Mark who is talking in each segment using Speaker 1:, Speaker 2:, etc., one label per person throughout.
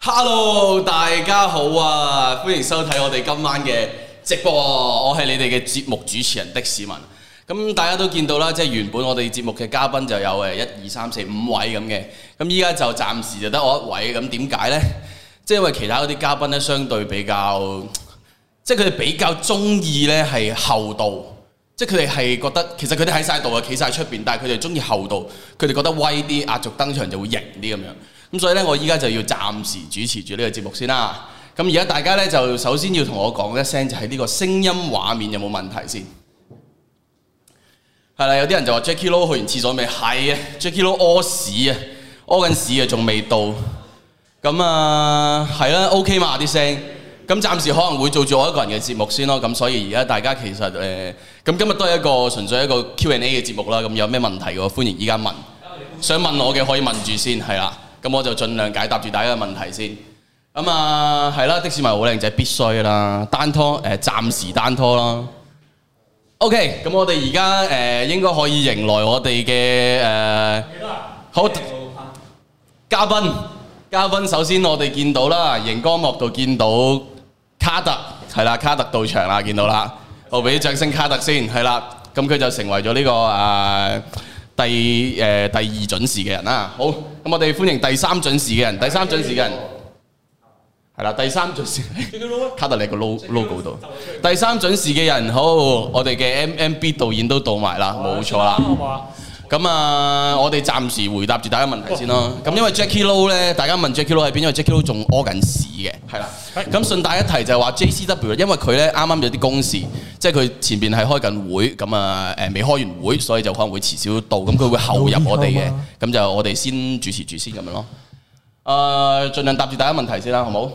Speaker 1: Hello，大家好啊！歡迎收睇我哋今晚嘅直播，我係你哋嘅節目主持人的市民。咁大家都見到啦，即係原本我哋節目嘅嘉賓就有誒一二三四五位咁嘅，咁依家就暫時就得我一位，咁點解呢？即係因為其他嗰啲嘉賓呢，相對比較，即係佢哋比較中意呢係厚道。即係佢哋係覺得，其實佢哋喺晒度啊，企晒出邊，但係佢哋中意厚道，佢哋覺得威啲，壓軸登場就會型啲咁樣。咁所以呢，我依家就要暫時主持住呢個節目先啦。咁而家大家呢，就首先要同我講一聲，就係呢個聲音畫面有冇問題先。係啦，有啲人就話 Jackie Lou 去完廁所未？係啊，Jackie Lou 屙屎啊，屙緊屎啊，仲未到。咁啊，係啦，OK 嘛啲聲。咁暫時可能會做住我一個人嘅節目先咯。咁所以而家大家其實呃誒，咁、今日都係一個純粹一個 Q&A 嘅節目啦。咁有咩問題嘅話，歡迎依家問。想問我嘅可以問住先，係啦。咁我就盡量解答住大家嘅問題先。咁啊，係啦，的士迷好靚仔，必須啦。單拖誒、呃暫時單拖啦。OK，咁我哋而家誒應該可以迎來我哋嘅呃誒好嘉賓。嘉賓首先我哋見到啦，熒光幕度見到卡特係啦，卡特到場啦，見到啦，我俾掌聲卡特先係啦。咁佢就成為咗呢、個呃第誒、呃第二準時嘅人啦。好，咁我哋歡迎第三準時嘅人，第三準時嘅人係啦，第三準時。 卡特你個 lo- logo 度，第三準時嘅人，好，我哋嘅 MMB 導演都到埋啦，冇錯啦。咁啊，我哋暫時回答住大家問題先咯。咁因為 Jackie Lou 咧，大家問 Jackie Lou 喺邊，因為 Jackie Lou 仲屙緊屎嘅，係啦。咁順帶一提就係話 JCW，因為佢咧啱啱有啲公事，即係佢前邊係開緊會，咁啊誒未開完會，所以就可能會遲少到，咁佢會後入我哋嘅，咁就我哋先主持住先咁樣咯。誒、盡量答住大家問題先啦，好冇？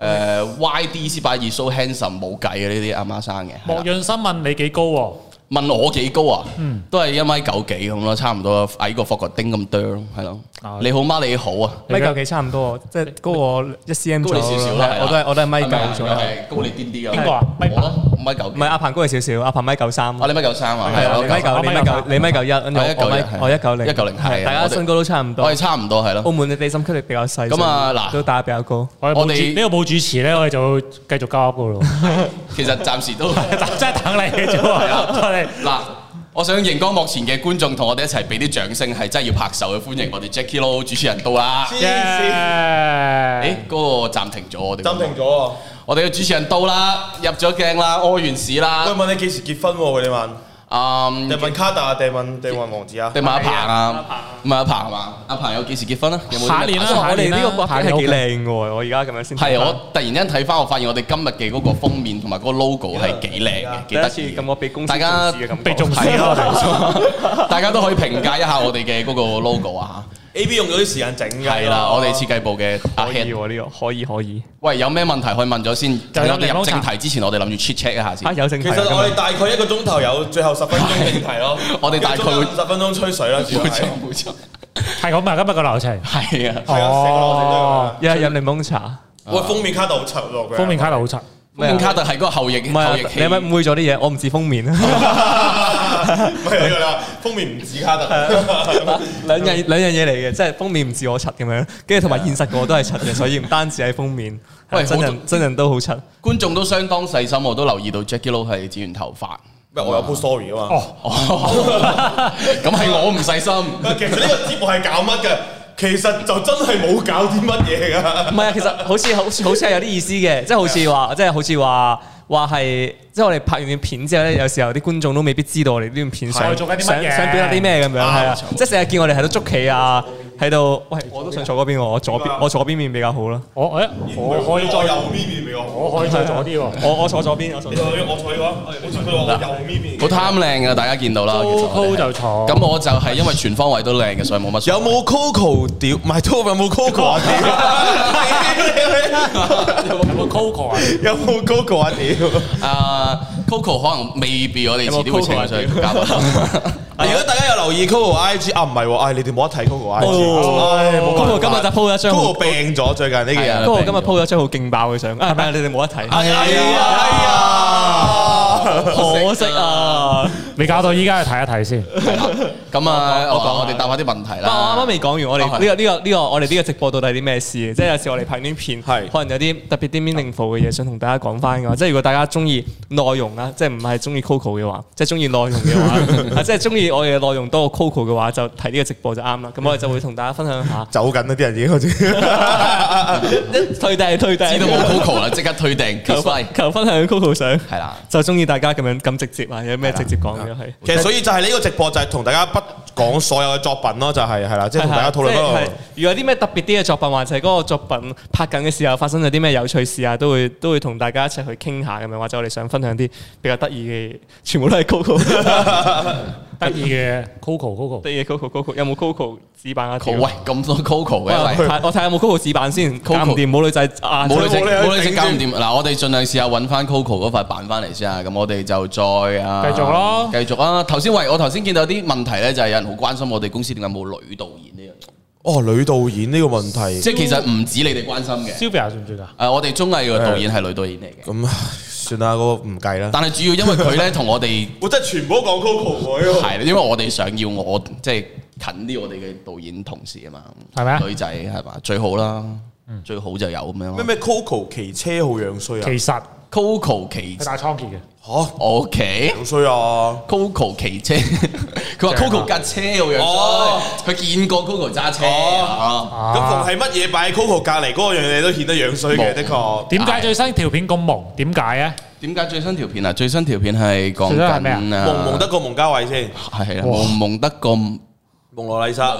Speaker 1: 誒、YD 先八二 so handsome 冇計嘅呢啲阿媽生嘅。係啦
Speaker 2: 莫潤生問你幾高喎？
Speaker 1: 問我幾高啊？都係一米九幾咁咯，差唔多矮過霍國丁咁多咯，係咯
Speaker 2: 啊。
Speaker 1: 你好嗎？你好啊，
Speaker 2: 你嘅
Speaker 3: 米九幾差唔多，即係高我一 cm
Speaker 1: 高
Speaker 3: 左
Speaker 1: 你
Speaker 3: 右
Speaker 1: 少少
Speaker 3: 啦
Speaker 1: 啦，係啦
Speaker 3: 我都係我都係米
Speaker 1: 係咪啊
Speaker 3: 九左右，
Speaker 1: 係高你啲啲㗎。
Speaker 2: 邊個啊米八
Speaker 1: 我咯，五米九
Speaker 3: 唔
Speaker 1: 幾。
Speaker 3: 係阿鵬高你少少，阿鵬米九三，
Speaker 1: 我你米九三啊，
Speaker 3: 係啊
Speaker 1: 啊，
Speaker 3: 你米九你米九你米九一，跟住
Speaker 1: 我一
Speaker 3: 我
Speaker 1: 九
Speaker 3: 米
Speaker 1: 零
Speaker 3: 我一九零，
Speaker 1: 190係啊
Speaker 3: 大家
Speaker 1: 我哋
Speaker 3: 身高都差唔
Speaker 1: 我
Speaker 3: 多
Speaker 1: 哋。差唔多係
Speaker 3: 澳
Speaker 1: 咯。
Speaker 3: 門嘅地心吸力比較細，
Speaker 1: 咁啊
Speaker 3: 所以
Speaker 1: 嗱哦
Speaker 3: 都打得比較高。
Speaker 2: 我哋冇
Speaker 1: 我哋
Speaker 2: 主呢個冇主持咧，我哋就會繼續交噏 噶咯。
Speaker 1: 其實暫 時都
Speaker 2: 真係等你嘅啫喎，
Speaker 1: 啊
Speaker 2: 我哋
Speaker 1: 嗱，我想熒光幕前嘅觀眾同我哋一齊俾啲掌聲，係真係要拍手去歡迎我哋 Jackie Lou 主持人到啦。
Speaker 2: 耶！
Speaker 1: 誒，嗰個暫停咗我哋。
Speaker 4: 暫停。咗啊！
Speaker 1: 我哋嘅主持人到啦，入咗鏡啦，屙完屎
Speaker 4: 喂，
Speaker 1: 啦。
Speaker 4: 問你幾時結婚喎？佢哋問，
Speaker 1: 啊嗯
Speaker 4: 定問卡特，定問定問王子啊？
Speaker 1: 你問阿鵬啊？問阿鵬係嘛？阿鵬有幾時結婚啊？有冇啲咩
Speaker 2: 下年啦
Speaker 1: 打算
Speaker 2: 下
Speaker 3: 我哋呢個國
Speaker 2: 下
Speaker 3: 家
Speaker 2: 年
Speaker 3: 係幾
Speaker 2: OK
Speaker 3: 靚嘅喎，我而家咁樣先睇返。
Speaker 1: 係啊我突然間睇翻，我發現我哋今日嘅嗰個封面同埋嗰個 logo 係幾靚嘅，幾
Speaker 3: 第一
Speaker 1: 得
Speaker 3: 次
Speaker 1: 意
Speaker 3: 咁，我俾公司
Speaker 1: 大家
Speaker 3: 重視嘅感覺
Speaker 2: 被重視
Speaker 1: 係
Speaker 2: 咯，
Speaker 1: 啊大家都可以評價一下我哋嘅嗰個 logo 啊
Speaker 4: A B 用咗啲時間整㗎。
Speaker 1: 嚇。係啦，我哋設計部嘅阿
Speaker 3: 可以
Speaker 1: Ken，
Speaker 3: 喎呢個可以可以。
Speaker 1: 喂，有咩問題可以問咗先？
Speaker 2: 就
Speaker 1: 喺我哋
Speaker 2: 檸
Speaker 1: 入
Speaker 2: 檬茶
Speaker 1: 正題之前，我哋諗住 check check 一下
Speaker 3: 啊
Speaker 1: 先。
Speaker 3: 有正
Speaker 4: 其
Speaker 3: 題
Speaker 4: 實
Speaker 3: 啊
Speaker 4: 我哋大概一個鐘頭有最後十分鐘正題咯
Speaker 1: 。我哋大概會
Speaker 4: 五十分鐘吹水啦，主要
Speaker 1: 冇
Speaker 4: 係
Speaker 1: 錯。冇錯，
Speaker 2: 係咁啊！今日個流程
Speaker 1: 係啊。
Speaker 4: 係啊，成個流程都係咁樣
Speaker 2: 哦
Speaker 3: 今日一日飲檸檬茶。
Speaker 4: 喂，封面卡特好臭落嘅。
Speaker 2: 封面卡流程
Speaker 3: 咩啊
Speaker 1: 卡特係嗰個後翼
Speaker 3: 唔係啊
Speaker 1: 後翼
Speaker 3: 你係咪誤會咗啲嘢？我唔似封面。 啊
Speaker 4: 唔係呢個啦，封面唔止卡
Speaker 2: 啊
Speaker 4: 特。
Speaker 3: 兩樣兩樣嘢嚟嘅，即係封面唔似我柒咁樣，跟住同埋現實我都係柒嘅，所以唔單止係封 面，
Speaker 1: 喂
Speaker 3: 係真
Speaker 1: 好
Speaker 3: 人真人都好柒。
Speaker 1: 觀眾都相當細心，我都留意到 Jackie Lou 係剪完頭髮。
Speaker 4: 唔係我有 post story 啊嘛。
Speaker 1: 哦， 咁係我唔細心。
Speaker 4: 其實呢個節目係搞乜嘅？其實就真係冇搞啲乜嘢㗎。
Speaker 3: 唔係啊，其實好似好似好似係有啲意思嘅，即係好啊似話，即係好似話話係，即係我哋拍完段片之後咧，有時候啲觀眾都未必知道我哋呢段片
Speaker 2: 我哋
Speaker 3: 想
Speaker 2: 做緊啲乜
Speaker 3: 想
Speaker 2: 嘢
Speaker 3: 想表達啲咩咁樣，係啊，即係成日見我哋喺度捉棋啊，喺度，喂，我都想坐嗰邊喎，我左邊我左邊面比較好啦，
Speaker 2: 我誒哦我可以再
Speaker 4: 右邊面俾我。
Speaker 2: 我可以再
Speaker 1: 啊
Speaker 2: 左啲喎。
Speaker 3: 我我坐左邊，我坐左邊
Speaker 4: 我坐呢個，我坐呢個右邊面。
Speaker 1: 好貪靚啊！大家見到啦，其實我
Speaker 2: Coco
Speaker 1: 哋係啊
Speaker 2: 就坐，
Speaker 1: 咁我就係因為全方位都靚嘅，所以冇乜所謂
Speaker 4: 有冇 Coco 屌？唔係 t o 有冇 Coco 啊 屌？
Speaker 2: 有冇 Coco 啊？
Speaker 4: 有冇 Coco 啊屌？
Speaker 1: 啊？Coco 可能未必我哋遲啲會請佢上嚟嘉賓。
Speaker 4: 啊如果大家有留意 Coco IG 啊，唔係喎，唉，你哋冇得睇
Speaker 3: 哦
Speaker 4: Coco IG。唉冇辦法
Speaker 3: Coco 今日就 po 咗一張好
Speaker 4: 哦 Coco 病咗最近呢幾
Speaker 1: 係啊
Speaker 4: 日。
Speaker 3: 不過我今日 po 咗張好勁爆嘅相，啊，係
Speaker 4: 哎啊
Speaker 3: 咪你哋冇得睇？
Speaker 4: 哎呀，哎呀，
Speaker 3: 可惜啊！
Speaker 2: 你搞到依家去睇一睇 先。
Speaker 1: 咁啊，
Speaker 3: 我
Speaker 1: 我
Speaker 3: 講
Speaker 1: 講我哋答下啲問題
Speaker 3: 但我啱啱
Speaker 1: 啦。
Speaker 3: 未講完，我哋
Speaker 1: 啊係
Speaker 3: 呢個呢個呢個我哋呢個直播到底係啲咩事？啊即係有時我哋拍啲片，
Speaker 4: 係，
Speaker 3: 可能有啲特別啲 meaningful 嘅嘢想同大家講翻嘅話，即係如果大家中意內容啊，即係唔係中意 Coco 嘅話，即係中意內容嘅話，啊即係中意我哋嘅內容多過 Coco 嘅話，就睇呢個直播就啱啦。咁我哋就會同大家分享下
Speaker 4: 走緊啦，啲人已經好似。
Speaker 3: 一退訂退訂，
Speaker 1: 知道 冇 Coco 啦，即刻退訂。
Speaker 3: 求
Speaker 1: Kiss
Speaker 3: 分
Speaker 1: like
Speaker 3: 求分享 Coco 相，
Speaker 1: 係啦，
Speaker 3: 就中意大家咁樣咁直接啊，有咩直接講嘅係。
Speaker 4: 其實所以就係呢個直播就係同大家不講所有嘅作品咯，就係係啦，即係同大家討論
Speaker 3: 係係係
Speaker 4: 嗰
Speaker 3: 如果有啲咩特別啲嘅作品，或者嗰個作品拍緊嘅時候發生咗啲咩有趣事啊，都會都會同大家一齊去傾下咁樣，或者我哋想分享啲比較得意嘅嘢，全部都係 Coco
Speaker 2: 得意嘅 Coco Coco，
Speaker 3: 得意嘅 Coco Coco，有冇 Coco 紙板啊？
Speaker 1: 好喂，咁多 Coco
Speaker 3: 喂，
Speaker 1: 嘅喂，
Speaker 3: 睇我睇下有冇 Coco 紙板先，搞
Speaker 1: Coco
Speaker 3: 唔掂冇女仔啊，
Speaker 1: 冇女仔，
Speaker 4: 冇理由
Speaker 1: 冇女仔
Speaker 4: 頂
Speaker 1: 搞唔
Speaker 4: 住
Speaker 1: 掂。嗱，我哋盡量試下揾翻 Coco 嗰塊板翻嚟先啊。咁我哋就再啊，
Speaker 2: 繼續咯
Speaker 1: 繼續啊。頭先喂，我頭先見到有啲問題咧，就係有人好關心我哋公司點解冇女導演呢樣嘢。
Speaker 4: 哦，女導演呢個問題，
Speaker 1: 即係其實唔止你哋關心嘅。
Speaker 2: Sylvia 算唔算啊？
Speaker 1: 誒，呃我哋綜藝嘅導演係女導演嚟嘅，
Speaker 4: 咁算啦，嗰個唔計啦。
Speaker 1: 但係主要因為佢咧同我 哋
Speaker 4: 我真係全部都講 Coco 喎，哎
Speaker 1: 係，因為我哋想要我即係近啲我哋嘅導演同事啊嘛，
Speaker 2: 係咪啊嗯
Speaker 1: 女仔係嘛，最好啦，最好就有咁樣
Speaker 4: 咩
Speaker 1: 咯。
Speaker 4: 咩 Coco 騎車好樣衰啊
Speaker 2: 其，實
Speaker 1: Coco 騎
Speaker 2: 係大倉頡嘅，
Speaker 4: 嚇
Speaker 1: OK。
Speaker 4: 樣衰啊！
Speaker 1: Coco 騎車， 佢話
Speaker 2: 正啊
Speaker 1: Coco 架車好樣
Speaker 4: 哦
Speaker 1: 衰，佢見過 Coco 揸車啊。
Speaker 4: 咁逢係乜嘢擺喺 Coco 隔離嗰個樣嘢都顯得樣衰嘅，
Speaker 1: 冇
Speaker 4: 的確。
Speaker 2: 點解最新條片咁萌？點解啊？
Speaker 1: 點解最新條片啊？最新條片係講
Speaker 2: 最新係咩啊
Speaker 1: 緊啊，
Speaker 4: 蒙蒙得過蒙嘉慧先，
Speaker 1: 係啊，
Speaker 2: 哇
Speaker 1: 蒙蒙得咁。
Speaker 4: 蒙羅 麗莎。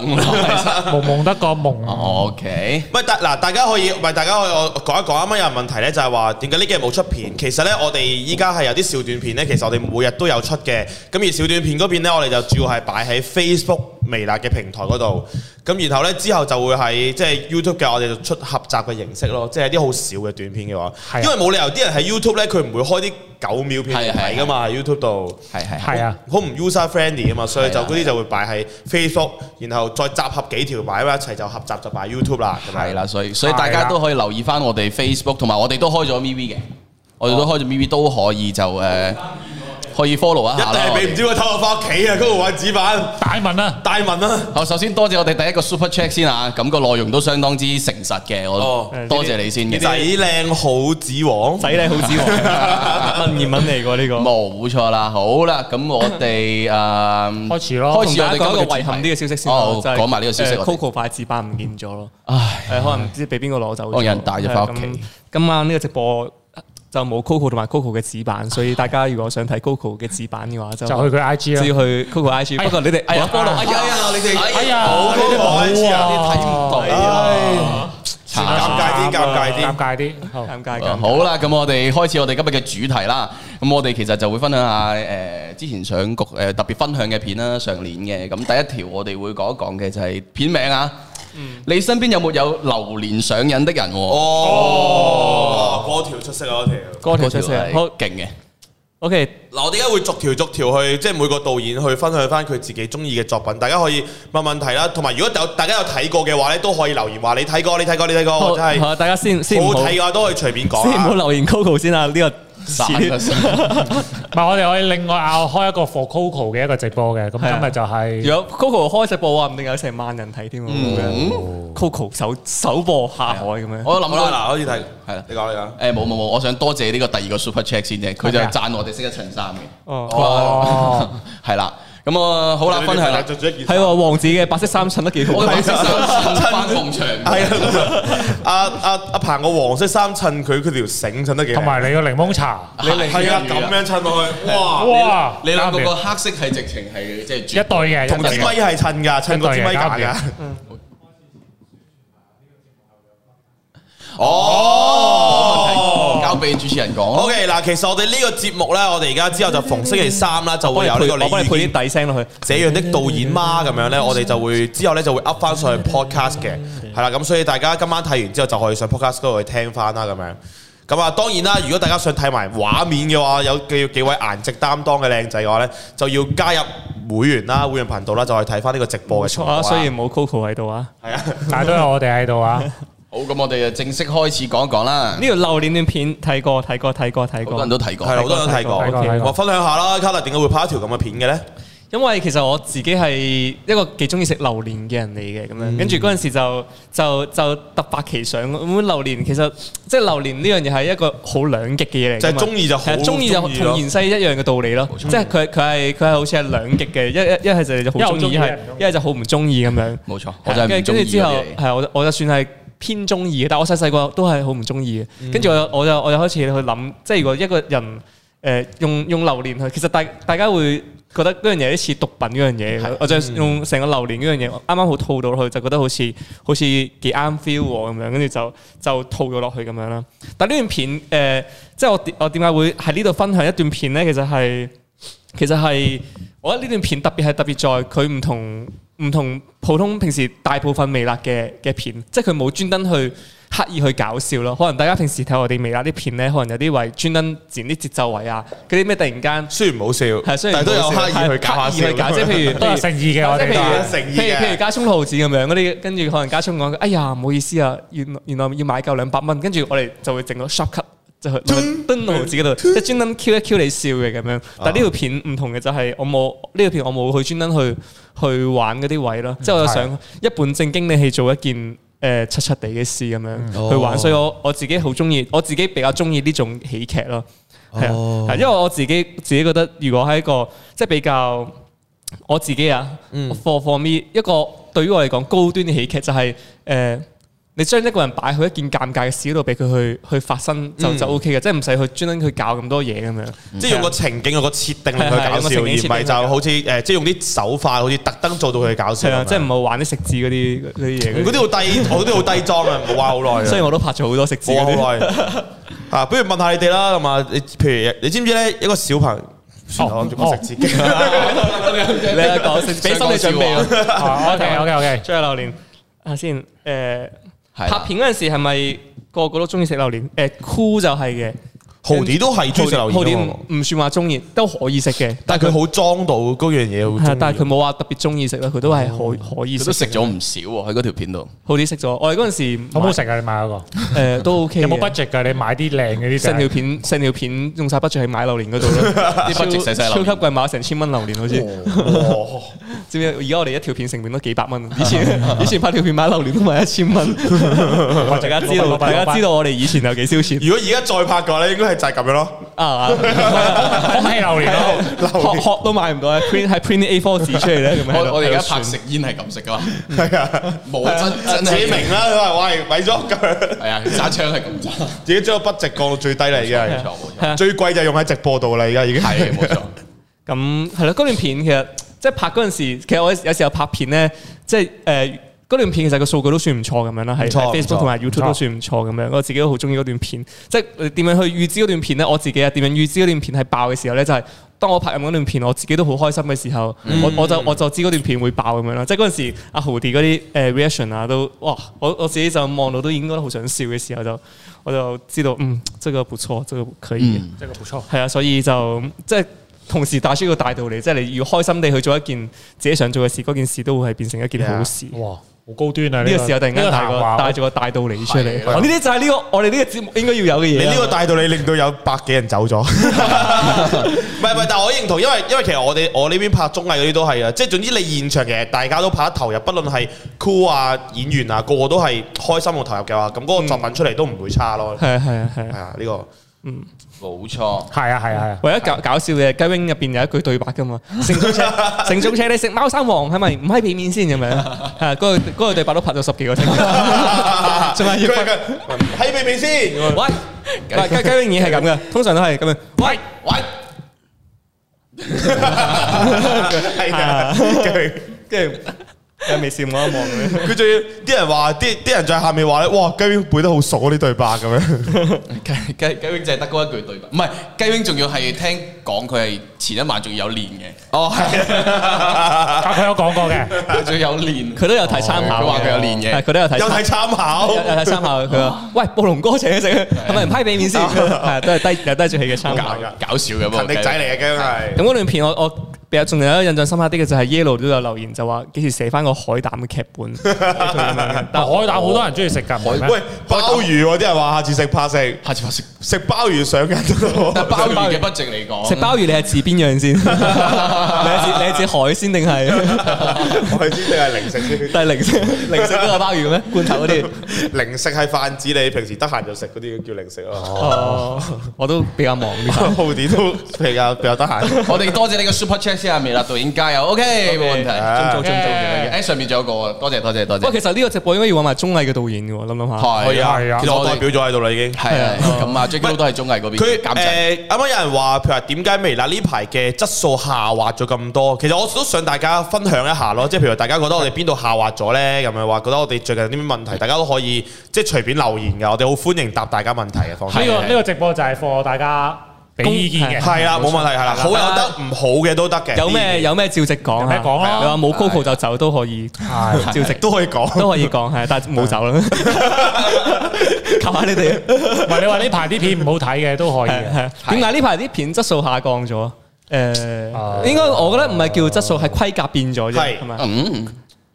Speaker 2: 萌萌得個萌，
Speaker 1: OK，
Speaker 4: 唔係大嗱，大家可以唔係大家可以我講一講啱啱有人問題咧，就係話點解呢幾日冇出片？其實咧，我哋依家係有啲小短片咧，其實我哋每日都有出嘅。咁而小短片嗰邊咧，我哋就主要係擺喺 Facebook、微辣嘅平台嗰度。咁然後咧之後就會喺即係 YouTube 嘅，我哋就出合集嘅形式咯，即係啲好少嘅短片嘅
Speaker 2: 係
Speaker 4: 話，
Speaker 2: 啊
Speaker 4: 因為冇理由啲人喺 YouTube 咧，佢唔會開啲九秒片嚟睇噶嘛喺，YouTube 度。
Speaker 1: 係係啊係
Speaker 2: 係啊，
Speaker 4: 好唔 user friendly 啊嘛，所以就
Speaker 1: 係啊
Speaker 4: 嗰啲就會擺喺 Facebook，然後再集合幾條擺埋一齊就合集就擺 YouTube 啦。咁樣
Speaker 1: 係啦，所以所以大家都可以留意翻我哋 Facebook，同埋我哋都開咗 MV 嘅，我哋都開咗 MV 都可以就誒可以 follow 一下
Speaker 4: 一定係
Speaker 1: 啦。
Speaker 4: 俾唔知佢偷我翻屋企啊！嗰個位紙板
Speaker 2: 大文啊！
Speaker 4: 大文啊！
Speaker 1: 好，首先多謝我哋第一個 Super Check 先啊，咁個內容都相當之誠實嘅，我
Speaker 4: 哦
Speaker 1: 多謝你先
Speaker 4: 仔
Speaker 1: 嘅，
Speaker 4: 靚好子王，
Speaker 3: 仔你好知喎，文言文嚟㗎呢個。
Speaker 1: 冇錯啦。好啦，咁我哋誒嗯
Speaker 2: 開始咯
Speaker 1: 開始我
Speaker 3: 我
Speaker 1: 哋
Speaker 3: 哋
Speaker 1: 講
Speaker 3: 講
Speaker 1: 個
Speaker 3: 個遺憾啲嘅消息先啦
Speaker 1: 哦，
Speaker 3: 就係
Speaker 1: 講埋呢個消息
Speaker 3: 誒
Speaker 1: 我哋
Speaker 3: Coco 塊紙板唔見咗咯。
Speaker 1: 唉，
Speaker 3: 誒呃可能唔知俾邊個攞走
Speaker 1: 哦
Speaker 3: 咗。
Speaker 1: 有人帶咗返屋企
Speaker 3: 係啊咁今晚呢個直播就冇 Coco 同埋 Coco 嘅紙板，所以大家如果想睇 Coco 嘅紙板嘅話，就
Speaker 2: 就去佢 I G
Speaker 3: 只
Speaker 2: 啦。
Speaker 3: 要去 Coco IG。
Speaker 2: 哎
Speaker 3: 不過你哋
Speaker 1: 啊哎呀
Speaker 3: 我 follow
Speaker 1: 哎呀你哋
Speaker 2: 哎呀，
Speaker 4: 好
Speaker 2: 你哋
Speaker 4: 好
Speaker 2: 冇
Speaker 4: 啊
Speaker 2: 啊，
Speaker 1: 睇唔到
Speaker 4: 唉，
Speaker 1: 慘
Speaker 4: 尷尬啲尷尬啲
Speaker 2: 尷尬啲。好
Speaker 3: 尷尬
Speaker 1: 啊
Speaker 3: 尷尬。
Speaker 1: 好啦，咁我哋開始我哋今日嘅主題啦。咁我哋其實就會分享下誒、呃之前上局誒、呃特別分享嘅片啦，上年嘅。咁第一條我哋會講一講嘅就係片名啊。
Speaker 4: 嗯
Speaker 1: 你身邊有冇有流連上癮的人喎？
Speaker 4: 哦，嗰條出色啊！嗰條
Speaker 1: 嗰
Speaker 3: 嗰條
Speaker 1: 條
Speaker 3: 出
Speaker 1: 係
Speaker 3: 聲好
Speaker 1: 勁 嘅，
Speaker 3: OK，
Speaker 4: 嗱，我哋而家會逐條逐條去，即係每個導演去分享翻佢自己中意嘅作品，大家可以問問題啦。同埋如果有大家有睇過嘅話咧，都可以留言話你睇過，你睇過，你
Speaker 1: 哦
Speaker 4: 睇過，
Speaker 3: 好
Speaker 4: 我真係
Speaker 3: 好大家先先唔
Speaker 4: 冇
Speaker 3: 好
Speaker 4: 睇嘅話都可以隨便講
Speaker 3: 先唔好
Speaker 4: 啊。
Speaker 3: 留言 Coco 先啊！呢個
Speaker 1: 散啊咗先
Speaker 2: 唔係，我哋可以另外拗開一個 for Coco 嘅一個直播嘅。咁
Speaker 3: 係啊
Speaker 2: 今日就係
Speaker 3: 如果 Coco 開直播啊，唔定有成萬人睇添喎。
Speaker 1: 嗯，
Speaker 3: Coco 首首播下海咁樣。
Speaker 1: 我諗到
Speaker 4: 好啦，嗱，可以睇，
Speaker 1: 係啦
Speaker 4: 你講你
Speaker 1: 誒
Speaker 4: 講。
Speaker 1: 冇冇冇，我想多謝呢個第二個 super check 先啫，佢就
Speaker 2: 係咩啊
Speaker 1: 讚我哋識一襯衫嘅，
Speaker 3: 哦，
Speaker 2: 哦。
Speaker 1: 係啦。咁我好啦，分享啦。
Speaker 4: 着住一件
Speaker 3: 係喎，王子嘅白色衫襯得幾
Speaker 1: 哎
Speaker 3: 好
Speaker 1: 我。哋識衫襯翻逢場，
Speaker 4: 係啊，阿阿阿彭個黃色衫襯佢，佢條繩襯得幾好
Speaker 2: 同埋你個檸檬茶，
Speaker 1: 你嚟
Speaker 4: 係啊，咁樣襯落去，哇！
Speaker 2: 哇！
Speaker 1: 你兩個
Speaker 2: 啱
Speaker 1: 個
Speaker 2: 嘅
Speaker 1: 黑色係直情係即係
Speaker 2: 一對嘅，
Speaker 4: 同
Speaker 2: 一對
Speaker 4: 支
Speaker 2: 嘅
Speaker 4: 咪係襯㗎，襯過支咪架
Speaker 2: 一對
Speaker 4: 㗎
Speaker 2: 嘅。
Speaker 1: 哦，交俾主持人講。
Speaker 4: OK，嗱，其實我哋呢個節目咧，我哋而家之後就逢星期三啦，就
Speaker 3: 我幫
Speaker 4: 會
Speaker 3: 你配，
Speaker 4: 有呢個你
Speaker 3: 我幫你配
Speaker 4: 意見
Speaker 3: 啲底聲落去。
Speaker 4: 這樣的導演嗎咁樣咧，我哋就會之後咧就會 up 翻上去 podcast 嘅，係啦，咁所以大家今晚睇完之後就可以上 podcast 嗰度去聽翻啦咁樣。咁啊，當然啦，如果大家想睇埋畫面嘅話，有幾幾位顏值擔當嘅靚仔嘅話咧，就要加入會員啦、會員頻道啦，就可以睇翻呢個直播嘅
Speaker 3: 錯
Speaker 4: 重播
Speaker 3: 啊，
Speaker 4: 啦。
Speaker 3: 雖然冇 Coco 喺度啊，
Speaker 4: 係啊，
Speaker 2: 但係都有我哋喺度啊。
Speaker 1: 好，咁我哋就正式開始講一講啦。
Speaker 3: 呢條榴蓮段片睇過睇過睇過睇
Speaker 1: 好多人都
Speaker 3: 過，
Speaker 1: 睇過，
Speaker 4: 係啦好多人都睇
Speaker 2: 睇過
Speaker 4: 過
Speaker 2: 睇。過
Speaker 4: 我分享下啦，卡特點解會拍一條咁嘅片嘅咧？
Speaker 3: 因為其實我自己係一個幾中意食榴蓮嘅人嚟嘅咁樣，跟住嗰陣時就就就突發奇想，咁榴蓮其實即係榴蓮呢樣嘢係一個好兩極嘅嘢嚟㗎嘛，
Speaker 4: 就係中意就好
Speaker 3: 係啊中意就
Speaker 4: 中
Speaker 3: 同
Speaker 4: 意咯
Speaker 3: 芫茜一樣嘅道理咯，即係佢佢係佢係好似係兩極嘅，一一一係就你就好中意，
Speaker 2: 一係好中意
Speaker 3: 一係
Speaker 2: 一係唔中意
Speaker 3: 一係就好唔中意咁樣。
Speaker 1: 冇錯，我就係
Speaker 3: 啊跟
Speaker 1: 唔
Speaker 3: 住
Speaker 1: 中
Speaker 3: 跟
Speaker 1: 意
Speaker 3: 住之後
Speaker 1: 嗰啲嘢，
Speaker 3: 係我我就算係偏中意嘅，但我細細個都係好唔中意
Speaker 1: 嗯
Speaker 3: 嘅。跟住我我就我就開始去諗，即係如果一個人誒、呃用用榴蓮去，其實大大家會覺得嗰樣嘢好似毒品嗰樣嘢，我就
Speaker 1: 嗯
Speaker 3: 用成個榴蓮嗰樣嘢，啱啱好套到落去，就覺得好似好似幾啱 feel 喎咁樣，跟住就就套咗落去咁樣啦。但呢段片誒、呃即係我點我點解會喺呢度分享一段片咧？其實係。其實係，我覺得呢段片特別係特別在佢唔同唔同普通平時大部分微辣嘅嘅片，即係佢冇專登去刻意去搞笑咯。可能大家平時睇我哋微辣啲片咧，可能有啲位專登剪啲節奏位啊，嗰啲咩突然間
Speaker 4: 雖然唔好笑，
Speaker 3: 係啊雖然
Speaker 4: 但係都有刻意去搞下
Speaker 3: 刻意去搞
Speaker 4: 笑，
Speaker 3: 即係 譬如
Speaker 2: 都有誠意嘅我哋
Speaker 3: 即係譬如
Speaker 4: 都係誠意
Speaker 3: 譬
Speaker 4: 嘅
Speaker 3: 如譬如加葱毫子咁樣嗰啲，跟住可能加葱講，哎呀唔好意思啊，原原來要買夠兩百蚊，跟住我哋就會整個 shop cut。就去蹲毫子嗰度，即係專登 Q 一 Q 你笑嘅咁樣。但係呢條片唔同嘅就係我冇呢條片我冇去專登去去玩嗰啲位咯，嗯即係啊我就想一本正經你去做一件誒柒柒地嘅事咁樣去玩，所以我我自己好中意，我自己比較中意呢種喜劇咯。係啊，係因為我自己自己覺得，如果喺一個即係比較我自己啊，for for me 一個對於我嚟講高端嘅喜劇就係、誒、你將一個人擺去一件尷尬嘅事嗰度，俾佢去去發生就就 O K 嘅，即係唔使去專登去搞咁多嘢咁樣。
Speaker 4: 即係用個情景、用個設定令佢搞笑，而
Speaker 3: 啊係係用個情景設
Speaker 4: 唔
Speaker 3: 定
Speaker 4: 係就好似誒，即係用啲手法，好似特登做到佢搞笑。
Speaker 3: 係啊，即係
Speaker 4: 係
Speaker 3: 唔
Speaker 4: 咪
Speaker 3: 好啊玩啲食字嗰啲嗰啲嘢。
Speaker 4: 嗰啲好 低，我嗰啲好低裝啊，冇玩好耐啊。
Speaker 3: 雖然我都拍咗好多食字嗰
Speaker 4: 冇
Speaker 3: 啲，
Speaker 4: 玩好耐啊！不如問下你哋啦，咁啊，你譬如你知唔知咧，一個小朋友，算
Speaker 3: 哦
Speaker 4: 啦我諗住講食自己。
Speaker 3: 你係講食俾心理準備咯。
Speaker 2: OK OK OK，
Speaker 3: 最後榴蓮啊先，誒、
Speaker 1: 係啦
Speaker 3: 拍片嗰陣時係咪個個都中意食榴蓮？誒、酷就係嘅。
Speaker 4: 豪啲都係中意食榴
Speaker 3: 好
Speaker 4: 蓮㗎
Speaker 3: 啲
Speaker 4: 喎，
Speaker 3: 唔唔算話中意，都可以食嘅。
Speaker 4: 但係佢好裝到嗰樣嘢好中
Speaker 3: 係
Speaker 4: 意，
Speaker 3: 但係佢冇話特別中意食啦，佢都係可可
Speaker 1: 佢
Speaker 3: 以食
Speaker 1: 都。食咗唔少喎喺嗰條片度。
Speaker 3: 好啲食咗，我哋嗰陣時
Speaker 2: 好唔好食啊？你買嗰個
Speaker 3: 誒都 OK 嘅。
Speaker 2: 有冇 budget 㗎？你買啲靚嘅啲
Speaker 3: 成條
Speaker 2: 就係
Speaker 3: 片成條片用晒 budget 去買榴蓮嗰度咯，
Speaker 1: 啲 budget 使晒榴
Speaker 3: 超
Speaker 1: 蓮
Speaker 3: 級貴，買咗成千蚊榴蓮好似。
Speaker 4: 哇
Speaker 3: 知唔知？而家我哋一條片成本都幾百蚊，啊以前 以前拍條片買榴蓮都賣一千 蚊。大家知道，
Speaker 2: 老闆
Speaker 3: 大
Speaker 2: 老
Speaker 3: 家
Speaker 2: 闆
Speaker 3: 知道我哋以前有幾燒錢
Speaker 4: 如果而家再拍嘅話咧，應該係就係咁樣咯。
Speaker 3: 啊！
Speaker 2: 空氣榴蓮咯，
Speaker 3: 殼殼都買唔到啊！print 係 print A4 紙出嚟咧，咁樣喺度。
Speaker 4: 啊
Speaker 1: 我我哋而家
Speaker 3: 喺
Speaker 1: 拍
Speaker 3: 度
Speaker 1: 食
Speaker 3: 算
Speaker 1: 煙係咁食噶嘛，
Speaker 4: 係啊，
Speaker 1: 冇真真
Speaker 4: 自己
Speaker 1: 係
Speaker 4: 明啦，佢話喂，咪咗咁樣，
Speaker 1: 係啊，揸槍係咁揸，
Speaker 4: 自己將個筆值降到最低啦，已經
Speaker 1: 冇
Speaker 4: 係
Speaker 1: 錯冇
Speaker 3: 係
Speaker 1: 錯，
Speaker 3: 啊
Speaker 4: 最貴就用喺直播度啦，而家已經
Speaker 1: 係冇錯，
Speaker 3: 咁係咯，嗰段片其實即係拍嗰陣時，其實我有時候拍片咧，即係誒嗰段片其實個數據都算唔錯咁樣啦，係
Speaker 4: 唔錯
Speaker 3: 係
Speaker 4: 唔錯
Speaker 3: Facebook 同埋 YouTube
Speaker 2: 唔錯
Speaker 3: 都算唔錯咁樣。我自己都好中意嗰段片，即係你點樣去預知嗰段片咧？我自己啊點樣預知嗰段片係爆嘅時候咧，就係、當我拍緊嗰段片，我自己都好開心嘅時候，
Speaker 4: 嗯
Speaker 3: 我我就我就知嗰段片會爆咁樣啦。即係嗰陣時，阿豪啲嗰啲誒 reaction 啊，都哇！我我自己就望到都應該好想笑嘅時候，就我就知道嗯，這個不錯，這個可以嘅。
Speaker 1: 嗯
Speaker 2: 即係個不錯。
Speaker 3: 係啊，所以就即係同時帶出一個大道理，即係你要開心地去做一件自己想做嘅事，嗰件事都會係變成一件好事。呢
Speaker 2: 哇，好高端啊！呢
Speaker 3: 個時候突然間帶
Speaker 2: 個
Speaker 3: 個
Speaker 2: 談話
Speaker 3: 帶咗個大道理出嚟，
Speaker 1: 係啊
Speaker 3: 哦呢啲就係呢個我哋呢個節目應該要有嘅嘢
Speaker 4: 你
Speaker 3: 啊。
Speaker 4: 呢個大道理令到有百幾人走咗， 唔係唔係，但我認同，因為因為其實我哋我呢邊拍綜藝嗰啲都係啊，即係總之你現場其實大家都拍得投入，不論係 crew 啊、演員啊，個個都係開心同投入嘅話，咁嗰個作品出嚟都唔會差咯。
Speaker 3: 係啊係啊係
Speaker 4: 嗯係
Speaker 3: 啊，
Speaker 4: 啊，呢 個
Speaker 1: 冇錯，
Speaker 2: 係啊係啊係 啊，
Speaker 3: 唯一搞搞笑嘅雞 wing 入邊有一句對白噶嘛，城中車城中車你食貓山王係咪唔可以俾面先咁樣？係啊嗰個嗰個對白都拍咗十幾個鐘，仲係要
Speaker 4: 佢佢係咪咪先？
Speaker 3: 喂，唔係雞雞 wing 嘢係咁嘅，通常都係咁樣。喂，
Speaker 1: 喂，
Speaker 4: 係啊，佢
Speaker 3: 跟住有微笑望一望咁樣。
Speaker 4: 佢仲要啲人話，啲啲人在下面話咧，哇，雞 wing 背得好熟嗰啲對白咁樣。
Speaker 1: 雞雞雞 wing 就係得嗰一句對白，唔係雞 wing 仲要係聽講佢係前一晚仲有練嘅，
Speaker 4: 哦，係。
Speaker 2: 但啊佢有講過 嘅，
Speaker 1: 佢 仲有練，
Speaker 3: 佢都有睇參考
Speaker 1: 佢啊
Speaker 3: 嘅，
Speaker 1: 話佢有練嘅
Speaker 3: 係佢都有睇參
Speaker 4: 有睇參考
Speaker 3: 有，有睇參考嘅。佢話：喂，暴龍哥請你食，哦啊係哦咪唔批俾面啊先？係都係低有低住氣嘅參考。
Speaker 1: 搞搞笑嘅，
Speaker 4: 勤力仔嚟嘅，雞 wing 係。
Speaker 3: 咁嗰段片我我比較仲有一印象深刻啲嘅就係 Yellow 都有留言就話幾時寫翻個海膽嘅劇本，
Speaker 2: 但海膽好多人中意食㗎，唔係
Speaker 4: 喂
Speaker 2: 咩？，
Speaker 4: 鮑魚喎，啲人話下次食怕食，
Speaker 1: 下次發食，
Speaker 4: 食鮑魚上緊都
Speaker 1: 但
Speaker 4: 得
Speaker 1: 係
Speaker 4: 喎。
Speaker 1: 鮑魚嘅筆值嚟講，
Speaker 3: 食鮑魚你係指邊樣 先？你係指你係指海鮮定係
Speaker 4: 我知定係零食先。
Speaker 3: 但係零食零食都有鮑魚嘅咩？罐頭嗰啲？
Speaker 4: 零食係泛指你平時得閒就食嗰啲叫零食咯。
Speaker 3: 哦，我都比較忙啲。
Speaker 4: 浩啲都比較比較得閒。
Speaker 1: 我哋多謝你個 super chat 先啊，微辣導演加油，OK 冇問題。
Speaker 4: 啊
Speaker 3: 進步進步
Speaker 1: 誒、上面仲有個啊，多謝多謝多
Speaker 3: 不過
Speaker 1: 謝。
Speaker 3: 其實呢個直播應該要揾埋綜藝嘅導演嘅喎，諗諗下。
Speaker 1: 係
Speaker 4: 係啊，
Speaker 2: 係啊
Speaker 4: 其實我代表咗喺度啦已經。
Speaker 1: 係啊，咁啊 j a c 都係綜藝嗰邊
Speaker 4: 佢
Speaker 1: 監製。
Speaker 4: 誒啱啱有人話，譬如話點解微辣呢排嘅質素下滑咗咁多？其實我都想大家分享一下咯，即係譬如話大家覺得我哋邊度下滑咗呢？咁樣話覺得我哋最近有啲咩問題，大家都可以即係隨便留言㗎，我哋好歡迎答大家問題嘅方式。
Speaker 2: 呢個
Speaker 1: 係
Speaker 2: 呢個直播就係 for 大家俾意見嘅，
Speaker 4: 係啊啦，冇問題係啦，好有得，唔好嘅都得嘅。
Speaker 3: 有咩有咩照直講
Speaker 2: 有咩
Speaker 3: 啊？
Speaker 2: 講啦
Speaker 3: 你話冇 Coco 就走都可 以，照直
Speaker 4: 都可以講。
Speaker 3: 都可以講 係，但係冇走啦。 求下你哋。
Speaker 2: 唔係你話呢排啲片唔好睇嘅都可以嘅，
Speaker 3: 係點解呢排啲片質素下降咗？誒，
Speaker 2: 啊
Speaker 3: 應該我覺得唔係叫質素，係規格變咗啫，
Speaker 4: 啊係
Speaker 3: 係咪？
Speaker 1: 嗯，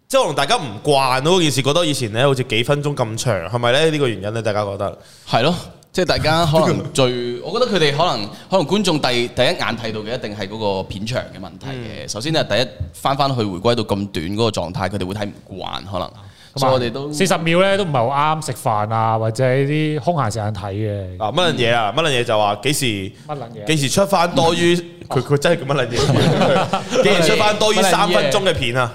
Speaker 4: 即係可能大家唔慣咯，件事覺得以前咧好似幾分鐘咁長，係咪咧？呢個原因咧，大家覺得
Speaker 1: 係咯，即係大 家可能最，我覺得佢哋可能可能觀眾第第一眼睇到嘅一定係嗰個片長嘅問題
Speaker 3: 嗯
Speaker 1: 嘅。首先咧，啊第一翻翻去回歸到咁短嗰個狀態，佢哋會睇唔慣可能，
Speaker 3: 啊
Speaker 1: 所以我哋都
Speaker 2: 啊四十秒咧都唔係好啱食飯啊，或者係啲空閒時間睇嘅。
Speaker 4: 啊乜撚嘢啊？乜撚嘢就話幾時
Speaker 2: 乜撚嘢啊
Speaker 4: 幾時出翻多於佢佢真係叫乜撚嘢？幾時出翻多於三分鐘嘅片啊？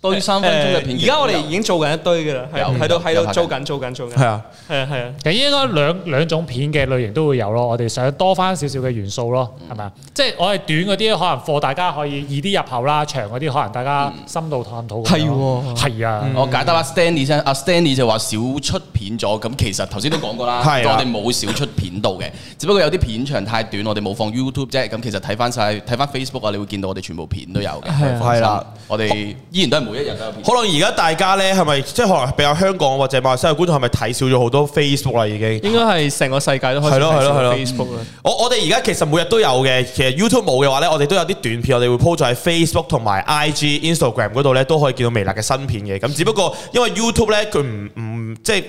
Speaker 1: 多於三分鐘嘅片段。
Speaker 3: 誒
Speaker 1: 嗯
Speaker 3: 而家我哋已經做緊一堆㗎啦，係
Speaker 1: 有
Speaker 3: 喺度喺
Speaker 1: 有
Speaker 3: 度
Speaker 1: 拍緊
Speaker 3: 做緊做緊做緊。
Speaker 4: 係啊，
Speaker 3: 係啊係啊。
Speaker 2: 其實應該兩兩種片嘅類型都會有咯，我哋想多翻少少嘅元素咯，係咪啊？即係我哋短嗰啲可能課大家可以易啲入口啦，長嗰啲可能大家深度探討咁樣咯。
Speaker 3: 係
Speaker 2: 係啊，
Speaker 1: 我解答阿 Stanley 先，阿 Stanley 就話少出片咗，咁其實頭先都講過啦，
Speaker 4: 係啊
Speaker 1: 我哋冇少出片度嘅，只不過有啲片長太短，我哋冇放 YouTube 啫。咁其實睇翻晒，睇翻 Facebook 啊，你會見到我哋全部片都有嘅。
Speaker 3: 係
Speaker 1: 放
Speaker 3: 啊
Speaker 1: 心
Speaker 4: 係啦，
Speaker 1: 我哋依然都係每一日都有片。
Speaker 4: 可能而家大家咧係咪即係可能比較香港或者馬來西亞觀眾係咪睇少咗好多 Facebook 啦已經？
Speaker 3: 應該係成個世界都開
Speaker 4: 係
Speaker 3: 始
Speaker 4: 咯係咯係咯
Speaker 3: 睇 Facebook 啦。
Speaker 4: 我我哋而家其實每日都有嘅，其實 YouTube 冇嘅話咧，我哋都有啲短片，我哋會 po 咗喺 Facebook 同埋 IG、Instagram 嗰度咧，都可以見到微辣嘅新片嘅。咁只不過因為 YouTube 咧，佢唔唔即係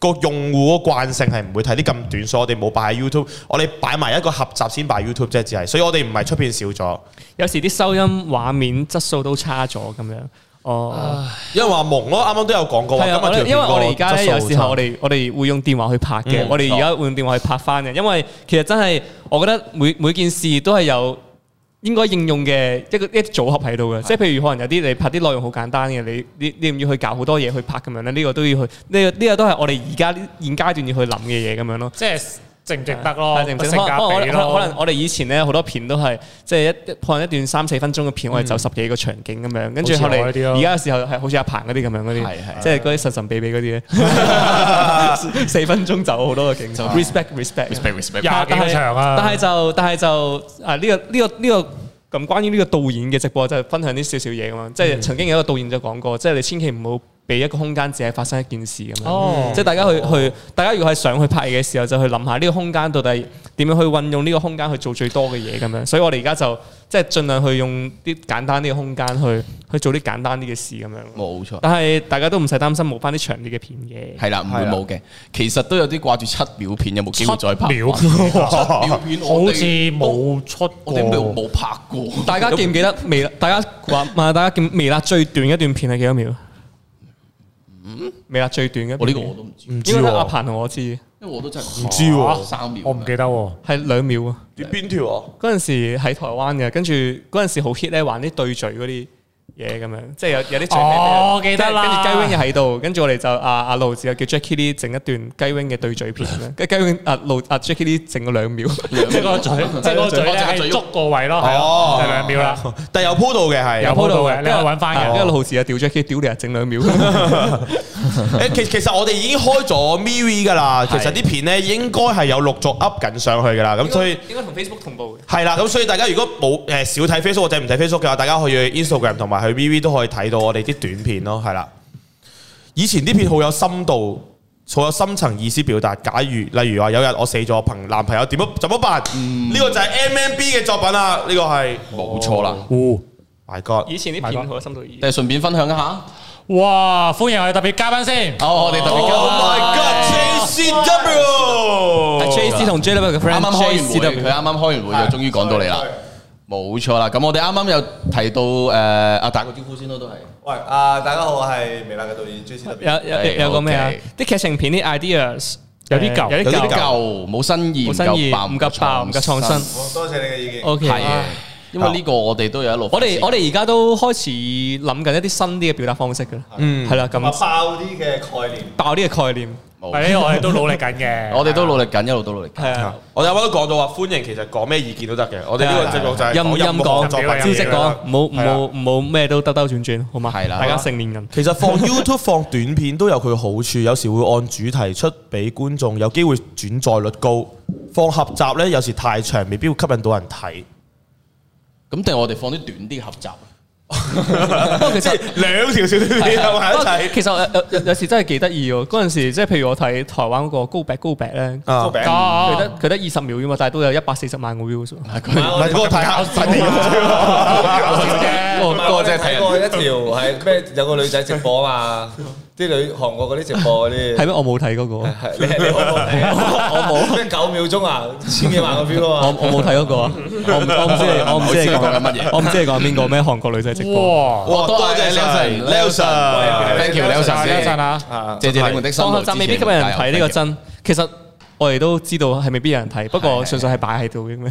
Speaker 4: 個用戶個慣性係唔會睇啲咁短，所以我哋冇擺喺 YouTube，我哋擺埋一個合集先擺 YouTube 啫，只係，所以我哋唔係出片少咗，
Speaker 3: 有時啲收音畫面質素都差咗咁樣。哦，
Speaker 4: 因為話蒙咯，啱啱都有講過
Speaker 3: 係
Speaker 4: 話
Speaker 3: 啊，
Speaker 4: 今日
Speaker 3: 我
Speaker 4: 條
Speaker 3: 哋
Speaker 4: 片
Speaker 3: 因為我哋而家咧
Speaker 4: 個質
Speaker 3: 有
Speaker 4: 素
Speaker 3: 時候我哋我哋會用電話去拍嘅，
Speaker 4: 嗯
Speaker 3: 我哋而家會用電話去拍翻嘅，因為其實真係我覺得每每件事都係有。應該應用嘅一個一組合喺度嘅，即係譬如可能有啲你拍啲內容好簡單嘅，你你你唔要去搞好多嘢去拍咁樣咧，呢個都要去，呢個呢個都係我哋而家呢現階段要去諗嘅嘢咁樣咯。
Speaker 2: 即係值唔值得咯，
Speaker 3: 係
Speaker 2: 性
Speaker 3: 唔值得可能
Speaker 2: 價
Speaker 3: 可
Speaker 2: 比
Speaker 3: 能可能
Speaker 2: 咯。
Speaker 3: 我哋以前咧好多片都係即係一可能一段三四分鐘嘅片，我哋走十幾個場景咁樣，跟住
Speaker 2: 嗯好似
Speaker 3: 後
Speaker 2: 我
Speaker 3: 嚟
Speaker 2: 嗰啲咯
Speaker 3: 而家嘅時候係好似阿鵬嗰啲咁樣嗰
Speaker 1: 係係
Speaker 3: 啲，即係嗰啲神神秘秘嗰啲 咧，四分鐘走好多個景，respect respect respect respect，
Speaker 2: 廿幾個場啊
Speaker 3: 但係就但係就啊呢個呢個呢個。咁關於呢個導演嘅直播就係分享啲少少嘢咁
Speaker 2: 嗯
Speaker 3: 嘛，即係曾經有一個導演就講過，即係你千祈唔好俾一個空間只係發生一件事咁樣。
Speaker 2: 哦
Speaker 3: 即係大家去去，大家如果係想去拍嘢嘅時候，就去諗下呢個空間到底點樣去運用呢個空間去做最多嘅嘢咁樣。所以我哋而家就即係盡量去用啲簡單啲嘅空間去去做啲簡單啲嘅事咁樣。
Speaker 1: 冇錯。
Speaker 3: 但係大家都唔使擔心冇翻啲長啲嘅片嘅。
Speaker 1: 係啦，唔會冇嘅。其實都有啲掛住七秒片，有冇機會再拍？
Speaker 2: 七 秒
Speaker 1: 七秒片我哋
Speaker 2: 好似冇出
Speaker 1: 我哋都
Speaker 2: 過。
Speaker 1: 冇拍過。
Speaker 3: 大家記唔記得微辣？大家話問大家記唔微辣最短一段片係幾多秒？微辣最短嘅
Speaker 1: 我呢個我都唔知，
Speaker 2: 嗯
Speaker 3: 應該得阿鵬同我知
Speaker 1: 因為我都真係唔
Speaker 4: 知喎
Speaker 1: 三秒。
Speaker 2: 我唔記得喎，
Speaker 3: 係兩秒啊。
Speaker 4: 邊條啊？
Speaker 3: 嗰陣時喺台灣嘅，跟住嗰陣時好 hit 咧，玩啲對嘴嗰啲嘢咁樣，即係有有啲嘴
Speaker 2: 哦記得啦
Speaker 3: 跟住雞 wing 又喺度，跟住我哋就阿阿路子又叫 Jackie Lee 整一段雞 wing 嘅對嘴片咁樣，跟住雞 wing 阿路阿 Jackie Lee 整咗兩秒，
Speaker 2: 即係個嘴，即係個嘴咧係捉個位咯，係
Speaker 3: 啊
Speaker 4: 哦
Speaker 2: 咯，就兩秒啦。
Speaker 4: 但有鋪到嘅係
Speaker 2: 有鋪到嘅
Speaker 3: 跟
Speaker 2: 你
Speaker 3: 住
Speaker 2: 可以揾返嘅
Speaker 3: 跟住路子又屌 Jackie，屌你又整兩秒，
Speaker 4: 誒，其其實我哋已經開咗 MeWe 噶啦，其實啲片咧應該係有陸續 up 緊上去噶啦，咁所以。
Speaker 3: 應該同 Facebook 同步嘅。
Speaker 4: 係啦，咁所以大家如果冇誒、少睇 Facebook 或者唔睇 Facebook 嘅話，大家可以去 Instagram 同埋去 VV 都可以睇到我哋啲短片咯，係啦。以前啲片好有深度，好有深層意思表達。假如例如話有日我死咗，朋男朋友點樣怎麼辦？呢個就係 MMB 嘅作品啦。呢個係
Speaker 1: 嗯
Speaker 4: Oh
Speaker 1: 冇錯啦。
Speaker 2: 哦
Speaker 4: My God，
Speaker 3: 以前啲片好深度意義。
Speaker 1: 但係順便分享一下，
Speaker 2: 哇！歡迎我哋特別嘉賓先。
Speaker 1: 好，我哋特別嘉
Speaker 4: Oh
Speaker 1: 賓
Speaker 4: my God，JCW。
Speaker 3: J C 啊同 J W 嘅 friend，
Speaker 1: 哦啊啱啱開完會，佢
Speaker 3: JCW
Speaker 1: 啱啱開完會就終於講到你啦。冇錯啦，咁我哋啱啱有提到誒，啊、打個招呼先咯，都係。
Speaker 5: 喂，啊大家好，我係微辣嘅導演 J C W。
Speaker 3: 有有有有個咩啊
Speaker 1: OK？
Speaker 3: 啲劇情片啲 ideas
Speaker 2: 有啲舊
Speaker 3: 有
Speaker 1: 有
Speaker 3: 啲
Speaker 1: 啲
Speaker 3: 舊。
Speaker 1: 舊，冇新意，唔
Speaker 3: 冇新
Speaker 1: 夠
Speaker 3: 意，
Speaker 1: 爆，
Speaker 3: 唔夠爆，唔夠創新。
Speaker 5: 好多謝你嘅意見。
Speaker 3: O K，
Speaker 1: 係嘅，因為呢個我哋都有一路。
Speaker 3: 啊我哋我哋而家都開始諗緊一啲新啲嘅表達方式㗎啦。嗯，係啦，
Speaker 5: 咁啊
Speaker 3: 咁
Speaker 5: 爆啲嘅概念，
Speaker 3: 爆呢個概念
Speaker 1: 冇
Speaker 2: 係呢個我哋都努力緊嘅。
Speaker 1: 我哋都努力緊，一路都努力緊。
Speaker 3: 係啊，
Speaker 4: 我哋啱啱都講到話歡迎，其實講咩意見都得嘅。我哋呢個節目就係
Speaker 3: 陰
Speaker 4: 講任
Speaker 3: 陰
Speaker 4: 何
Speaker 3: 講，
Speaker 4: 作
Speaker 3: 招
Speaker 4: 品
Speaker 2: 陰
Speaker 3: 積講，唔好唔
Speaker 4: 係啦
Speaker 3: 好唔好咩都兜兜轉轉，好嘛？
Speaker 1: 啊係啦
Speaker 3: 大家成年 人。
Speaker 4: 其實放 YouTube 放短片都有佢好處，有時會按主題出俾觀眾，有機會轉載率高。放合集呢，有時太長，未必會吸引到人睇。
Speaker 1: 咁定係我哋放啲短啲嘅合集。啊
Speaker 3: 不過其實。
Speaker 4: 兩條小短片喺
Speaker 3: 不過
Speaker 4: 埋一齊，
Speaker 3: 其實有有有有時真係幾得意喎，嗰陣時即係譬如我睇台灣嗰個高壁高壁咧，
Speaker 4: 啊，
Speaker 5: 餅
Speaker 2: 啊
Speaker 3: 佢得佢得二十秒啫嘛，但係都有一百四十萬個 views 喎。
Speaker 4: 唔係嗰個太
Speaker 2: 搞
Speaker 4: 太
Speaker 2: 笑嘅。
Speaker 1: 哦
Speaker 5: 我真係睇過一條係咩？有個女仔直播啊嘛，啲女韓國嗰啲直播嗰 啲
Speaker 3: 係。咩？我冇睇嗰個，我
Speaker 5: 係你係你好我冇咩九秒鐘啊，千幾萬個 view 啊嘛，
Speaker 3: 我冇睇嗰個啊，我唔我唔知你我唔知你講緊乜嘢，我唔知你講緊邊個咩韓國女仔直播。
Speaker 2: 哇！
Speaker 4: 哇
Speaker 1: 多謝 Nelson
Speaker 4: Nelson，
Speaker 1: Thank you，
Speaker 2: 多
Speaker 1: Nelson
Speaker 2: 謝多謝
Speaker 1: 先。
Speaker 2: 啊！
Speaker 5: 啊
Speaker 1: 謝謝你們的辛
Speaker 3: 放
Speaker 1: 勞
Speaker 3: 合集未必吸引人睇呢個真，其實我哋都知道係未必有人睇，不過純粹係擺喺度嘅咩。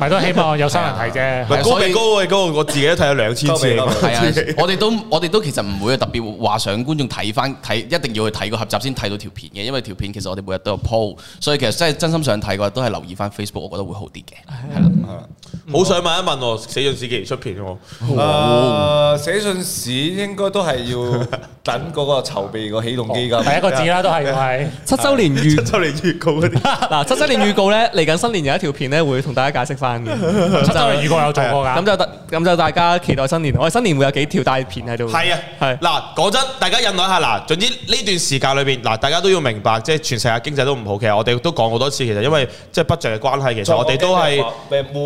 Speaker 2: 咪都希望有新人睇啫。
Speaker 4: 高比高嘅高，我自己都睇咗兩千次。
Speaker 5: 高比高
Speaker 1: 係啊，我哋都我哋都其實唔會特別話想觀眾睇翻睇，一定要去睇個合集先睇到條片嘅，因為條片其實我哋每日都有 po，所以其實真係真心想睇嘅話，都係留意翻 Facebook，我覺得會好啲嘅。
Speaker 4: 好想問一問我，死咗自己幾時出片喎？
Speaker 5: 誒寫信史應該都係要等嗰個籌備個起動基金，
Speaker 2: 第一個字啦，都係係
Speaker 3: 七周年預
Speaker 4: 就嚟預告嗰啲，
Speaker 3: 嗱七周年預告咧，嚟緊新年有一條片咧會同大家解釋翻嘅。
Speaker 2: 七周年預告有啊做過
Speaker 3: 咁
Speaker 2: 㗎。
Speaker 3: 就大咁就大家期待新年，我哋新年會有幾條大片喺度。
Speaker 4: 係啊，
Speaker 3: 係
Speaker 4: 嗱，講真，大家忍耐下嗱。總之呢段時間裏邊，嗱，大家都要明白，即係全世界經濟都唔好。其實我哋都講好多次，其實因為即係 budget 嘅關係，其實我哋都係。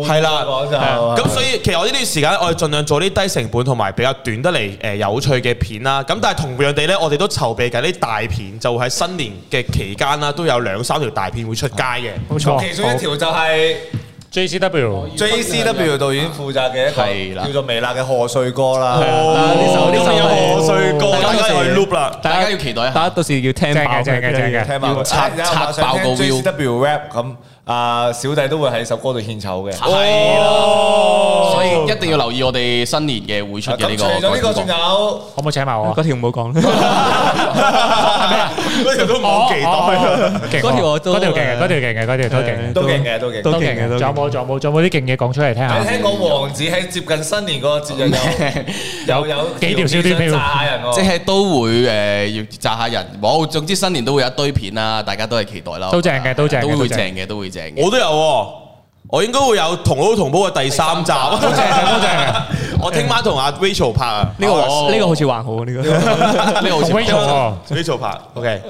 Speaker 5: 係講就
Speaker 4: 咁所以其實我呢段時間我哋盡量做啲低成本同埋比較短得嚟誒有趣嘅片啦。咁但係同樣地呢，我哋都籌備緊啲大片，就喺新年嘅期間啦，都有兩三條大片會出街嘅。
Speaker 2: 冇
Speaker 5: 其中一
Speaker 2: 錯
Speaker 5: 條就係
Speaker 2: JCW
Speaker 5: JCW 導演負責嘅一
Speaker 1: 係
Speaker 5: 個
Speaker 1: 啦
Speaker 5: 叫做微辣嘅賀歲歌啦。
Speaker 3: 呢首呢首
Speaker 4: 有賀歲歌，哦大家去 loop 啦。
Speaker 1: 大家要期待一下
Speaker 3: 大家到時要聽爆
Speaker 2: 正嘅正嘅正嘅
Speaker 5: 聽埋
Speaker 1: 插插爆個 view
Speaker 5: JCW rap 咁啊，小弟都會喺首歌度獻醜嘅。
Speaker 1: 係
Speaker 3: 哦
Speaker 1: 啦，所以一定要留意我哋新年嘅會出嘅呢
Speaker 5: 咁除
Speaker 1: 個。
Speaker 5: 咗呢個，仲有。
Speaker 2: 可唔可以請埋我啊
Speaker 3: 嗰？條唔好講啦。
Speaker 4: 嗰條都唔好期待。
Speaker 2: 待
Speaker 3: 嗰條我都
Speaker 2: 嗰條勁嘅，嗰條勁嘅，嗰條都勁嘅。
Speaker 5: 都勁嘅都勁嘅
Speaker 3: 都
Speaker 2: 都
Speaker 3: 勁
Speaker 2: 勁
Speaker 3: 嘅，
Speaker 2: 嘅，
Speaker 3: 都
Speaker 2: 仲有
Speaker 3: 勁
Speaker 2: 冇仲有冇仲有冇啲勁嘢講出嚟聽下？
Speaker 5: 你聽講王子喺接近新年嗰個節日有有有
Speaker 2: 幾條小短片
Speaker 5: 想炸下人
Speaker 3: 哦
Speaker 5: 喎，
Speaker 1: 即係都會誒要炸下人，冇，總之新年都會有一堆片啦，大家都係期待啦。啊
Speaker 2: 都正嘅都正嘅
Speaker 1: 都會
Speaker 2: 都
Speaker 1: 正
Speaker 2: 正
Speaker 1: 嘅，都會正嘅。
Speaker 4: 我都有喎，我應該會有同老同煲嘅第三集。多謝多謝。我聽晚同阿 Rachel 拍啊
Speaker 3: 呢個
Speaker 1: 哦
Speaker 3: 呢個好似還好呢個。
Speaker 1: 呢個好
Speaker 2: 同
Speaker 1: 似
Speaker 2: Rachel 喎，
Speaker 4: ，Rachel 拍，OK。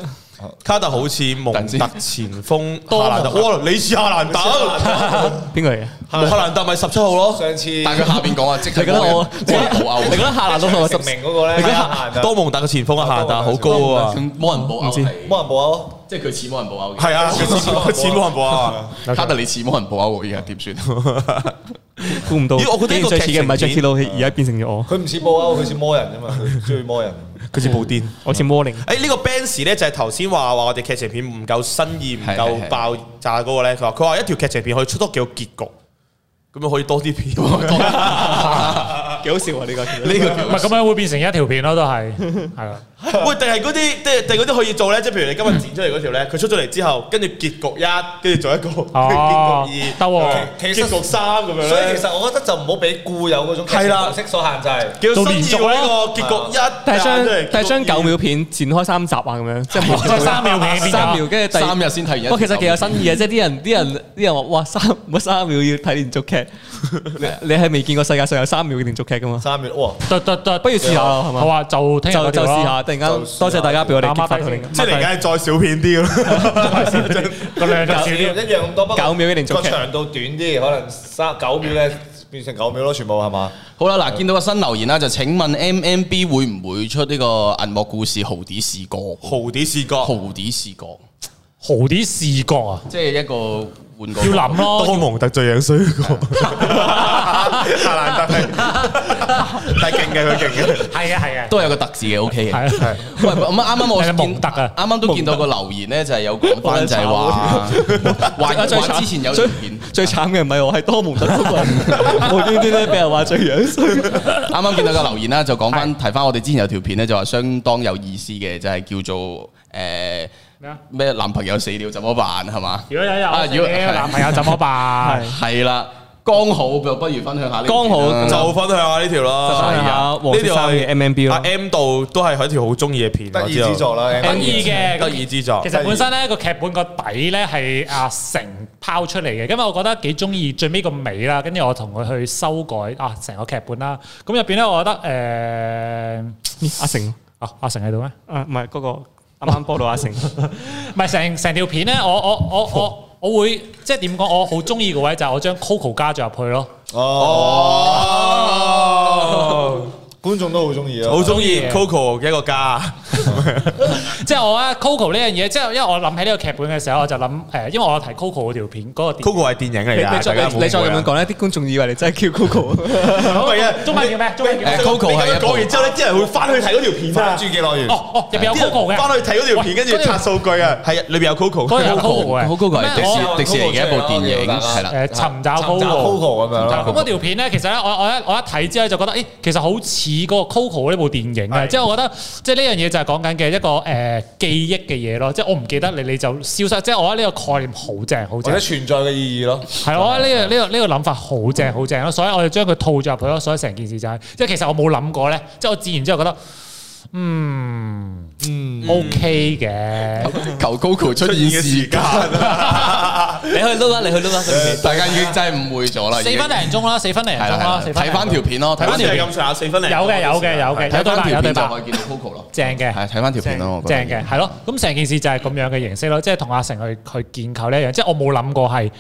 Speaker 4: 卡特好似蒙特前鋒
Speaker 1: 多
Speaker 4: 夏蘭特，哇！你似夏蘭特，
Speaker 3: 邊個嚟嘅？
Speaker 4: 夏蘭特咪十七號咯。
Speaker 5: 上次
Speaker 1: 但係佢下邊講啊，即係
Speaker 3: 你覺得我
Speaker 1: 即係冇
Speaker 3: 你覺
Speaker 1: 歐，
Speaker 3: 得夏蘭都同我十
Speaker 5: 成名嗰個咧，
Speaker 3: 你嗰
Speaker 5: 下
Speaker 4: 啊多蒙特嘅前鋒啊，夏蘭特好高啊，
Speaker 1: 冇人報
Speaker 3: 唔知
Speaker 1: 歐
Speaker 5: 冇人報啊，
Speaker 1: 即係佢似冇人報歐
Speaker 4: 係 啊，錢冇人報啊。
Speaker 1: 嘅。卡特你似冇人報歐喎，依家點算？
Speaker 3: 估唔到。
Speaker 4: 咦我覺得呢個
Speaker 3: 最似嘅唔係
Speaker 4: 劇
Speaker 3: Jackie
Speaker 4: 情
Speaker 3: Lou，而家變成咗我，
Speaker 5: 佢唔似報啊，佢似魔人啫嘛，佢中意魔人。
Speaker 4: 佢似布甸。
Speaker 3: 我似 Morning。
Speaker 4: 誒呢個 Benz 咧就係頭先話話我哋劇情片唔夠新意、唔
Speaker 1: 係係
Speaker 4: 夠
Speaker 1: 係
Speaker 4: 爆炸嗰個咧，佢話佢話一條劇情片可以出多幾個結局，咁樣可以多啲片。
Speaker 3: 幾好笑啊！呢個呢
Speaker 1: 呢個
Speaker 2: 唔係咁樣會變成一條片咯，都係係啦。
Speaker 4: 喂，定係嗰啲，即係定係嗰啲可以做咧，即係譬如你今日剪出嚟嗰條咧，佢出咗嚟之後，跟住結局一，跟住做一個，
Speaker 2: 哦
Speaker 4: 跟住 結局
Speaker 2: 得喎
Speaker 4: 二，
Speaker 5: 其實
Speaker 4: 結局三咁樣
Speaker 5: 所以
Speaker 4: 咧
Speaker 5: 其。實我覺得就唔好俾固有嗰種劇情模式所限制。
Speaker 4: 叫
Speaker 2: 做連
Speaker 4: 新
Speaker 2: 續
Speaker 4: 要
Speaker 2: 咯
Speaker 4: 呢個結局一，
Speaker 3: 但係
Speaker 4: 出
Speaker 3: 將
Speaker 4: 嚟
Speaker 3: 但係將
Speaker 4: 結局二
Speaker 3: 九秒片剪開三集啊，咁樣即係每
Speaker 2: 再三秒片變咗
Speaker 3: 三秒，跟住第
Speaker 1: 三日先睇完一
Speaker 3: 哇，其實幾有新意嘅，即係啲人啲人啲人話哇三乜三秒要睇連續劇，你你係未見過世界上有三秒嘅連續劇噶嘛？
Speaker 5: 三月哇，
Speaker 2: 得得得，
Speaker 3: 不如試下啦，係
Speaker 2: 好
Speaker 3: 嘛？
Speaker 2: 啊，就聽日
Speaker 3: 就
Speaker 2: 嗰
Speaker 3: 就
Speaker 2: 條
Speaker 3: 試下
Speaker 2: 咯。
Speaker 3: 突然間多謝大家俾我哋激發到靈感，
Speaker 4: 即係嚟緊係再少片啲咯。
Speaker 2: 個量就少啲。
Speaker 5: 一樣咁多，不過
Speaker 3: 九秒一定續劇。
Speaker 5: 個長度短啲，可能三-九秒咧變成九秒咯，全部係嘛？
Speaker 1: 好啦，嗱，見到個新留言啦，就請問 MMB 會唔會出呢個銀幕故事豪啲視角？
Speaker 4: 豪啲視
Speaker 1: 豪
Speaker 4: 覺，
Speaker 1: 啲視角，
Speaker 2: 豪啲視覺啊，
Speaker 1: 即係一個換個
Speaker 2: 要諗
Speaker 4: 多
Speaker 2: 咯。
Speaker 4: 蒙特最樣衰 嗰個，夏蘭特係，但係勁嘅佢勁嘅，
Speaker 2: 係啊係啊，
Speaker 1: 都有個特字嘅 OK 嘅。
Speaker 2: 係啊。
Speaker 1: 喂，咁啱啱我
Speaker 2: 係啊
Speaker 1: 見
Speaker 2: 蒙特啊
Speaker 1: 啱啱都見到個留言咧，就係有講翻就係 話，話
Speaker 3: 最
Speaker 1: 話
Speaker 3: 慘
Speaker 1: 之前有條
Speaker 3: 最
Speaker 1: 片，
Speaker 3: 最慘嘅唔係我係多蒙特嗰個人，無端端咧俾人話最樣衰。
Speaker 1: 啱啱見到個留言啦，就講翻提翻我哋之前有條片咧，就話相當有意思嘅，就係叫做誒
Speaker 2: 咩啊
Speaker 1: 咩男朋友死了怎麼辦係嘛？
Speaker 2: 如果有一日
Speaker 1: 啊
Speaker 2: 我
Speaker 1: 如果
Speaker 2: 死了
Speaker 1: 係
Speaker 2: 男朋友怎麼辦？
Speaker 1: 係啦，剛好就不如分享下呢條
Speaker 3: 剛好
Speaker 1: 片啦嗯
Speaker 4: 就分享下呢條啦。
Speaker 3: 係啊，黃色衫嘅 M M B
Speaker 4: 阿
Speaker 3: 咯，
Speaker 4: M 度都係一條好中意嘅片，我知道
Speaker 5: 得意之作啦，
Speaker 2: 得意嘅，
Speaker 4: 得意之作
Speaker 2: 其。實本身咧個劇本個底咧係阿成拋出嚟嘅，咁我覺得幾中意最尾個尾啦，跟住我同佢去修改啊成個劇本啦。咁入邊咧，我覺得
Speaker 3: 咦阿成
Speaker 2: 誒啊阿成喺度咩？
Speaker 3: 啊，唔係嗰個啱啱播到阿成，
Speaker 2: 唔係成成條片咧，我我我我我會即係點講？我好中意個位就係我將 Coco 加咗入去咯。
Speaker 4: 哦，
Speaker 5: 觀眾都好鍾意啊。
Speaker 4: 好中意 Coco 嘅一個家，
Speaker 2: 即係我咧 Coco 呢樣嘢，即係因為我諗起呢個劇本嘅時候，我就諗誒，因為我有提 Coco 嗰條片嗰個電。
Speaker 4: Coco 係電影嚟
Speaker 3: 你
Speaker 4: 㗎，大家
Speaker 3: 再你再咁樣
Speaker 4: 講，
Speaker 3: 講咧，啲觀眾以為你真係叫 Coco。
Speaker 4: 唔係啊
Speaker 2: 哦中文叫咩？中文叫咩
Speaker 1: 誒？Coco 係一部
Speaker 4: 講完之後咧，啲人會翻去睇嗰條片啊，
Speaker 5: 關注記樂園。
Speaker 2: 哦哦，入邊有
Speaker 4: 啲人
Speaker 2: Coco 嘅。
Speaker 4: 翻去睇嗰條片，跟住刷數據啊，係啊，裏邊有 Coco。
Speaker 2: 嗰日有 Coco 嘅。
Speaker 1: 好高個係迪
Speaker 2: 咩
Speaker 1: 士
Speaker 2: 我
Speaker 1: 迪士尼嘅一部電影，係啦。
Speaker 2: 誒尋找
Speaker 5: 尋找
Speaker 2: Coco。
Speaker 5: Coco咁樣咯。啊
Speaker 2: 咁嗰條片咧，其實咧，我我一我一睇之後就覺得，誒，其實好似嗰個 Coco 呢部電影啊，
Speaker 5: 係
Speaker 2: 即係我覺得，即係呢樣嘢就係講緊嘅一個誒記憶嘅嘢咯，即係我唔記得你你就消失，即係我覺得呢個概念好正好正。
Speaker 5: 或者存在嘅意義咯。
Speaker 2: 係，我覺得呢個呢個呢個諗法好正好正咯，所以我就將佢套咗入去咯，所以成件事就係，即係其實我冇諗過咧，即係我自然之後覺得，嗯嗯 OK 嘅，
Speaker 1: 求 Coco 出現時間，
Speaker 3: 你去撈啦，你去撈啊啦。
Speaker 1: 大家已經真係誤會咗啦。已
Speaker 2: 四
Speaker 1: 經
Speaker 2: 分零鐘啦，四分零
Speaker 1: 係
Speaker 2: 鐘
Speaker 1: 啊啦係
Speaker 2: 啦
Speaker 1: 啦，，
Speaker 2: 四分零
Speaker 1: 睇翻條片咯，睇
Speaker 4: 好
Speaker 1: 翻
Speaker 4: 似
Speaker 1: 條
Speaker 4: 係
Speaker 1: 片
Speaker 4: 咁，上下四分零。
Speaker 2: 有嘅有嘅有嘅，有
Speaker 1: 睇
Speaker 2: 對白
Speaker 1: 翻
Speaker 2: 有
Speaker 1: 條
Speaker 2: 對
Speaker 1: 片就
Speaker 2: 白
Speaker 1: 可，以見到 Coco 咯。
Speaker 2: 正嘅。
Speaker 1: 係睇翻條片咯，我覺
Speaker 2: 正
Speaker 1: 得。
Speaker 2: 嘅，係咯。咁成件事就係咁樣嘅形式咯，即係同阿成去去建構呢一樣。即係我冇諗過係誒、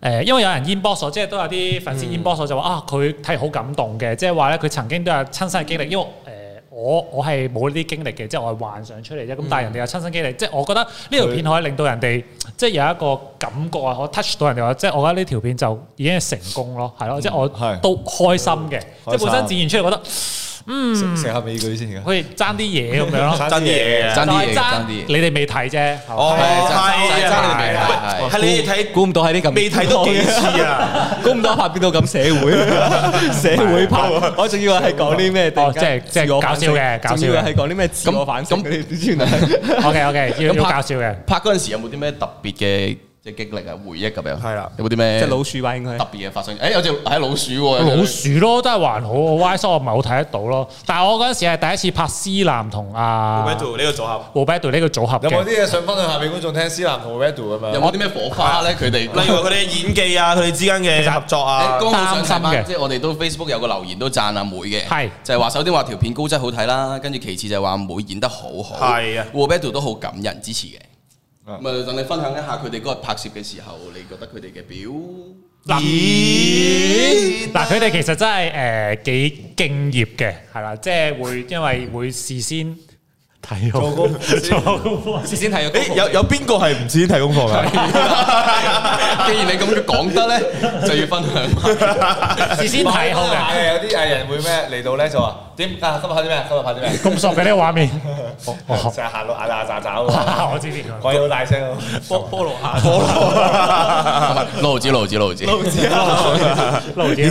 Speaker 2: 呃因為有人 inbox 我，即係都有啲粉絲
Speaker 1: 嗯
Speaker 2: inbox 我就話啊，佢睇好感動嘅，即係話咧佢曾經都有親身嘅經歷，因為誒。呃我我係冇呢啲經歷嘅，即係我係幻想出嚟啫。咁
Speaker 1: 嗯
Speaker 2: 但係人哋有親身經歷，即係我覺得呢條片可以令到人哋即係有一個感覺啊，我 touch 到人哋話，即係我覺得呢條片就已經係成功咯，係
Speaker 1: 嗯
Speaker 2: 咯，即係我
Speaker 5: 係
Speaker 2: 都開心嘅，即係本身
Speaker 5: 開心
Speaker 2: 展現出嚟覺得
Speaker 5: 食-食下美句先而家。
Speaker 2: 好似爭啲嘢咁樣咯。
Speaker 4: 真嘢啊！
Speaker 1: 爭啲嘢，
Speaker 2: 就係
Speaker 1: 爭啲嘢
Speaker 2: 你。哋未睇啫。
Speaker 4: 哦，
Speaker 1: 係啊
Speaker 4: 係
Speaker 1: 真係真係未
Speaker 4: 啊
Speaker 1: 睇，
Speaker 4: 係你哋睇
Speaker 3: 估唔到係啲咁，
Speaker 4: 未睇多幾次啊？
Speaker 3: 估唔到拍邊到咁社會，社會拍，我仲以為係講啲咩？突
Speaker 2: 哦
Speaker 3: 然間
Speaker 2: 即係即係
Speaker 3: 自我反省
Speaker 2: 搞笑嘅搞笑嘅
Speaker 3: 仲以為係講啲咩自我反省
Speaker 1: 咁
Speaker 3: 嗰啲，原來係
Speaker 2: OK OK，要
Speaker 1: 咁
Speaker 2: 要
Speaker 1: 拍
Speaker 2: 搞笑嘅。
Speaker 1: 拍嗰陣時有冇啲咩特別嘅即係經歷啊、回憶咁樣？
Speaker 4: 係啦
Speaker 1: 有冇啲咩
Speaker 3: 即係老鼠吧應該
Speaker 1: 特。別嘢發生？誒，有隻係老鼠喎，
Speaker 2: 老鼠咯，都係還好。我 Y 叔我唔係好睇得到咯。但係我嗰陣時係第一次拍思南同阿
Speaker 4: 喺度呢個組合，
Speaker 2: w b e d 呢個組合嘅。
Speaker 5: 有冇啲嘢想分享下俾觀眾聽？思南同Weddle咁樣。
Speaker 1: 有冇啲咩火花咧？佢哋
Speaker 4: 例如佢哋嘅演技啊，佢哋之間嘅合作啊
Speaker 1: 誒，剛好想睇
Speaker 2: 擔心嘅
Speaker 1: 翻，即係我哋都 Facebook 有個留言都讚阿妹嘅，
Speaker 2: 係
Speaker 1: 就係話首先話條片高質好睇啦，跟住其次就係話阿妹演得好好，
Speaker 4: 係啊
Speaker 1: w a b e d 都好感人支持嘅。
Speaker 5: 啊
Speaker 1: 咁啊，等你分享一下佢哋嗰日拍攝嘅時候，你覺得佢哋嘅表
Speaker 2: 嗱
Speaker 4: 咦
Speaker 2: 嗱，佢哋其實真係誒幾敬業嘅，係啦，即係會因為會事先睇好
Speaker 5: 做功課先
Speaker 2: 做功課
Speaker 3: 事先睇
Speaker 4: 誒有有邊啊個係唔知提功課㗎？
Speaker 1: 既然你咁講得咧，就要分享。
Speaker 2: 事先睇 好嘅。
Speaker 5: 係，有啲藝人會咩，嚟到呢就話，點，啊，今日拍啲咩？今日拍啲咩？
Speaker 2: 咁熟嘅呢個畫 面，哦
Speaker 5: 成日行路，眼眼眨眨喎。
Speaker 2: 我知邊個。
Speaker 5: 講嘢好大聲喎。
Speaker 3: 菠菠蘿 下，
Speaker 1: 路子，路子，路子，
Speaker 2: 啊路子啦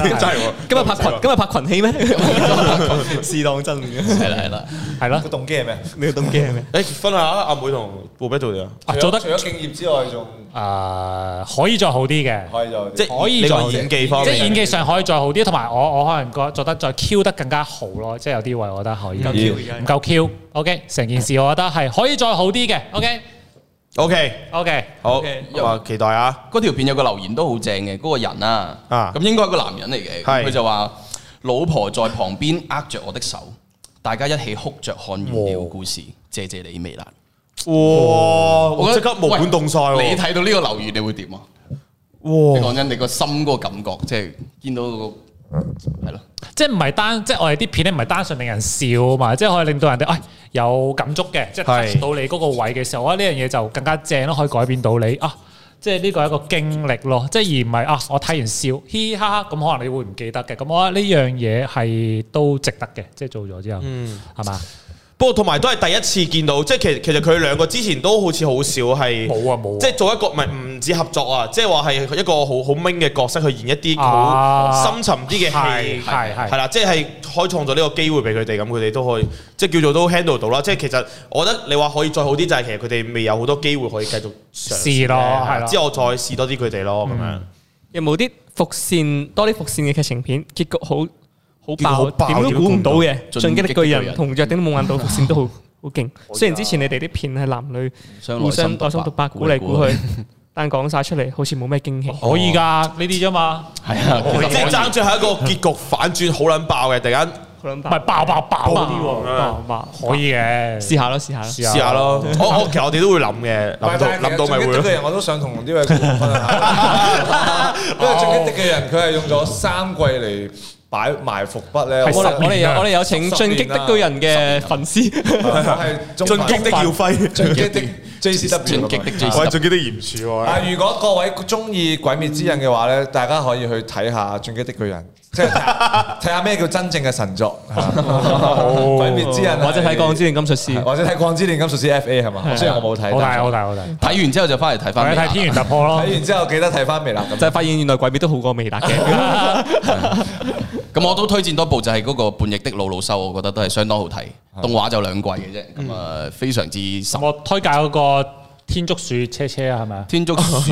Speaker 2: 係
Speaker 3: 今日拍群，今日拍群戲咩？是當真嘅，
Speaker 1: 係啦，係啦。
Speaker 2: 係咯，
Speaker 5: 個動機係咩？
Speaker 3: 你個動機係咩？
Speaker 4: 誒，分享下阿妹同布比做哋啊，
Speaker 2: 啊做得
Speaker 5: 除咗除咗敬業之外，仲
Speaker 2: 誒可以再好啲嘅。
Speaker 5: 可以就
Speaker 4: 即係
Speaker 2: 可以
Speaker 4: 你
Speaker 2: 再
Speaker 4: 個演技方
Speaker 2: 即
Speaker 4: 面，
Speaker 2: 係演技上可以再好啲，同埋我我可能覺做得再 Q 得更加好咯，即係有啲位我覺得可以
Speaker 3: 夠 Q 而家
Speaker 2: 唔夠 Q。OK，成件事我覺得係可以再好啲嘅。OK
Speaker 4: OK，
Speaker 2: OK，
Speaker 4: 好，
Speaker 3: OK
Speaker 4: 咁啊，期待啊！
Speaker 1: 嗰條片有個留言都好正嘅，嗰、個人啊，
Speaker 4: 啊
Speaker 1: 咁應該係個男人嚟嘅，
Speaker 4: 係
Speaker 1: 佢就話老婆在旁邊握着我的手，大家一起哭着看完了故事，謝謝你微辣。
Speaker 4: 哇！
Speaker 1: 我
Speaker 4: 我即刻毛管凍晒
Speaker 1: 你
Speaker 4: 喎。
Speaker 1: 睇到呢個留言，你會點啊？你
Speaker 4: 哇！
Speaker 1: 講真，你個心嗰個感覺，即係見到嗰個係咯。
Speaker 2: 即係唔係單，即係我哋啲片咧唔係單純令人笑嘛，即係可以令到人哋，哎有感觸嘅，即係
Speaker 4: 係
Speaker 2: touch 到你嗰個位嘅時候，我覺得呢樣嘢就更加正咯，可以改變到你啊！即係呢個係一個經歷咯，即係而唔係啊！我睇完笑，嘻嘻哈哈，咁可能你會唔記得嘅。咁我覺得呢樣嘢係都值得嘅，即係做咗之後，係嘛？
Speaker 4: 不過同埋都係第一次見到，即係其其實佢兩個之前都好似好少係
Speaker 2: 冇啊冇啊
Speaker 4: 即係做一個唔係唔止合作啊，即係話係一個好好 man 嘅角色去演一啲好
Speaker 2: 啊
Speaker 4: 深沉啲嘅戲
Speaker 2: 係，係係
Speaker 4: 係啦，即係開創咗呢個機會俾佢哋，咁佢哋都可以即係叫做都 handle 到啦。即係其實我覺得你話可以再好啲，就係其實佢哋未有好多機會可以繼續嘗
Speaker 2: 試咯
Speaker 4: 嘅
Speaker 2: 係啦
Speaker 4: 之後再試多啲佢哋咯，咁樣。
Speaker 3: 有冇啲伏線多啲伏線嘅劇情片，結局好好
Speaker 4: 結局好
Speaker 3: 爆，
Speaker 4: 爆
Speaker 3: 點都估唔到嘅
Speaker 1: 點都估
Speaker 3: 《
Speaker 1: 唔到
Speaker 3: 進擊的
Speaker 1: 進擊的
Speaker 3: 巨
Speaker 1: 巨
Speaker 3: 人
Speaker 1: 人》
Speaker 3: 同《弱點夢幻島》伏線都好好勁。雖然之前你哋啲片係男女互相內心獨白，估嚟估去，但講晒出嚟好似冇咩驚喜。哦
Speaker 2: 可以㗎，呢啲啫嘛，
Speaker 1: 係啊，其
Speaker 2: 嗯
Speaker 1: 實
Speaker 4: 即係爭最後一個結局反轉好撚爆嘅，突然間
Speaker 3: 好撚
Speaker 2: 唔係
Speaker 3: 爆
Speaker 2: 爆爆爆
Speaker 3: 爆
Speaker 2: 啊！
Speaker 3: 啲喎，爆爆
Speaker 2: 可以嘅，
Speaker 3: 試下咯，試下咯。
Speaker 4: 試下咯。
Speaker 2: 嗯
Speaker 4: 我我其實我哋都會諗嘅，諗到諗到咪會
Speaker 5: 嘅
Speaker 4: 咯。
Speaker 5: 人我都想同呢位分享，因為最激的嘅人佢係用咗三季嚟擺埋伏筆咧。
Speaker 2: 係
Speaker 3: 我哋
Speaker 2: 十
Speaker 3: 我哋
Speaker 2: 年
Speaker 3: 有
Speaker 2: 啊
Speaker 3: 我哋有請《進擊的巨人》嘅粉絲。
Speaker 5: 係 進
Speaker 4: 進擊的耀輝，
Speaker 5: 進擊的 JCW
Speaker 1: 進擊的 J
Speaker 4: 我
Speaker 1: C
Speaker 4: 係進擊的鹽柱喎。
Speaker 5: 啊！如果各位中意《鬼滅之刃》嘅話咧，大家可以去睇下《進擊的巨人》，即係睇睇下咩叫真正嘅神作。係嘛鬼滅之 刃係
Speaker 3: 或者睇《鋼之煉金術師》。
Speaker 5: 或者睇《鋼之煉金術師》F.A. 係嘛？雖然我冇睇，
Speaker 2: 好大
Speaker 5: 但係
Speaker 2: 好大好大，
Speaker 1: 睇完之後就翻嚟睇啊
Speaker 2: 或
Speaker 1: 翻。
Speaker 2: 者睇《天元突破》咯
Speaker 5: 睇。完之後記得睇翻未啦。咁
Speaker 3: 就係發現原來鬼滅都好過微辣嘅，
Speaker 1: 咁我都推薦多部就係嗰個《叛逆的魯魯修》，我覺得都係相當好睇。動畫就兩季嘅啫，咁啊非常之深。
Speaker 2: 我推介嗰個天竺鼠車車啊，係咪啊？
Speaker 1: 天竺鼠，
Speaker 3: 唔好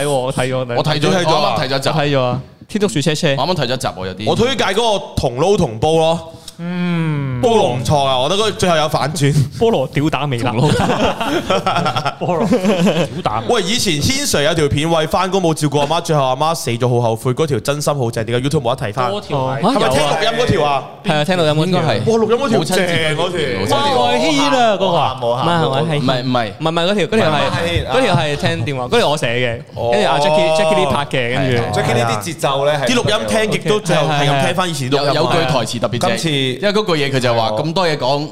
Speaker 3: 睇喎，我睇咗你，
Speaker 1: 我睇咗，
Speaker 4: 你睇咗
Speaker 1: 我啱
Speaker 4: 啊
Speaker 1: 啱睇咗
Speaker 3: 就
Speaker 1: 一集，
Speaker 3: 睇咗啊！天竺鼠車車
Speaker 1: 我，啱啱睇咗一集，我有啲
Speaker 4: 我推介嗰個同撈同煲咯，嗯，煲龍唔錯啊，我覺得嗰個最後有反 轉。
Speaker 3: 菠蘿屌打微辣，
Speaker 2: 菠蘿小蛋，
Speaker 4: 喂，以前天 Sir 有條片為翻工冇照顧阿媽，最後阿媽死咗好後悔，嗰條真心好正，點解 YouTube 冇得睇翻？
Speaker 2: 多
Speaker 4: 係
Speaker 2: 條
Speaker 3: 哦
Speaker 2: 係
Speaker 3: 啊
Speaker 4: 咪聽
Speaker 3: 有
Speaker 4: 錄音嗰條啊？
Speaker 3: 係啊，聽到有冇？
Speaker 1: 應該係
Speaker 4: 哇，錄音嗰條
Speaker 1: 母親
Speaker 4: 正
Speaker 1: 節
Speaker 4: 啊嗰
Speaker 1: 母
Speaker 4: 條
Speaker 1: 親。節
Speaker 3: 我希啦嗰個啊，
Speaker 5: 冇
Speaker 3: 唔
Speaker 5: 喊
Speaker 3: 係
Speaker 5: 冇喊
Speaker 3: 我希，
Speaker 1: 唔係唔係
Speaker 3: 唔係唔係嗰條，嗰條係
Speaker 5: 唔係
Speaker 3: 嗰條係聽電話，嗰條我寫嘅，跟住阿
Speaker 4: 哦
Speaker 3: Jackie Jackie Lee 拍嘅，跟
Speaker 1: 係
Speaker 3: 住
Speaker 5: 最緊呢啲節奏咧係
Speaker 4: 啊啲錄音聽極都最後係咁聽翻以前啲錄
Speaker 1: 有
Speaker 4: 音啊。
Speaker 1: 有句台詞特別正，
Speaker 5: 今次
Speaker 1: 因為嗰句嘢佢就話咁多嘢講，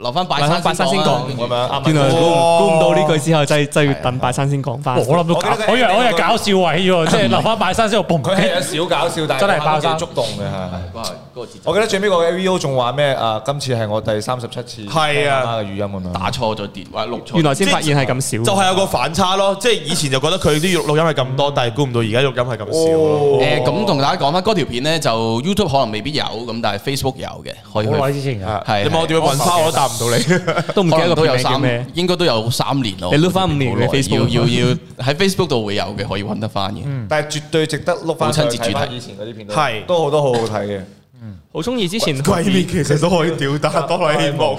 Speaker 1: 留翻拜山
Speaker 3: 留返拜山先
Speaker 1: 講
Speaker 3: 講
Speaker 1: 啊
Speaker 5: 咁樣。嗯
Speaker 3: 原來估唔
Speaker 4: 哇
Speaker 3: 估唔到呢句之後，真係真係要等拜山先講翻。
Speaker 2: 我諗到
Speaker 5: 我記
Speaker 2: 搞
Speaker 5: 得佢，係
Speaker 2: 我以為我以為搞笑位喎，即係留翻拜山之後，嘣
Speaker 5: 佢係有少搞笑，但係
Speaker 2: 真係爆
Speaker 5: 都幾
Speaker 2: 炸
Speaker 5: 觸動嘅係。
Speaker 1: 嗰個嗰個節奏
Speaker 5: 我記得最尾個 A.V.O 仲話咩啊？今次係我第三十七次
Speaker 4: 係啊
Speaker 5: 聽媽媽嘅語音咁樣。
Speaker 1: 打錯咗電話，錄錯。
Speaker 3: 原來先發現係咁
Speaker 4: 就
Speaker 3: 少，
Speaker 4: 係有個反差咯，即係以前就覺得佢啲錄音係咁多，但係估唔到而家錄音係咁少咯。
Speaker 1: 誒咁同大家講翻嗰條片咧，就 YouTube 可能未必有咁，但係 Facebook 有嘅，可以去。
Speaker 2: 好耐之前㗎。
Speaker 1: 係
Speaker 4: 啊你問我點樣揾翻我都答唔到你。
Speaker 3: 都唔記
Speaker 1: 可
Speaker 3: 得
Speaker 1: 能
Speaker 3: 個
Speaker 1: 都
Speaker 3: 片
Speaker 1: 有
Speaker 3: 名叫咩
Speaker 1: 三，。應該都有三年咯。
Speaker 3: 你碌返五年嘅
Speaker 1: 好耐
Speaker 3: Facebook 嗯
Speaker 1: 要要要喺 Facebook 度會有嘅，可以揾得翻嘅。
Speaker 4: 嗯
Speaker 5: 但係絕對值得碌翻去
Speaker 1: 母親節主題
Speaker 5: 睇翻以前嗰啲片都
Speaker 4: 係
Speaker 5: 都好多好好 睇嘅。
Speaker 3: 好中意之前
Speaker 4: 鬼滅其實都可以屌 打哆啦 A 夢。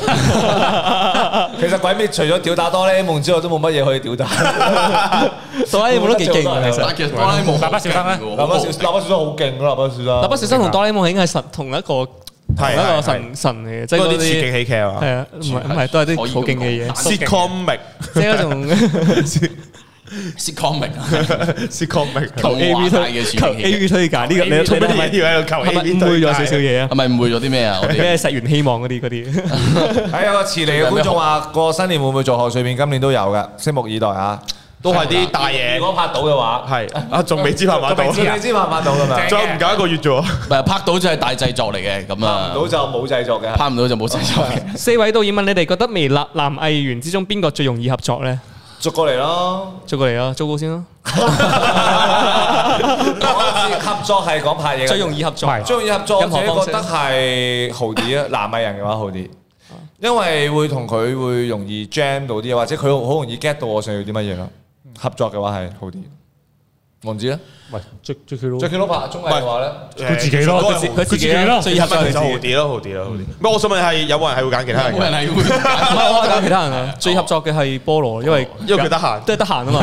Speaker 5: 其實鬼滅除咗屌打哆啦 A 夢之外，都冇乜嘢可以屌打。
Speaker 3: 哆啦 A 夢都幾勁嘅，其實
Speaker 1: 但其實哆啦 A 夢
Speaker 2: 蠟筆小新咧
Speaker 1: 好
Speaker 5: 蠟筆小蠟筆小新好勁咯，蠟筆小新。
Speaker 3: 蠟
Speaker 5: 蠟
Speaker 3: 筆小新同哆啦 A 夢已經係神同一個同一個神神嚟嘅，即係
Speaker 4: 都係
Speaker 3: 嗰
Speaker 4: 啲刺激
Speaker 3: 啲
Speaker 4: 喜劇啊
Speaker 3: 係啊，唔係唔係都係啲好勁嘅嘢，
Speaker 1: 可以咁
Speaker 4: ，sitcomic
Speaker 3: 即係嗰種
Speaker 1: sitcomic
Speaker 3: 求 A V
Speaker 1: 動畫界嘅
Speaker 3: 推求
Speaker 1: 處境
Speaker 3: A V 推介呢個，你做
Speaker 4: 做
Speaker 3: 乜
Speaker 4: 乜
Speaker 3: 嘢
Speaker 4: 嘢要喺度求
Speaker 3: 係咪
Speaker 4: A
Speaker 3: 誤會咗少少嘢啊
Speaker 1: 係？咪誤會咗啲咩啊？我哋
Speaker 3: 咩實現希望嗰啲嗰啲，
Speaker 5: 係啊有個遲嚟嘅觀眾話：過新年會唔會做賀歲片？今年都有嘅，拭目以待啊！
Speaker 4: 都係啲大嘢。
Speaker 5: 果拍到嘅話，
Speaker 4: 係啊，仲未知啊拍唔拍到，
Speaker 5: 你知拍唔拍到㗎嘛？
Speaker 4: 仲有唔夠一個月啫喎。
Speaker 1: 唔係拍到就係大製作嚟嘅，咁啊
Speaker 5: 到就冇製作嘅。
Speaker 1: 拍唔到就冇製作嘅。
Speaker 3: 四位導演問你哋覺得微辣男藝員之中邊個最容易合作咧？
Speaker 5: 逐過嚟咯。
Speaker 3: 做過嚟
Speaker 5: ờ,
Speaker 3: 啊，做過先啦，
Speaker 5: 我覺得合作係講拍嘢嘅
Speaker 3: 最容易合
Speaker 2: 唔。
Speaker 3: 作
Speaker 2: 係
Speaker 5: 最容易合作，我
Speaker 3: 任何
Speaker 5: 自己
Speaker 3: 方式
Speaker 5: 覺得係豪啲啊， 南藝人嘅話豪啲，因為會同佢會容易 jam 到啲嘢，或者佢好容易 get 到我想要啲乜嘢咯。合作嘅話係好啲，啊王子咧
Speaker 2: 喂，J J K 咯，
Speaker 5: ，Jacky Lou 拍綜藝嘅話咧，
Speaker 2: 佢自己咯，
Speaker 4: 佢
Speaker 2: 佢
Speaker 4: 自
Speaker 2: 自
Speaker 4: 佢
Speaker 2: 佢自己
Speaker 3: 啦
Speaker 2: 咯，
Speaker 4: 所以係咪就豪啲咯，豪啲咯，豪啲。唔係，我想問係有冇人係會揀其他人
Speaker 1: 冇人
Speaker 4: 嘅？
Speaker 1: 係會
Speaker 3: 唔
Speaker 1: 揀
Speaker 3: 係我揀其他人啊，最合作嘅係菠蘿，因為
Speaker 4: 因為佢得閒
Speaker 3: 都係得閒啊嘛。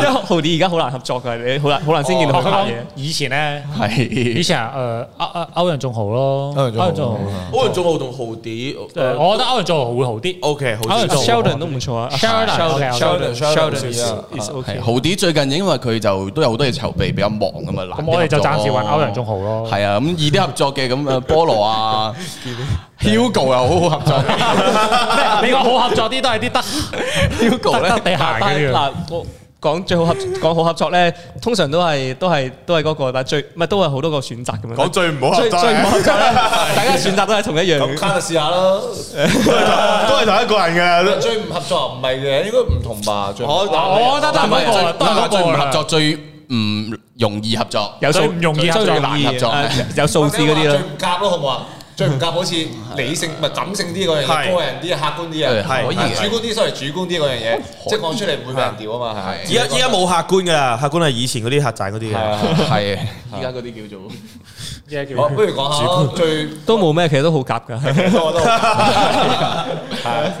Speaker 3: 因為豪啲而家好難合作㗎，你好難好難先見到
Speaker 2: 哦
Speaker 3: 佢
Speaker 2: 佢
Speaker 3: 拍
Speaker 2: 講
Speaker 3: 嘢。
Speaker 2: 以前咧，以
Speaker 1: 係
Speaker 2: 前誒歐呃歐歐陽仲豪咯，
Speaker 5: 歐陽仲豪
Speaker 2: 豪
Speaker 4: 歐陽仲豪同豪啲
Speaker 2: 誒，我覺得歐陽仲豪會好啲。
Speaker 1: 哦
Speaker 4: O K，好
Speaker 2: 歐陽
Speaker 4: 啲。
Speaker 2: 仲豪
Speaker 3: Sheldon 都唔錯啊
Speaker 2: Sheldon，OK，
Speaker 5: Sheldon，Sheldon，
Speaker 3: is
Speaker 5: yeah，
Speaker 1: 係
Speaker 3: OK。
Speaker 1: 豪啲最近因為佢就都有好多嘢籌備，比較忙咁嘛，
Speaker 2: 咁我哋就暫時揾歐陽仲豪咯
Speaker 1: 係啊，咁易啲合作嘅咁誒，菠蘿 啊，Hugo 又好好合作
Speaker 2: 你個好合作啲都係啲得
Speaker 1: ，Hugo
Speaker 2: 得
Speaker 1: 咧
Speaker 2: 地行嘅
Speaker 3: 但係
Speaker 2: 呢
Speaker 3: 嗱，我講最好合講好合作咧，通常都係都係都係嗰個，但係最唔係都係好多個選擇咁樣。
Speaker 4: 講最唔好合
Speaker 3: 最
Speaker 4: 作
Speaker 3: 最唔
Speaker 4: 嘅
Speaker 3: 好合作咧，大家選擇都係同一樣
Speaker 5: 咁
Speaker 3: 嘅。
Speaker 5: 卡就試下啦。
Speaker 4: 都係同一個人㗎啦。
Speaker 5: 最唔合作唔係嘅，應該唔同吧？最
Speaker 4: 我
Speaker 2: 我覺得
Speaker 1: 但
Speaker 2: 都係
Speaker 1: 係
Speaker 2: 嗰個啦，都
Speaker 1: 最
Speaker 2: 係嗰
Speaker 1: 但係最
Speaker 2: 個
Speaker 1: 唔
Speaker 2: 啦
Speaker 1: 合作，最唔容易合作。
Speaker 3: 有數
Speaker 2: 最唔容易合作
Speaker 3: 最唔容易
Speaker 1: 難合作
Speaker 3: 誒有數字嗰啲
Speaker 5: 最
Speaker 3: 啦。
Speaker 5: 唔夾咯，好唔好啊？最唔夾好似理性唔係感性啲嗰樣
Speaker 4: 係
Speaker 5: 嘢，個人啲客觀啲
Speaker 1: 係
Speaker 5: 啊，
Speaker 1: 係可以嘅
Speaker 5: 主觀啲，sorry，主觀啲嗰樣嘢，即係講出嚟唔會俾人屌啊嘛，
Speaker 4: 而家而家冇客觀㗎啦，客觀係以前嗰啲客棧嗰啲
Speaker 5: 係
Speaker 4: 嘅。
Speaker 5: 啊。
Speaker 1: 係，依家嗰啲叫做
Speaker 5: 好，不如講下最
Speaker 3: 都冇咩，其實都好夾 㗎。
Speaker 5: 多都
Speaker 1: 啊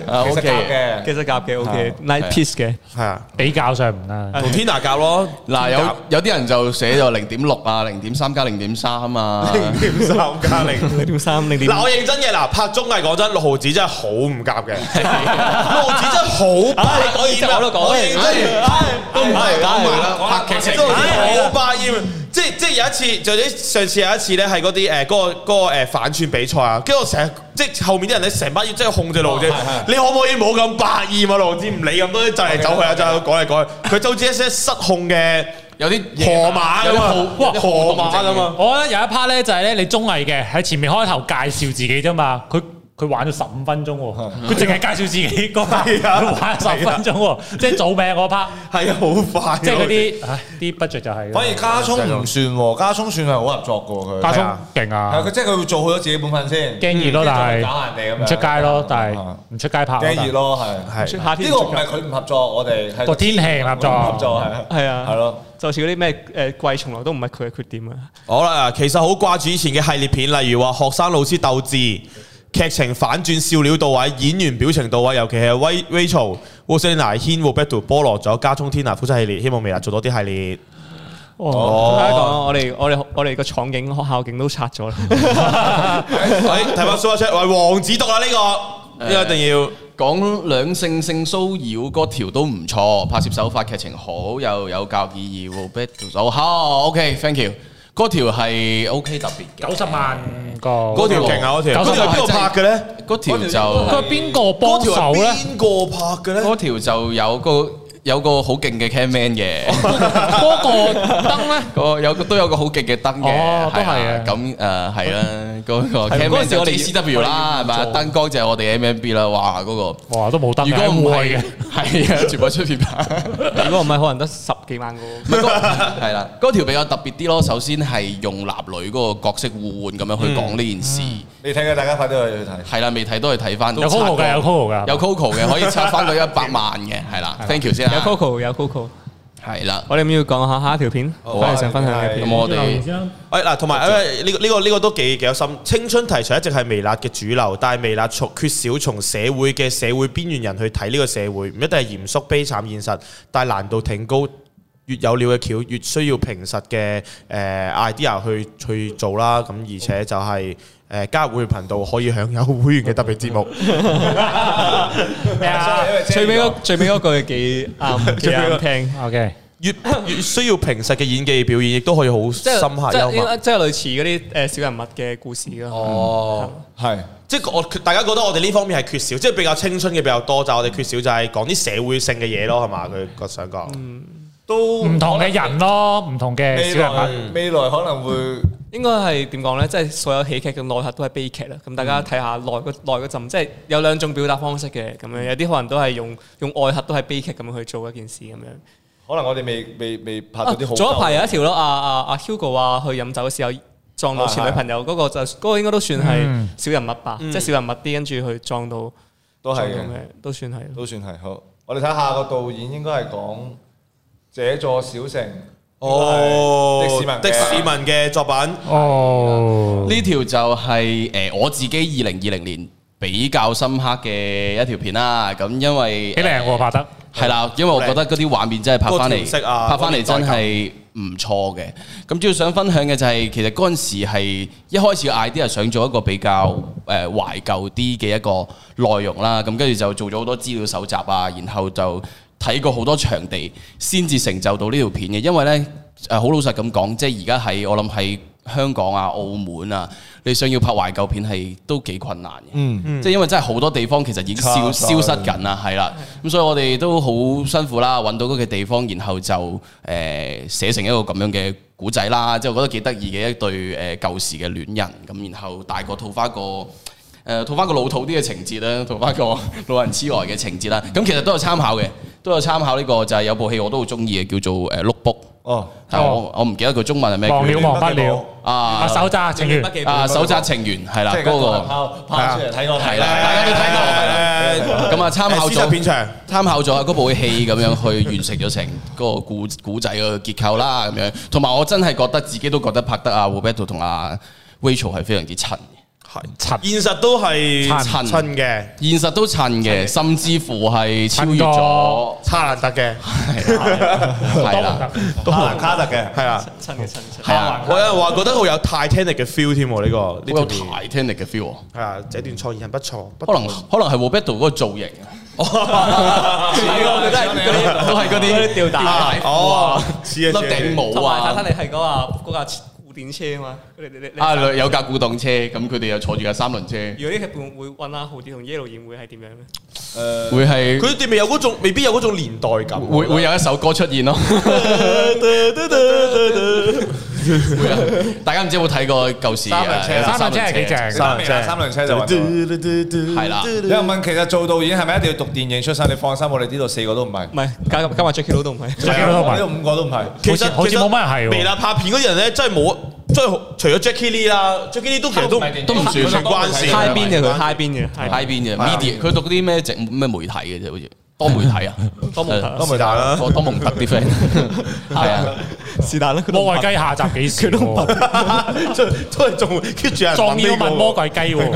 Speaker 5: 其實
Speaker 1: OK
Speaker 5: 夾嘅。
Speaker 3: 其實夾嘅 OK，night piece 嘅。
Speaker 4: 係啊，
Speaker 2: 比較上唔啱。
Speaker 4: 同 Tina 夾 咯。
Speaker 1: 嗱有有啲人就寫咗零點六啊，零點三加零點三啊，
Speaker 4: 點三加零。
Speaker 3: 零點三，零點
Speaker 4: 嗱，我認真嘅嗱，拍綜藝講真，六毫子真係好唔夾嘅，六毫子真係好百
Speaker 3: 唉我以前
Speaker 4: 厭啊
Speaker 3: 我都講
Speaker 4: 我認真，唉都唔係講埋啦，拍劇情
Speaker 5: 講埋
Speaker 4: 好百厭。即係即係有一次，就啲上次有一次咧，係嗰啲誒嗰個嗰個誒反串比賽啊，跟住我成日即係後面啲人咧成班要即係控制六毫子
Speaker 5: 哦係係，
Speaker 4: 你可唔可以冇咁百厭啊？六毫子唔理咁多，走嚟走去啊，走嚟改嚟改去，佢就好似一些失控嘅
Speaker 1: 有啲
Speaker 4: 河馬
Speaker 1: 有
Speaker 4: 咁
Speaker 1: 啲
Speaker 4: 啊
Speaker 1: 好，有
Speaker 4: 哇
Speaker 1: 啲
Speaker 4: 河
Speaker 1: 好
Speaker 4: 馬
Speaker 1: 動靜
Speaker 4: 咁啊！
Speaker 2: 我覺得有一 part 咧就係咧，你綜藝嘅喺前面開頭介紹自己啫嘛，佢。佢玩咗十五分鐘喎，佢淨係介紹自己嗰 part，
Speaker 4: 係啊
Speaker 2: 佢玩咗十分鐘喎，即係早命嗰 part，
Speaker 4: 係啊，好快啊，
Speaker 2: 即係嗰啲唉啲 budget 就係。
Speaker 5: 反而加聰唔算喎，加聰算係好合作嘅喎佢。
Speaker 2: 加
Speaker 5: 係
Speaker 2: 聰
Speaker 5: 啊
Speaker 2: 勁
Speaker 5: 係啊
Speaker 2: 啊，
Speaker 5: 佢即係佢會做好咗自己本分先。
Speaker 2: 驚熱咯，但
Speaker 5: 搞
Speaker 2: 係
Speaker 5: 人哋咁
Speaker 2: 唔
Speaker 5: 樣
Speaker 2: 出街咯，但
Speaker 5: 啊
Speaker 2: 係唔出街拍咯。
Speaker 5: 驚熱咯，係。
Speaker 3: 夏
Speaker 4: 係。
Speaker 5: 呢
Speaker 3: 天
Speaker 5: 個唔係佢唔合作，我哋係
Speaker 2: 個天氣合作
Speaker 5: 合作係。
Speaker 3: 係啊
Speaker 5: 係咯。
Speaker 3: 就似嗰啲咩誒貴，從來都唔係佢嘅缺點啊！
Speaker 4: 好啦，其實好掛住以前嘅系列片，例如話學生老師鬥智、劇情反轉、笑料到位、演員表情到位，尤其係 Ray- Rachel、w a s e n a 軒、Roberto、菠蘿，仲有加聰、Tina 夫妻系列，希望未來做多啲系列。
Speaker 3: 哦，大家講啊我哋我哋我哋個廠景學校景都拆咗啦，
Speaker 4: 喂，睇翻 Super Chat，喂，王子讀啊啦呢個，呢個一定要。
Speaker 1: 講兩性性騷擾嗰條都唔錯，拍攝手法劇情好，又有教育意義 r o b e t 好，OK，thank you。嗰條係 OK 特別嘅，
Speaker 2: 九十萬個。
Speaker 4: 嗰條勁啊，嗰條。嗰條係邊個拍嘅咧？
Speaker 1: 嗰條
Speaker 2: 佢
Speaker 1: 就
Speaker 2: 邊個幫
Speaker 4: 嗰條
Speaker 2: 手
Speaker 4: 係
Speaker 2: 咧？
Speaker 3: 啊
Speaker 4: 邊個拍嘅咧？
Speaker 1: 嗰條就有個有個好勁嘅 camman 嘅，
Speaker 2: 嗰個燈咧？
Speaker 1: 個有個都有個好勁嘅燈嘅，
Speaker 2: 哦都係
Speaker 1: 啊
Speaker 2: 啊
Speaker 1: 咁誒係啦，嗰個
Speaker 3: 係嗰
Speaker 1: camman
Speaker 3: 陣時
Speaker 1: 就
Speaker 3: 我哋
Speaker 1: JCW 啦，係咪啊？燈光就係我哋 MMB 啦，哇嗰個。
Speaker 2: 哇，都冇燈
Speaker 1: 如
Speaker 2: 嘅，
Speaker 1: 果唔
Speaker 2: 會
Speaker 1: 係
Speaker 2: 嘅
Speaker 1: 嘅，，係啊，全部出片版。
Speaker 3: 如果唔係可能得十幾萬個。
Speaker 1: 係啦，嗰條比較特別啲咯。首先係用男女嗰個角色互換咁樣去講呢件事，
Speaker 5: 你睇嘅大家快啲去去睇。
Speaker 1: 係啦，未睇都去睇翻。
Speaker 2: 有 Coco 嘅，有 Coco 嘅，
Speaker 1: 有 Coco 嘅，可以拆翻佢一百萬嘅，係啦，thank you 先
Speaker 3: 有
Speaker 1: 啊。
Speaker 3: Coco 有 Coco，
Speaker 1: 係啦，
Speaker 3: 我哋咁要講下下一條片，
Speaker 5: 好啊
Speaker 3: 我哋想分享嘅
Speaker 1: 咁
Speaker 3: 片。
Speaker 1: 我哋
Speaker 4: 喂哎嗱，同埋誒呢個呢個呢個都幾幾有心。青春題材一直係微辣嘅主流，但係微辣從缺少從社會嘅社會邊緣人去睇呢個社會，唔一定係嚴肅悲慘現實，但係難度挺高。越有料嘅橋，越需要平實嘅誒、呃 idea 去去做啦。咁而且就係、呃加入會員頻道可以享有會員嘅特別節目，
Speaker 2: 咩啊
Speaker 5: 因為即係
Speaker 3: 最尾嗰最尾嗰句幾啱，幾啱聽。
Speaker 2: ？OK，
Speaker 4: 越越需要平實嘅演技表演，亦都可以好
Speaker 3: 即
Speaker 4: 深
Speaker 3: 係
Speaker 4: 刻
Speaker 3: 即係
Speaker 4: 幽默
Speaker 3: 應。該即係類似嗰啲誒小人物嘅故事咯。嗯
Speaker 1: 哦，
Speaker 5: 係。
Speaker 4: 即係我大家覺得我哋呢方面係缺少，即係比較青春嘅比較多，就係我哋缺少就係講啲社會性嘅嘢咯，係嘛？佢個想講，
Speaker 5: 都
Speaker 2: 唔同嘅人咯，唔同嘅
Speaker 5: 未
Speaker 2: 小人物。
Speaker 5: 來未來可能會
Speaker 3: 應該係點講咧？即係所有喜劇嘅內核都係悲劇啦。咁大家睇下內個內嗰陣，即係有兩種表達方式嘅咁樣。有啲可能都係用用外核都係悲劇咁樣去做一件事咁樣。
Speaker 5: 可能我哋未未未拍
Speaker 3: 啊
Speaker 5: 到啲好。
Speaker 3: 早一排有一條咯，阿阿阿 Hugo 話去飲酒嘅時候撞到前女朋友嗰個就嗰個應該都算係小人物吧，即係小人物啲，跟住佢撞到
Speaker 5: 都係
Speaker 3: 撞到
Speaker 5: 嘅。
Speaker 3: 咩都算係。
Speaker 5: 都算係好。我哋睇下個導演應該係講這座小城
Speaker 4: 哦，
Speaker 5: 的士文嘅
Speaker 4: 的士文嘅作品。
Speaker 2: 哦，
Speaker 1: 呢條就係誒我自己二零二零年比較深刻嘅一條片啦。咁因為呃
Speaker 2: 幾靚喎拍得，
Speaker 1: 係啦，因為我覺得嗰啲畫面真係拍翻
Speaker 4: 嗰個調色啊
Speaker 1: 嚟，拍翻嚟真
Speaker 4: 嗰個
Speaker 1: 係唔錯嘅。咁主要想分享嘅就係、其實嗰陣時係一開始嘅 idea 想做一個比較誒、呃、懷舊啲嘅一個內容啦。咁跟住就做咗好多資料搜集啊，然後就睇過好多場地，先至成就到呢條片嘅。因為呢，呃誒好老實咁講，即係而家喺我諗喺香港啊、澳門啊，你想要拍懷舊片係都幾困難嘅。即係因為真係好多地方其實已經消
Speaker 5: 嗯卡晒
Speaker 1: 消失緊啦，係啦，咁所以我哋都好辛苦啦，揾到嗰個地方，然後就誒、呃、寫成一個咁樣嘅古仔啦，即係我覺得幾得意嘅一對誒、呃、舊時嘅戀人，咁然後大個套翻個誒、呃、套翻個老土啲嘅情節啦，套翻 個老人痴呆嘅情節啦，咁其實都有參考嘅，都有參考呢、個就係有部戲我都好中意嘅，叫做呃誒碌 book，
Speaker 5: 哦，
Speaker 1: 但係我我唔記得個中文係咩
Speaker 2: 忘
Speaker 1: 叫
Speaker 2: 了忘不了，
Speaker 1: 啊
Speaker 2: 啊手揸情緣，
Speaker 1: 啊手札情緣係啦
Speaker 5: 即係
Speaker 1: 嗰
Speaker 5: 嗰個
Speaker 1: 個
Speaker 5: 人。拋拋出嚟睇我睇
Speaker 1: 係啦，大家都睇過係啦。咁啊，參考
Speaker 4: 誒屍殺
Speaker 1: 咗
Speaker 4: 片場
Speaker 1: 參考咗嗰部戲咁樣去完成咗成嗰個故故仔嘅結構啦，咁樣。同埋我真係覺得自己都覺得拍得阿啊 Roberto 同阿 Rachel 係非常之襯嘅，
Speaker 2: 陳
Speaker 4: 現實都係
Speaker 1: 襯
Speaker 4: 襯嘅，
Speaker 1: 現實都襯嘅，甚至乎係超越
Speaker 2: 襯
Speaker 1: 咗
Speaker 2: 過，
Speaker 4: 差難得嘅，
Speaker 1: 係啦，
Speaker 4: 都難卡特嘅，係啊。
Speaker 3: 親嘅親戚。
Speaker 1: 係啊，
Speaker 4: 我有人話覺得好有 Titanic 嘅 feel 添喎，呢個
Speaker 1: 好有
Speaker 4: 呢條片
Speaker 1: Titanic 嘅 feel 喎。
Speaker 4: 係啊，這段創意很不錯，不
Speaker 1: 可能可能係 Roberto 嗰個造型啊，
Speaker 3: 係啊佢都係嗰啲
Speaker 1: 都係嗰啲
Speaker 3: 吊帶
Speaker 4: 哦，似
Speaker 1: 粒
Speaker 4: 啊，似啊
Speaker 1: 頂帽
Speaker 3: 同埋睇
Speaker 1: 啊
Speaker 3: 睇。你係嗰架嗰架古典車啊嘛，你你你
Speaker 1: 啊，有架古董車，咁佢哋又坐住架三輪車，
Speaker 3: 如果呢劇本會温啦好啲，同 Yellow 演會係點樣咧？
Speaker 1: 會係
Speaker 4: 佢哋未有嗰種，未必有嗰種年代感。
Speaker 1: 會會有一首歌出現咯。會啊！大家唔知有冇睇過舊時呃誒
Speaker 5: 三輪車啊
Speaker 2: 三輪車係幾正？
Speaker 5: 三輪啊車，三輪車就揾到啦
Speaker 1: 係啦，
Speaker 5: 有人問其實做導演係咪一定要讀電影出身？你放心，我哋呢度四個都唔係
Speaker 3: 唔，係，加 加埋 Jackie 佬都唔係。
Speaker 2: 仲有幾多
Speaker 5: 我
Speaker 2: 個
Speaker 5: 呢度
Speaker 2: 人
Speaker 5: 五個都唔係。
Speaker 4: 其實
Speaker 2: 好似
Speaker 4: 其實
Speaker 2: 冇乜人係喎
Speaker 4: 微辣拍片嗰啲人咧，真係冇，真係除咗 Jackie Lee 啦，Jackie Lee 都其實都唔
Speaker 1: 都唔算啊
Speaker 4: 算關事。啊
Speaker 1: High 邊
Speaker 3: 嘅佢，high 邊嘅，
Speaker 1: 喺邊嘅 media，佢讀啲咩直咩媒體嘅啫，好似多媒體啊，
Speaker 3: 多蒙特，
Speaker 4: 都咪大啦，
Speaker 1: 多多蒙特啲 friend 係啊，
Speaker 3: 是 但啦。佢都唔
Speaker 2: 魔 鬼雞下集幾時喎？
Speaker 4: 都都係仲跟住有人
Speaker 2: 仲要問魔
Speaker 4: 呢
Speaker 2: 鬼雞喎？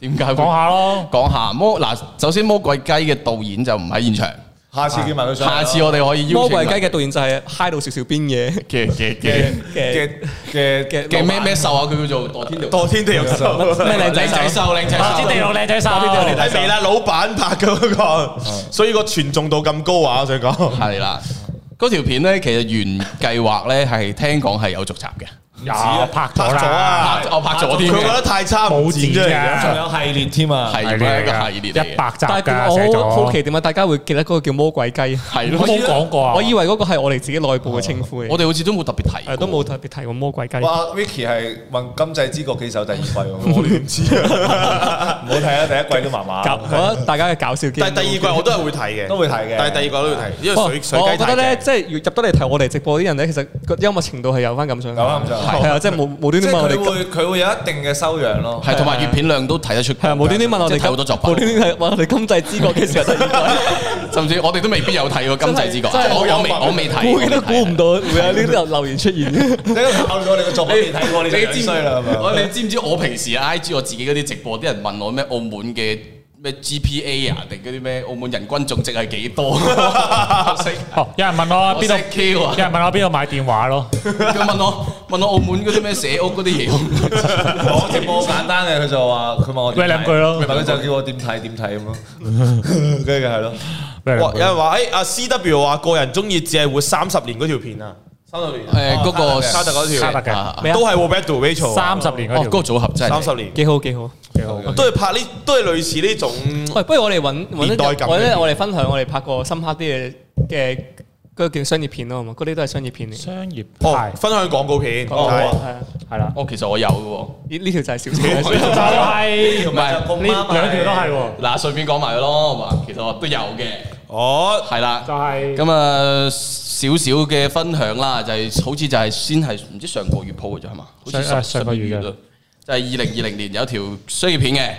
Speaker 1: 點解會
Speaker 2: 講下咯，
Speaker 1: 講下魔嗱？首先魔鬼雞嘅導演就唔喺現場，
Speaker 5: 下次見埋佢上嚟啦。
Speaker 1: 下次我哋可以邀
Speaker 3: 魔
Speaker 1: 請
Speaker 3: 鬼雞
Speaker 1: 佢
Speaker 3: 嘅導演就係 high 到少少邊嘅
Speaker 1: 嘅嘅嘅
Speaker 3: 嘅
Speaker 5: 嘅嘅嘅
Speaker 3: 嘅
Speaker 1: 嘅咩咩獸啊，佢叫做墮天條
Speaker 4: 個墮天地獄獸。
Speaker 3: 咩靚仔
Speaker 1: 靚仔
Speaker 3: 手，
Speaker 1: 獸，靚仔
Speaker 2: 我知地
Speaker 1: 獸
Speaker 2: 老靚仔手，
Speaker 4: 係微辣老闆拍嘅嗰個，所以個傳重度咁高啊！我想講，
Speaker 1: 係啦。嗰條片咧，其實原計劃咧係聽講係有續集嘅，
Speaker 2: 有拍咗
Speaker 4: 拍咗
Speaker 2: 啦，
Speaker 4: 啊
Speaker 1: 拍哦我拍咗
Speaker 4: 佢
Speaker 1: 添嘅，
Speaker 4: 覺得太差，
Speaker 2: 冇
Speaker 4: 唔剪出
Speaker 2: 剪
Speaker 4: 嚟
Speaker 2: 嘅
Speaker 4: 嘅。
Speaker 5: 仲有系列添啊！
Speaker 1: 係一個系列嚟嘅
Speaker 2: 一百集㗎，
Speaker 3: 但係
Speaker 2: 寫
Speaker 3: 我好好奇
Speaker 2: 咗。
Speaker 3: 點解大家會記得嗰個叫魔鬼雞？
Speaker 1: 係
Speaker 2: 我
Speaker 1: 咯，
Speaker 2: 冇講過啊，
Speaker 3: 我以為嗰個係我哋自己內部嘅稱呼嚟，
Speaker 1: 我哋好似都冇特別提過，
Speaker 3: 誒都冇特別提過魔鬼雞。
Speaker 5: 哇，Vicky 係問《今際之國》幾首第二季喎，我哋唔知啊，唔好睇啊，第一季都麻麻，
Speaker 3: 搞我覺得大家嘅搞笑機。
Speaker 4: 但係第二季我都係會睇嘅，
Speaker 5: 都會睇嘅
Speaker 4: 但係第二季都會睇，因
Speaker 3: 哇
Speaker 4: 為水水
Speaker 3: 哦我
Speaker 4: 雞
Speaker 3: 覺
Speaker 4: 太
Speaker 3: 得咧，
Speaker 4: 正。
Speaker 3: 即係入得嚟睇我哋直播啲人咧，其實個幽默程度係有翻咁上
Speaker 5: 有啱唔上
Speaker 3: 係啊，即係無無端
Speaker 5: 即係
Speaker 3: 端問我哋
Speaker 5: 佢。會佢會有一定嘅修養咯。
Speaker 1: 係同埋閱片量都睇得出，
Speaker 3: 係啊，無端端問我
Speaker 1: 即
Speaker 3: 哋
Speaker 1: 係睇好多作品，
Speaker 3: 無端端係問我哋今際之國幾時有第二
Speaker 1: 甚至我哋都未必有睇過《今際之國》
Speaker 3: 真係
Speaker 1: 我，我未
Speaker 3: 真係
Speaker 1: 我未
Speaker 3: 季？
Speaker 1: 睇，
Speaker 3: 估都估唔
Speaker 1: 到。
Speaker 3: 到會有呢啲留言出現。
Speaker 5: 你都考慮我哋嘅作品未睇過，你就樣
Speaker 1: 知唔
Speaker 5: 衰啦，係咪
Speaker 1: 啊我你知唔知我平時啊 I G 我自己嗰啲直播，啲人問我咩澳門嘅咩 G P A 啊，定嗰啲咩澳門人均總值係幾 多？我識
Speaker 2: 哦有人問我
Speaker 1: 我
Speaker 2: 邊
Speaker 1: 識
Speaker 2: 度，
Speaker 1: Q 啊
Speaker 2: 有！人問我邊度買電話咯，
Speaker 1: 佢問我問我澳門嗰啲咩社屋嗰啲嘢，
Speaker 5: 我直播好簡單嘅，佢就話佢問我點睇
Speaker 2: 喂兩句咯
Speaker 5: 唔係佢就叫我點睇點睇咁咯，跟住係咯，
Speaker 4: 哇有人話誒阿 C W 話個人中意只係活三十年嗰條片啊，三十年啊
Speaker 1: 誒嗰個
Speaker 5: 沙
Speaker 4: 特嗰條
Speaker 2: 沙特嘅
Speaker 1: 啊
Speaker 3: 咩啊
Speaker 4: 都係 Roberto Rachel 啊
Speaker 2: 三十年
Speaker 1: 哦
Speaker 2: 嗰
Speaker 1: 嗰個
Speaker 2: 條
Speaker 1: 組合真係
Speaker 4: 三十年，
Speaker 3: 幾好幾好。
Speaker 2: 幾好，
Speaker 4: 都係拍呢，都係類似呢種。
Speaker 3: 喂，不如我哋揾揾
Speaker 4: 年代感
Speaker 3: 一我
Speaker 4: 嘅
Speaker 3: 咧，我哋分享我哋拍過深刻啲嘅嘅嗰個叫商業片咯，好嘛？嗰啲都係商業片嚟。
Speaker 2: 商業
Speaker 4: 哦
Speaker 2: 派，
Speaker 4: 分享廣告片，
Speaker 5: 哦
Speaker 4: 係
Speaker 3: 係啊，
Speaker 2: 係啦，
Speaker 1: 哦，其實我有嘅
Speaker 3: 呢呢條就係小姐。
Speaker 2: 就係
Speaker 5: 同埋就咁
Speaker 2: 呢
Speaker 5: 啱
Speaker 2: 兩條都係喎，
Speaker 1: 喎，嗱順便講埋佢咯，好嘛其實我都有嘅，
Speaker 4: 哦，
Speaker 1: 係啦
Speaker 2: 就。係
Speaker 1: 咁啊，少少嘅分享啦，就係、好似就係先係唔知上個月鋪嘅啫係嘛？好似
Speaker 2: 上啊
Speaker 1: 十
Speaker 2: 上個月嘅
Speaker 1: 十二咯，就係二零二零年有條商業片嘅，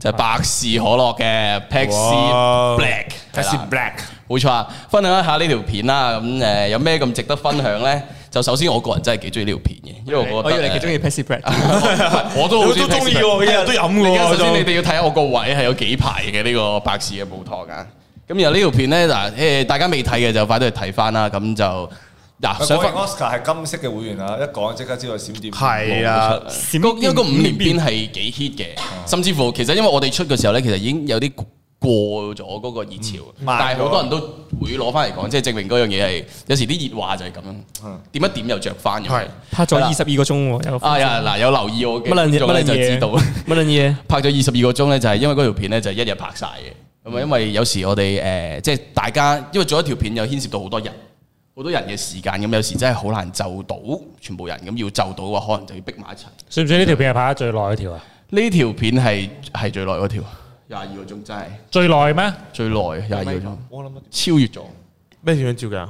Speaker 1: 就係百事可樂嘅 Pepsi
Speaker 4: 哇
Speaker 1: Black，係啦
Speaker 6: Pepsi Black
Speaker 1: 冇錯啊！分享一下呢條片啦，咁誒有咩咁值得分享咧？就首先我個人真係幾中意呢條片嘅，因為我
Speaker 3: 我以
Speaker 1: 覺得
Speaker 3: 為你幾中意 Pepsi Bread，
Speaker 1: 我都好
Speaker 4: 你都中 意喎，佢日日都
Speaker 3: 哦
Speaker 4: 飲
Speaker 1: 你
Speaker 4: 嘅
Speaker 1: 而家
Speaker 4: 喎。
Speaker 1: 啊首先你
Speaker 4: 仲
Speaker 1: 哋要睇下我個位係有幾排嘅呢個百事嘅舞台啊。咁然後呢條片咧嗱，誒大家未睇嘅就快啲去睇翻啦。咁就嗱，想
Speaker 5: 想
Speaker 1: 翻
Speaker 5: 發 Oscar 係金色嘅會員啊，一講即刻知道閃電。
Speaker 4: 係啊，
Speaker 1: 嗰一個五連鞭係幾 hit 嘅，甚至乎其實因為我哋出嘅時候咧，其實已經有啲過咗嗰個熱潮，但係好多人都會攞翻嚟講，即係證明嗰樣嘢係有時啲熱話就係咁樣，點一點又着翻咁樣
Speaker 4: 係。
Speaker 3: 拍咗二十二個鐘喎，有
Speaker 1: 啊呀嗱，有留意我嘅
Speaker 3: 乜撚
Speaker 1: 觀
Speaker 3: 嘢
Speaker 1: 眾
Speaker 3: 乜
Speaker 1: 咧
Speaker 3: 撚
Speaker 1: 就知
Speaker 3: 嘢
Speaker 1: 道。
Speaker 3: 乜撚嘢？
Speaker 1: 拍咗二十二個鐘咧，就係因為嗰條片咧就係一日拍晒嘅。咁啊，因為有時我哋誒、呃即係大家，因為做一條片又牽涉到好多人，好多人嘅時間，咁有時真係好難就到全部人。咁要就到嘅話，可能就要逼埋一齊。
Speaker 2: 算唔算呢條片係拍得最耐嗰條啊？
Speaker 1: 呢條片係係最耐嗰條，廿二個鐘真係
Speaker 2: 最耐咩？
Speaker 1: 最耐，廿二個鐘，超越咗。
Speaker 4: 咩點樣照㗎？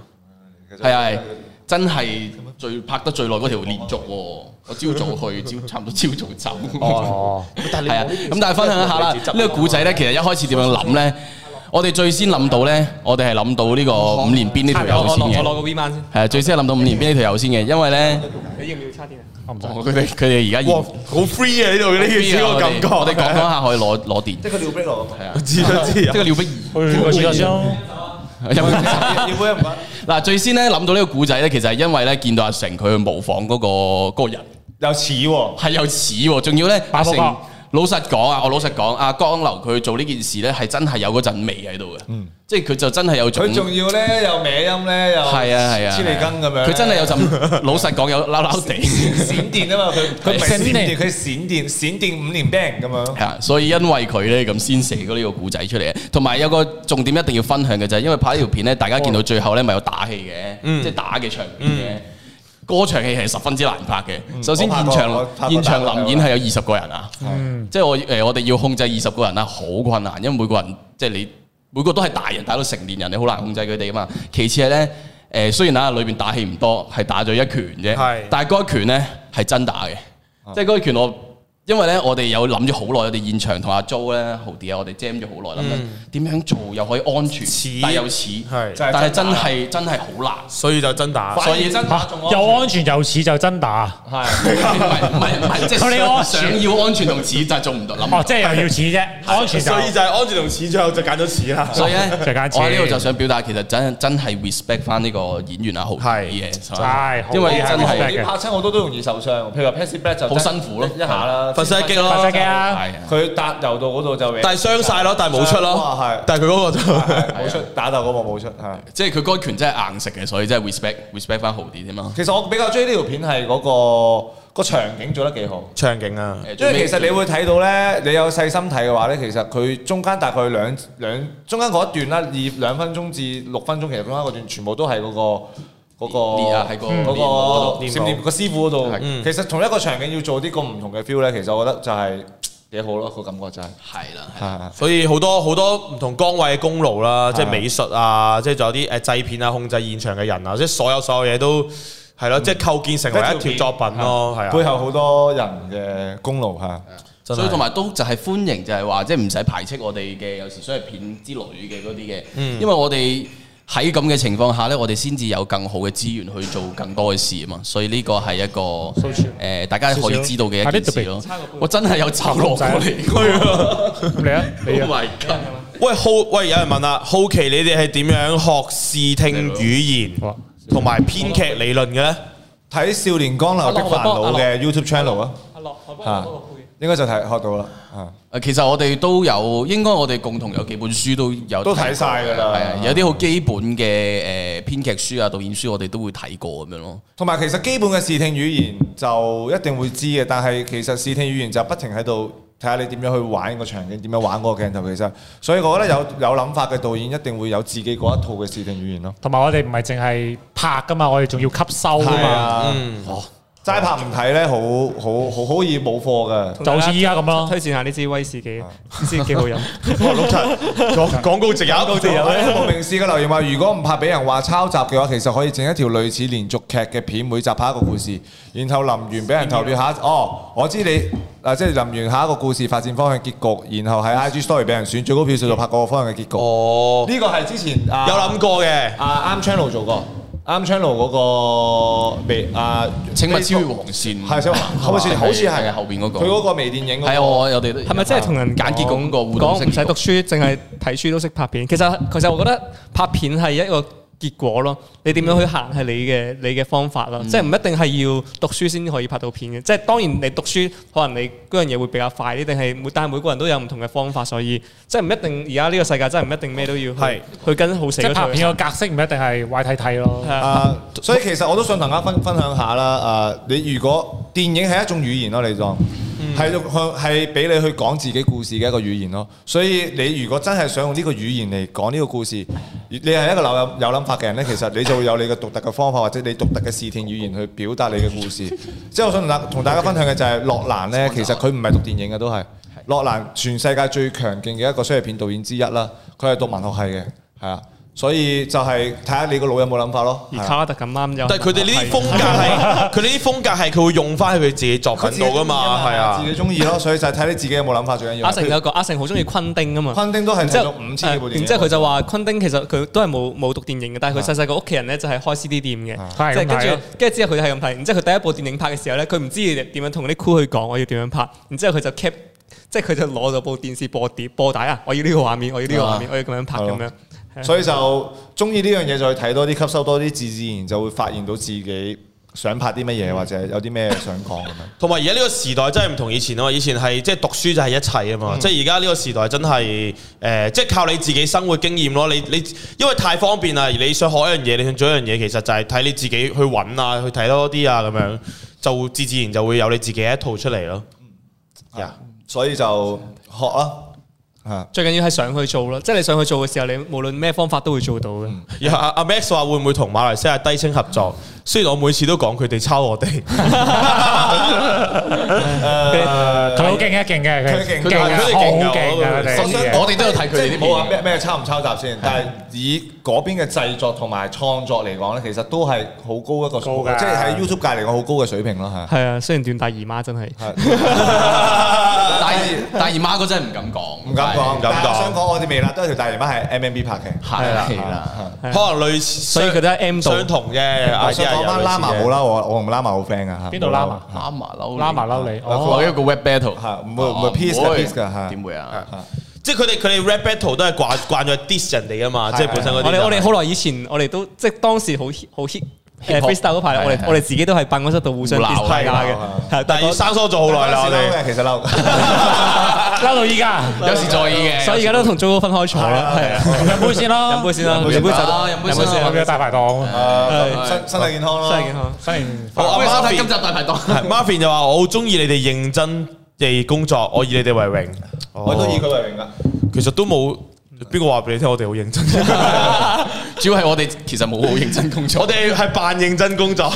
Speaker 1: 係啊係，真係最拍得最耐嗰條連續喎。我朝早去， 朝差唔多朝早走。
Speaker 2: 哦，
Speaker 1: 係啊，咁但係分享一下啦，呢個古仔咧，其實一開始點樣諗咧？我哋最先諗到咧，我哋係諗到呢個五連鞭呢條
Speaker 3: 我
Speaker 1: 友
Speaker 3: 我
Speaker 1: 先
Speaker 3: 攞我攞
Speaker 1: 嘅，
Speaker 3: 個 V 萬先，
Speaker 1: 係啊，最先係諗到五連鞭呢條友先嘅，因為咧，
Speaker 3: 你要唔要差啲啊？
Speaker 2: 我唔使。
Speaker 1: 佢哋佢哋而家
Speaker 4: 哇，好 free 啊！呢度呢件事個感覺，
Speaker 1: 我哋講講下可以攞攞電，
Speaker 5: 即係佢尿逼落，係啊，
Speaker 4: 知啊知
Speaker 1: 即
Speaker 4: 啊。
Speaker 1: 係廖碧兒。
Speaker 5: 要杯唔該。
Speaker 1: 嗱，最先咧諗到呢個古仔咧，其實係因為咧見到阿成佢去模仿嗰個嗰個人。
Speaker 5: 又似喎，
Speaker 1: 係有似喎，仲要咧
Speaker 2: 擺
Speaker 1: 阿成
Speaker 2: 波角。
Speaker 1: 老實講啊，我老實講，阿江流佢做呢件事咧，係真係有嗰陣味喺度嘅，即係佢就真係有種
Speaker 5: 嗯佢仲要咧又歪音咧又
Speaker 1: 係啊係啊，
Speaker 5: 黐脷根咁樣呢，
Speaker 1: 佢真係有陣老實講有撈撈 地
Speaker 5: 閃電啊嘛，佢佢唔係
Speaker 2: 閃
Speaker 5: 閃
Speaker 2: 電
Speaker 5: 電，佢閃電閃電五連 bang 咁樣。
Speaker 1: 係啊，所以因為佢咧咁先寫咗呢個古仔出嚟，同埋有個重點一定要分享嘅就係，因為拍呢條片咧，大家見到最後咧咪有打戲
Speaker 5: 嗯
Speaker 1: 嘅，即係打嘅場面嘅。嗰場戲係十分之難拍嘅。首先
Speaker 5: 我拍
Speaker 1: 現
Speaker 5: 過
Speaker 1: 場
Speaker 5: 我拍過
Speaker 1: 現場
Speaker 5: 打過嗯
Speaker 1: 臨演係有二十個人啊，即係我誒我哋要控制二十個人啦，啊好困難，因為每個人即係你每個都係大人，打到成年人，你好難控制佢哋噶嘛。其次係咧誒，雖然啊裏邊打戲唔多，係打咗一拳
Speaker 4: 係
Speaker 1: 啫，但係嗰一拳咧係真打嘅，即係嗰一拳我。因為咧，我哋有諗咗好耐，我哋現場同阿 Jo 咧、豪啲啊，我哋 jam 咗好耐，諗緊點樣做又可以安全
Speaker 4: 似，
Speaker 1: 但又似，
Speaker 4: 係
Speaker 1: 但係真係真係好難。
Speaker 4: 所以就真打。
Speaker 1: 所以真
Speaker 2: 又安全又似就真打，
Speaker 1: 係，唔係唔係，即
Speaker 2: 佢哋
Speaker 1: 係
Speaker 2: 安
Speaker 1: 想
Speaker 2: 全
Speaker 1: 要安全同似，但係做唔到，諗唔
Speaker 2: 哦，
Speaker 1: 到。
Speaker 2: 即係又要似啫，安全就
Speaker 4: 所以就係安全同錢，最後就揀咗錢啦。
Speaker 1: 所以咧，
Speaker 2: 就揀
Speaker 1: 我喺呢度就想表達，其實真真係 respect 翻呢個演員阿豪
Speaker 4: 係
Speaker 1: 啲嘅，
Speaker 2: 係，
Speaker 1: 因為真
Speaker 5: 你
Speaker 1: 係
Speaker 5: 拍親好多都容易受傷，譬如話 Pass Black 就
Speaker 1: 好辛苦咯
Speaker 5: 一下啦，
Speaker 4: 佛西激咯，
Speaker 2: 發射機啊，
Speaker 1: 係啊
Speaker 5: 佢搭柔道嗰度就
Speaker 4: 但係傷晒咯，但係冇出咯。
Speaker 5: 哇係啊
Speaker 4: 但係佢嗰個就
Speaker 5: 冇出打鬥嗰幕冇出係。
Speaker 1: 即係佢嗰拳真係硬食嘅，所以真係 respect respect 翻豪啲添嘛。
Speaker 5: 其實我比較中意呢條片係嗰個個場景做得幾好。
Speaker 4: 場景啊，
Speaker 1: 誒
Speaker 5: 因為其實
Speaker 1: 最尾
Speaker 5: 你會睇到咧，你有細心睇嘅話咧，其實佢中間大概兩兩中間嗰一段啦，二兩分鐘至六分鐘，其實中間嗰段全部都係嗰個嗰個
Speaker 1: 練啊喺個
Speaker 5: 嗰
Speaker 1: 練舞嗰
Speaker 5: 個
Speaker 1: 度
Speaker 5: 閃電個師傅嗰度
Speaker 1: 係。
Speaker 5: 其實同一個場景要做啲咁唔同嘅 feel 咧，其實我覺得就係嗯幾好咯，個感覺就係。
Speaker 1: 係啦，係啦
Speaker 5: 係
Speaker 4: 所以好多好多唔同崗位嘅功勞啦，即係美術啊，即係仲有啲誒製片啊、控制現場嘅人啊，即係所有所有嘢都係咯，即係構建成為一條作品咯，係啊，
Speaker 5: 背後好多人嘅功勞嚇。
Speaker 4: 真係
Speaker 1: 所以同埋都就係歡迎，就係話即係唔使排斥我哋嘅有時商業片之類嘅嗰啲嘅，
Speaker 5: 嗯
Speaker 1: 因為我哋喺咁嘅情況下呢，我哋先至有更好嘅資源去做更多嘅事啊嘛，所以呢個係一個誒、呃大家可以知道嘅一件事咯。我真係有炒落過嚟
Speaker 2: 你啊，你
Speaker 1: Oh
Speaker 2: 啊，
Speaker 1: my god！
Speaker 4: 喂好喂，有人問啦，好奇你哋係點樣學視聽語言
Speaker 2: 哇
Speaker 4: 同埋編劇理論嘅咧？
Speaker 5: 睇《少年江流的煩惱》嘅 YouTube channel 啊，
Speaker 2: 阿樂，我
Speaker 5: 嚇應該就睇學到啦。啊
Speaker 1: 誒其實我哋都有，應該我哋共同有幾本書都有
Speaker 5: 都睇晒㗎啦
Speaker 1: 係啊，有啲好基本嘅誒編劇書啊、導演書，我哋都會睇過咁樣咯。
Speaker 5: 同埋其實基本嘅視聽語言就一定會知嘅，但係其實視聽語言就不停喺度睇下你點樣去玩個場景，點樣玩嗰個鏡頭。其實，所以我覺得有有諗法嘅導演一定會有自己嗰一套嘅視聽語言咯。
Speaker 2: 同埋我哋唔係淨係拍噶嘛，我哋仲要吸收噶
Speaker 5: 係
Speaker 2: 嘛，
Speaker 5: 啊，齋拍唔睇咧，好好好好易冇貨嘅。
Speaker 2: 就好似依家咁咯。
Speaker 3: 推薦下呢支威士忌，呢支幾好飲。
Speaker 4: 哇，碌柒廣廣告直有，
Speaker 3: 告直有
Speaker 5: 無名氏嘅留言話：如果唔怕俾人話抄襲嘅話，其實可以整一條類似連續劇嘅片，每集拍一個故事，然後臨完俾人投票下一哦，我知你嗱，即係臨完下一個故事發展方向結局，然後喺 IG Story 俾人選最高票數就拍嗰個方向嘅結局。
Speaker 4: 哦，
Speaker 5: 呢個係之前啊
Speaker 4: 有諗過嘅，
Speaker 5: 啊啱 channel 做過，啱 channel 嗰個未啊？
Speaker 1: 請勿超越黃線。
Speaker 5: 係小黃好似好似係
Speaker 1: 後邊嗰個。
Speaker 5: 佢嗰個微電影嗰個
Speaker 1: 係我我哋都
Speaker 3: 係咪真係同人
Speaker 1: 簡潔講過互動
Speaker 3: 講
Speaker 1: 性
Speaker 3: 唔使讀書，淨係睇書都識拍片？其實其實我覺得拍片係一個結果咯。你點樣去行係你嘅你嘅方法咯，即係唔一定係要讀書先可以拍到片嘅。即係當然你讀書可能你嗰樣嘢會比較快啲，定係每但係每個人都有唔同嘅方法，所以即係唔一定而家呢個世界真係唔一定咩都要
Speaker 5: 係
Speaker 3: 去去跟好死
Speaker 2: 即係
Speaker 3: 嗰
Speaker 2: 拍
Speaker 3: 套
Speaker 2: 片個格式唔一定係壞睇睇咯。
Speaker 3: 係啊
Speaker 5: 啊，所以其實我都想同大家分分享下啦。啊，你如果電影係一種語言咯，你當係向係俾你去講自己故事嘅一個語言咯。所以你如果真係想用呢個語言嚟講呢個故事，你係一個有有諗法嘅人呢，其實你就會有你嘅獨特嘅方法，或者你獨特嘅視聽語言去表達你嘅故事。即係我想同大同大家分享嘅就係洛蘭呢，其實佢唔係讀電影嘅都係洛蘭全世界最強勁嘅一個商業片導演之一啦。佢係讀文學系嘅，係啊。所以就係睇下你個腦有冇諗法咯。係
Speaker 3: 而
Speaker 5: 啊
Speaker 3: 卡拉特咁啱就
Speaker 4: 但係佢哋呢啲風格 係，佢呢啲風格係佢會用翻喺佢自己作品度噶嘛，係啊
Speaker 5: 自。己中意咯，所以就係睇你自己有冇諗法最緊要。
Speaker 3: 阿成有個阿成好中意昆汀啊嘛。
Speaker 5: 昆汀都係
Speaker 3: 然之
Speaker 5: 睇
Speaker 3: 後
Speaker 5: 咗五千幾部電影，啊
Speaker 3: 然之後佢就話昆汀其實佢都係冇冇讀電影嘅，但係佢細細個屋企人咧就係開 CD 店嘅，
Speaker 2: 係
Speaker 3: 即係
Speaker 2: 咁
Speaker 3: 跟
Speaker 2: 睇咯啊
Speaker 3: 住跟住之後佢係咁睇，然之後佢第一部電影拍嘅時候咧，佢唔知點樣同啲 crew 去講我要點樣拍，然之後佢就 cap，即係佢就攞咗部電視播碟播帶啊，我要呢個畫面，我要呢個畫面，我要咁樣拍
Speaker 5: 係
Speaker 3: 咁
Speaker 5: 咯
Speaker 3: 樣。係啊
Speaker 5: 所以就中意呢樣嘢就去睇多啲，吸收多啲，自自然就會發現到自己想拍啲乜嘢，或者有啲咩想講咁樣。
Speaker 4: 同埋而家呢個時代真係唔同以前啊嘛，以前係即係讀書就係一切啊
Speaker 5: 嗯
Speaker 4: 嘛，即係而家呢個時代真係誒、呃即係靠你自己生活經驗咯。你你因為太方便啦，而你想學一樣嘢，你想做一樣嘢，其實就係睇你自己去揾啊，去睇多啲啊，咁樣就自自然就會有你自己一套出嚟咯。呀
Speaker 5: 所以就學啦，啊，
Speaker 3: 最緊要係想去做咯，即係你想去做嘅時候，你無論咩方法都會做到
Speaker 5: 嗯
Speaker 3: 嘅。
Speaker 4: 呀阿阿 Max 話會唔會同馬來西亞低清合作？雖然我每次都講佢哋抄我哋，
Speaker 2: 佢好勁嘅，勁嘅，佢
Speaker 5: 佢
Speaker 2: 勁嘅，
Speaker 4: 佢哋
Speaker 5: 勁
Speaker 2: 好
Speaker 4: 勁㗎
Speaker 2: 勁啊！佢哋
Speaker 5: 我想
Speaker 1: 我哋都有睇佢哋啲
Speaker 5: 即係
Speaker 1: 片
Speaker 5: 冇話咩咩抄唔抄襲先，但係以嗰邊嘅製作同埋創作嚟講咧，其實都係好高一個數
Speaker 2: 高
Speaker 5: 嘅，
Speaker 2: 㗎
Speaker 5: 即係喺 YouTube 界嚟講好高嘅水平咯，係。
Speaker 3: 係啊，雖然段大姨媽真係
Speaker 1: 大姨大姨媽嗰陣唔敢講，
Speaker 5: 唔敢講，
Speaker 4: 唔敢講
Speaker 5: 但係我想講我哋微辣都有條大姨媽係 MMB 拍嘅。
Speaker 1: 係啦，係
Speaker 5: 係
Speaker 1: 啦，
Speaker 4: 可能類似，
Speaker 3: 所以佢都係 M 度
Speaker 4: 相同啫。
Speaker 5: 我想講翻 Lama 好
Speaker 4: 啦，
Speaker 5: 啦，我我同 Lama 好 friend 噶嚇。
Speaker 2: 邊度 Lama？
Speaker 1: 拉麻嬲，
Speaker 2: 拉埋嬲你，哦
Speaker 1: 我一個 web battle
Speaker 5: 係唔會唔會
Speaker 1: 哦
Speaker 5: peace 㗎
Speaker 1: 唔會
Speaker 5: peace 㗎係
Speaker 1: 點會啊？
Speaker 4: 即係佢哋佢哋 rap battle 都係慣慣咗 diss 人哋啊嘛，即係本身嗰啲
Speaker 3: 我
Speaker 4: 就
Speaker 3: 哋
Speaker 4: 係。
Speaker 3: 我哋好耐以前，我哋都即係當時好 hit 好 hit 誒
Speaker 1: Hip hop
Speaker 3: freestyle 嗰排，我
Speaker 1: 係
Speaker 3: 哋
Speaker 1: 係
Speaker 3: 我哋自己都係辦公室度互相
Speaker 1: 互鬧
Speaker 3: diss 大家嘅
Speaker 5: 係鬧啊，
Speaker 3: 係
Speaker 4: 但係要
Speaker 3: 係
Speaker 4: 生疏咗好耐啦，我哋。
Speaker 5: 嬲嘅其實嬲。
Speaker 2: 嬲到依家，
Speaker 1: 有時在意嘅，
Speaker 3: 所以而家都同 Jo 分開坐啦，係啊，
Speaker 2: 飲杯先啦，
Speaker 3: 飲杯先啦，
Speaker 5: 飲
Speaker 3: 飲杯
Speaker 5: 杯
Speaker 3: 酒，
Speaker 5: 先
Speaker 1: 啊飲杯先啦
Speaker 2: 我嘅大排檔，
Speaker 5: 啊身身體健康咯。
Speaker 3: 真係健康。
Speaker 2: 新年快
Speaker 4: 好
Speaker 2: 樂
Speaker 4: 啊
Speaker 1: 我收睇
Speaker 4: Marvin
Speaker 1: 今集大排檔。
Speaker 4: Marvin 就話：我好中意你哋認真地工作，我以你哋為榮。
Speaker 5: 我都以佢為榮㗎。
Speaker 4: 其實都冇邊個話俾你聽，我哋好認真。
Speaker 1: 主要係我哋其實冇好認真工作
Speaker 4: 我。哋係扮認真工作，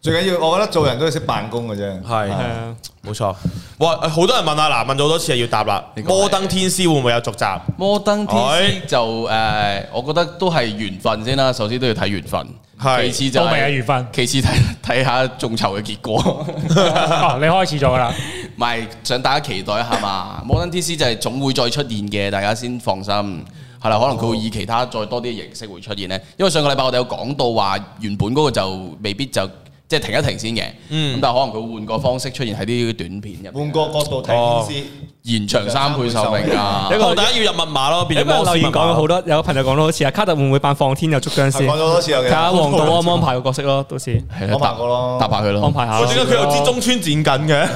Speaker 5: 最緊要，我覺得做人都要識辦公嘅啫。
Speaker 4: 係
Speaker 3: 係啊，
Speaker 4: 冇錯。哇！好多人問啊，嗱，問咗好多次係要答啦。
Speaker 1: 你講
Speaker 4: 摩登天師會唔會有續集？
Speaker 1: 摩登天
Speaker 4: 哎
Speaker 1: 師就誒、我覺得都係緣分先啦。首先都要睇緣分，
Speaker 4: 係
Speaker 1: 其次就
Speaker 2: 都未有
Speaker 1: 係、。
Speaker 2: 緣分
Speaker 1: 其次睇 睇下眾籌嘅結果，
Speaker 2: 哦，你開始咗㗎啦，
Speaker 1: 咪想大家期待一下嘛。摩登天師就係總會再出現嘅，大家先放心。係啦，可能佢會以其他再多啲嘅形式會出現呢。因為上個禮拜我哋有講到話，原本嗰個就未必就即係停一停先嘅。咁、但係可能佢換個方式出現喺啲短片入邊
Speaker 5: 嗯換，個角度睇天師，
Speaker 1: 延長三倍壽命啊！
Speaker 3: 一
Speaker 4: 一
Speaker 3: 個
Speaker 4: 個大家要入密碼咯，變
Speaker 3: 有
Speaker 4: 咗
Speaker 3: 個
Speaker 4: 摩
Speaker 3: 啊
Speaker 4: 斯啊
Speaker 3: 留言
Speaker 4: 密碼
Speaker 3: 講咗好多，有個朋友講到好似阿卡特會唔會扮放天又捉僵
Speaker 5: 係
Speaker 3: 屍
Speaker 5: 講咗？好多次有
Speaker 3: 哦
Speaker 5: 嘅
Speaker 3: 睇。 下黃道安唔安排個角色咯，到時
Speaker 1: 係啦
Speaker 5: 安排過咯
Speaker 1: 搭搭下佢咯，
Speaker 3: 安排下
Speaker 4: 我
Speaker 3: 咯。
Speaker 4: 點解佢又知中村剪緊嘅？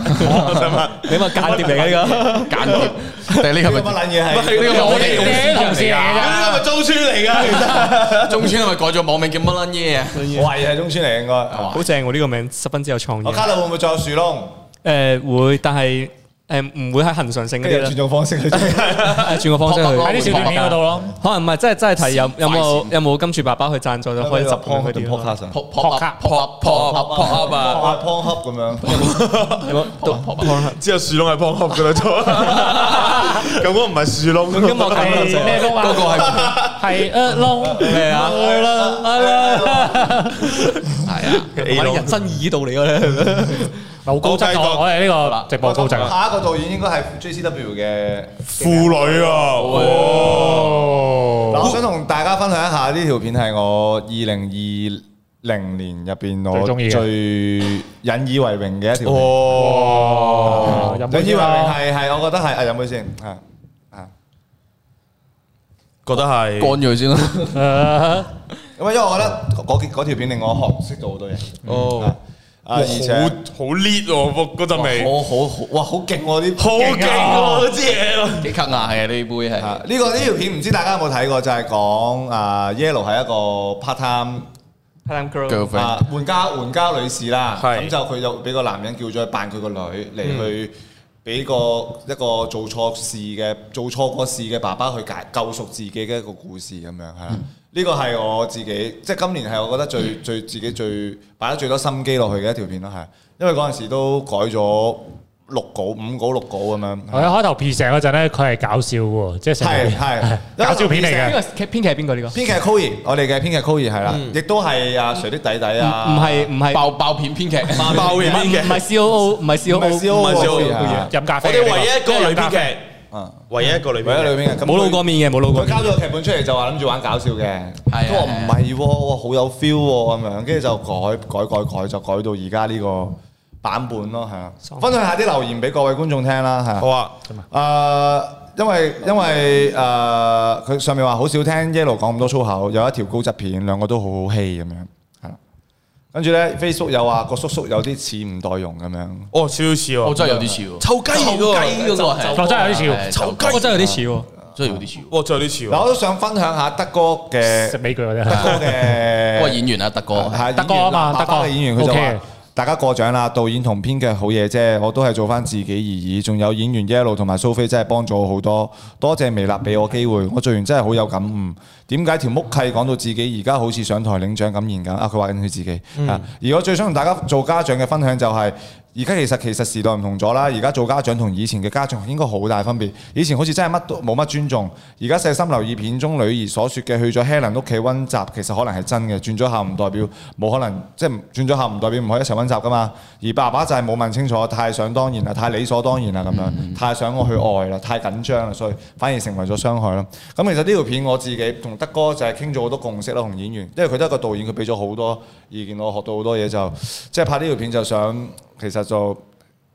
Speaker 4: 我想問。
Speaker 3: 你咪間諜嚟嘅 呢
Speaker 1: 間諜， 但係呢
Speaker 5: 呢
Speaker 1: 個
Speaker 5: 個
Speaker 1: 咪
Speaker 5: 乜撚嘢係？
Speaker 1: 呢個係我哋公司
Speaker 2: 同事嚟㗎
Speaker 4: 咁呢個咪中村嚟㗎，其實
Speaker 1: 中村係咪改咗網名叫乜撚嘢啊？
Speaker 5: 我懷疑係中村嚟應該。
Speaker 3: 個好正喎！呢個名十分之有創
Speaker 5: 我
Speaker 3: 意。
Speaker 5: 卡特會唔會再有樹窿？
Speaker 3: 誒會，但係誒唔會係恒常性嗰
Speaker 5: 跟住
Speaker 3: 啲
Speaker 5: 有
Speaker 3: 啦
Speaker 5: 轉，種方式去做。
Speaker 3: 誒轉個方式去
Speaker 1: 撲
Speaker 2: 喺啲小短片嗰度咯。
Speaker 3: 可能唔係真係真係睇有有
Speaker 1: 快
Speaker 3: 冇有冇金主爸爸去贊助就可以執
Speaker 5: 幫
Speaker 3: 佢
Speaker 5: 佢哋
Speaker 3: 哋
Speaker 5: podcast 啊
Speaker 1: pop pop up pop up pop up pop up 啊！
Speaker 5: 哇 Pornhub 咁樣，
Speaker 4: 之後樹窿係幫合噶啦，咗咁嗰個唔係樹窿，
Speaker 3: 咁我睇
Speaker 2: 係咩窿啊？
Speaker 1: 嗰個係
Speaker 2: 係呃窿
Speaker 3: 咩啊？
Speaker 1: 係啊，
Speaker 3: 我啲人生意義到嚟嘅咧，
Speaker 2: 好高質啊！我哋呢個直播高質啊！
Speaker 5: 下一個導演應該係 JCW 嘅。
Speaker 4: 婦女啊，
Speaker 5: 嗱，我想同大家分享一下呢條片係我二零二零年入邊
Speaker 2: 最
Speaker 5: 我
Speaker 2: 鍾意嘅
Speaker 5: 最引以為榮嘅一條片。
Speaker 4: 哦哇！
Speaker 2: 飲杯
Speaker 5: 引以
Speaker 2: 先
Speaker 5: 為榮
Speaker 2: 啦
Speaker 5: 係係，我覺得係啊，飲杯先啊啊！
Speaker 4: 覺得係
Speaker 1: 乾咗佢先啦。
Speaker 2: 呃
Speaker 5: 咁啊，因為我覺得嗰嗰條片令我學識到好多嘢。
Speaker 1: 哦，
Speaker 5: 啊，而且
Speaker 4: 好好 lit 喎，嗰嗰陣味，
Speaker 5: 我好好哇，好勁喎啲
Speaker 4: 好勁喎，支嘢
Speaker 1: 幾吸牙嘅呢杯係。
Speaker 5: 啊！呢個呢條片唔知大家有冇睇過，就係講啊 Yellow 係一個 part time。
Speaker 3: Hello Girl，
Speaker 1: girlfriend
Speaker 5: 啊，換家換家女士啦，
Speaker 4: 係
Speaker 5: 咁就佢就俾個男人叫咗去扮佢個女嚟去俾個一個做錯事嘅做錯過事嘅爸爸去解救贖自己嘅一個故事咁樣係啦。呢個係我自己即係今年係我覺得最最自己最擺得最多心機落去嘅一條片咯，係因為嗰陣時都改咗六稿五稿六稿咁樣。
Speaker 2: 我一開頭 P 成嗰陣咧，佢係搞笑嘅喎，哦即係成
Speaker 5: 係
Speaker 2: 日
Speaker 5: 係
Speaker 2: 搞笑片嚟
Speaker 3: 邊
Speaker 2: 嘅。
Speaker 3: 個編劇係邊個呢個？
Speaker 5: 編劇 Koey，我哋嘅編劇 Koey 係啦，亦都係啊誰的弟弟啊，
Speaker 3: 唔係唔係
Speaker 1: 爆爆片編劇，
Speaker 4: 爆
Speaker 3: 唔
Speaker 4: 片編
Speaker 3: 係唔
Speaker 4: 劇，
Speaker 3: 係 C O O，唔係 C O
Speaker 5: 唔
Speaker 3: O，
Speaker 5: 係 C O O
Speaker 4: 唔係 C O O
Speaker 5: 啊
Speaker 2: 飲咖啡
Speaker 4: 我
Speaker 2: 嘅呢
Speaker 4: 哋
Speaker 2: 個。
Speaker 4: 唯一一個女
Speaker 2: 飲
Speaker 4: 編
Speaker 2: 咖啡
Speaker 4: 劇，
Speaker 5: 啊。
Speaker 4: 唯一一個女
Speaker 5: 咪喺裏
Speaker 4: 編劇，
Speaker 5: 邊嘅，咁
Speaker 3: 冇露過
Speaker 5: 佢
Speaker 3: 面嘅，冇露過
Speaker 5: 佢
Speaker 3: 面
Speaker 5: 交。咗個劇本出嚟就話諗住玩搞笑嘅，
Speaker 1: 係
Speaker 5: 咁我
Speaker 1: 係
Speaker 5: 唔係喎，哇好有 feel 喎咁樣，跟住就改改改改就改到而家呢個版本咯，係啊，分享下啲留言俾各位觀眾聽啦，係啊
Speaker 4: 好啊，
Speaker 5: 誒，因為因為誒，佢、上面話好少聽 Yellow 講咁多粗口，有一條高質片，兩個都好好戲咁樣，係啦。跟住咧，Facebook 又話個叔叔有啲似吳代容咁樣，
Speaker 4: 哦，少少似喎，
Speaker 1: 我真係有啲似喎。
Speaker 4: 臭雞
Speaker 1: 臭
Speaker 4: 嚟
Speaker 1: 雞嗰
Speaker 4: 㗎
Speaker 1: 個
Speaker 4: 喎，
Speaker 1: 係，
Speaker 2: 我真係有啲似喎
Speaker 1: 係
Speaker 4: 臭雞
Speaker 3: 我真係有啲似喎。
Speaker 1: 真係有啲似喎。
Speaker 4: 哇，真係有啲似
Speaker 5: 嗱，
Speaker 4: 喎，
Speaker 5: 我都想分享下德哥嘅
Speaker 2: 食
Speaker 5: 德
Speaker 2: 美劇嗰
Speaker 5: 哥
Speaker 2: 啲。
Speaker 5: 嘅
Speaker 1: 嗰個演員啊，德哥，
Speaker 5: 係
Speaker 2: 德哥啊嘛
Speaker 5: 爸爸
Speaker 2: 德哥
Speaker 5: 嘅演員佢就
Speaker 2: OK
Speaker 5: 話。大家過獎啦，導演同編劇好嘢啫，我都係做翻自己而已。仲有演員 Yellow 同埋蘇菲真係幫咗我好多，多謝微辣俾我機會，我做完真係好有感悟。點解條木契講到自己而家好似上台領獎咁言緊啊？佢話緊佢自己、
Speaker 2: 嗯
Speaker 5: 啊。而我最想同大家做家長嘅分享就係、而家其實其實時代唔同咗啦，而家做家長同以前嘅家長應該好大分別。以前好似真係乜都冇乜尊重，而家細心留意片中女兒所說嘅去咗 Helen 屋企温習，其實可能係真嘅。轉咗校唔代表冇可能，即係轉咗校唔代表唔可以一齊温習噶嘛。而爸爸就係冇問清楚，太想當然啦，太理所當然啦咁樣，太想我去愛啦，太緊張啦，所以反而成為咗傷害啦。咁其實呢條片我自己同德哥就係傾咗好多共識啦，同演員，因為佢都係一個導演，佢俾咗好多意見，我學到好多嘢就即係拍呢條片就想其實就。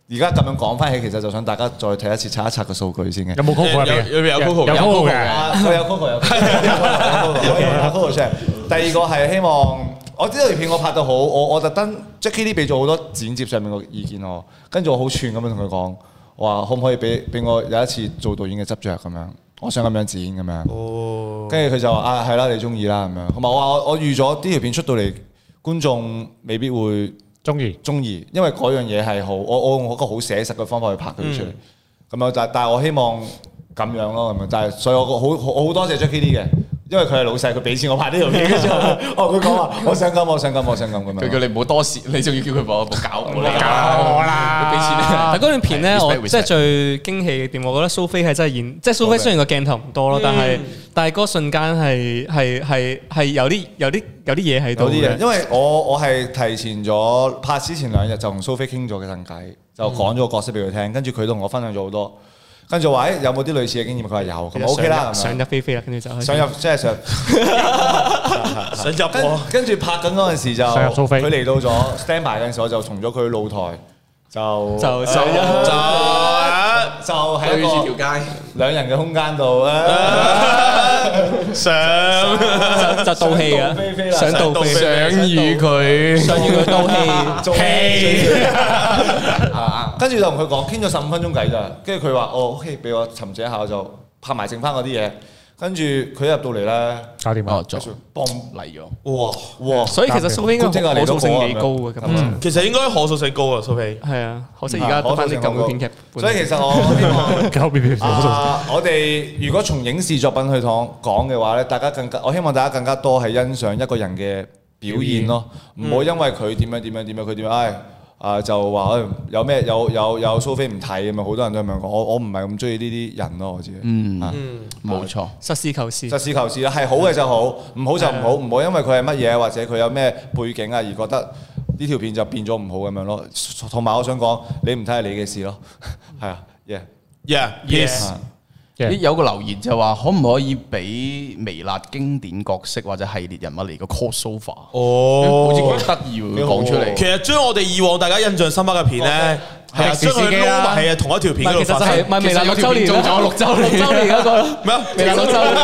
Speaker 5: 而家咁樣講翻起，其實就想大家再睇一次、刷一刷個數據先嘅。
Speaker 2: 有冇 Coco 入邊嘅？
Speaker 4: 有有有 Coco
Speaker 2: 有 Coco 嘅。
Speaker 5: 啊我有 Coco 有 Coco，有 Coco 出嚟。第二個係希望，我知道條片我拍到好，我我特登 Jackie Lee 俾咗好多剪接上面嘅意見我，跟住我好串咁樣同佢講，我話可唔可以俾俾我有一次做導演嘅執着咁樣，我想咁樣剪咁樣。跟住佢就話啊係啦，你中意啦咁樣。同埋我話我我預咗呢條片出到嚟，觀眾未必會。
Speaker 2: 中意。
Speaker 5: 中意，因為嗰樣嘢係好，我我用一個好寫實嘅方法去拍
Speaker 1: 嗯
Speaker 5: 佢出嚟。咁樣但但係我希望咁樣咯，咁樣啊但係所以我好好我好多謝 Jackie Lee 嘅，因為佢係老細，佢俾錢我拍呢條片 嘅時候，哦佢講話我想咁，我想咁，我想咁咁
Speaker 1: 佢叫
Speaker 5: 樣。
Speaker 1: 你唔好多事， 你仲要叫佢幫我搞我啦，
Speaker 2: 搞我啦
Speaker 1: 你俾錢
Speaker 3: 但係嗰段片咧，
Speaker 1: 係
Speaker 3: 我
Speaker 1: respect, respect
Speaker 3: 即係最驚喜嘅點，我覺得蘇菲係真係演，即係蘇菲雖然個鏡頭唔多咯，但係但係嗰瞬間係係係係有啲有啲有啲嘢喺度
Speaker 5: 有啲嘢，
Speaker 3: 嘅。
Speaker 5: 因為我我係提前咗拍之前兩日就同蘇菲傾咗嘅陣偈，就
Speaker 1: 嗯
Speaker 5: 講咗個角色俾佢聽，跟住佢同我分享咗好多，跟住話誒有冇啲類似嘅經驗，佢話有，咁啊 OK 啦，咁樣
Speaker 3: 上入非非啦，跟住就
Speaker 5: 想入即係想。
Speaker 4: 想入
Speaker 5: 跟
Speaker 3: 哦
Speaker 4: 喎，
Speaker 5: 跟住拍緊嗰陣時就，
Speaker 3: 啊
Speaker 2: 上入蘇菲
Speaker 5: 佢嚟到咗 stand by 嗰陣時，我就同咗佢露台，就
Speaker 3: 就就
Speaker 5: 就
Speaker 4: 就
Speaker 5: 就喺一個
Speaker 1: 條街，
Speaker 5: 兩人嘅空間度啊
Speaker 4: 上。
Speaker 3: 就就道氣啊
Speaker 5: 想倒
Speaker 3: 想道
Speaker 5: 飛飛，啦
Speaker 3: 氣，
Speaker 1: 想與佢，
Speaker 3: 想要佢道氣。
Speaker 5: 做啊跟住就同佢講傾咗十五分鐘偈咋，跟住佢話哦，OK，俾我沉靜一下，我就拍埋剩翻嗰啲嘢。跟住佢入到嚟咧，
Speaker 2: 搞掂
Speaker 1: 哦
Speaker 2: 啊！
Speaker 1: 作
Speaker 5: 嘣
Speaker 1: 嚟咗，
Speaker 4: 哇！
Speaker 5: 哇！
Speaker 3: 所以其實蘇菲應該
Speaker 5: 即刻嚟
Speaker 3: 可
Speaker 5: 到
Speaker 3: 塑性
Speaker 5: 我啊
Speaker 3: 幾高嘅咁
Speaker 5: 係
Speaker 3: 樣
Speaker 5: 咪。
Speaker 4: 其實應該可塑性高啊，蘇菲。
Speaker 3: 係啊，可惜而
Speaker 5: 嗯
Speaker 3: 家得翻啲舊嘅編劇本。
Speaker 5: 所以其實我希望。
Speaker 2: 搞變變火數
Speaker 5: 啊！我哋如果從影視作品去講講嘅話咧，大家更加，我希望大家更加多係欣賞一個人嘅表現咯，
Speaker 1: 嗯
Speaker 5: 唔好因為佢點樣點樣點樣，佢點樣，唉啊就話唉有咩有有有蘇菲唔睇咁樣，好多人都咁樣講。我我唔係咁中意呢啲人咯，我自己。
Speaker 1: 嗯
Speaker 5: 啊
Speaker 1: 冇錯。
Speaker 3: 實事求是
Speaker 5: 實，事求是啦，係好嘅就好，唔好
Speaker 1: 嗯
Speaker 5: 就唔好，唔好因為佢係乜嘢或者佢有咩背景啊而覺得呢條片就變咗唔好咁樣咯。同埋我想講，你唔睇係你嘅事咯， 係啊，yeah，
Speaker 4: Yeah, yes。
Speaker 5: 啊
Speaker 2: 嘅
Speaker 1: 有個留言就話，可唔可以俾微辣經典角色或者系列人物嚟個 crossover？好似
Speaker 4: 哦
Speaker 1: 幾。得意喎，講出
Speaker 4: 其
Speaker 1: 嚟。
Speaker 4: 實將我哋以往大家印象深刻嘅片咧，係啊，
Speaker 2: 迪士
Speaker 4: 將佢
Speaker 2: 尼
Speaker 4: 撈
Speaker 2: 機啦
Speaker 4: 埋喺同一條
Speaker 3: 唔
Speaker 4: 片
Speaker 3: 係
Speaker 4: 嗰
Speaker 3: 其實
Speaker 4: 度
Speaker 3: 就
Speaker 4: 發生
Speaker 3: 係。唔係未來
Speaker 1: 其實有
Speaker 3: 六週
Speaker 1: 條
Speaker 3: 年
Speaker 1: 片做咗
Speaker 3: 啦
Speaker 1: 六週年
Speaker 3: 六週年嗰個 咯，
Speaker 4: 咩啊？
Speaker 3: 未來六週年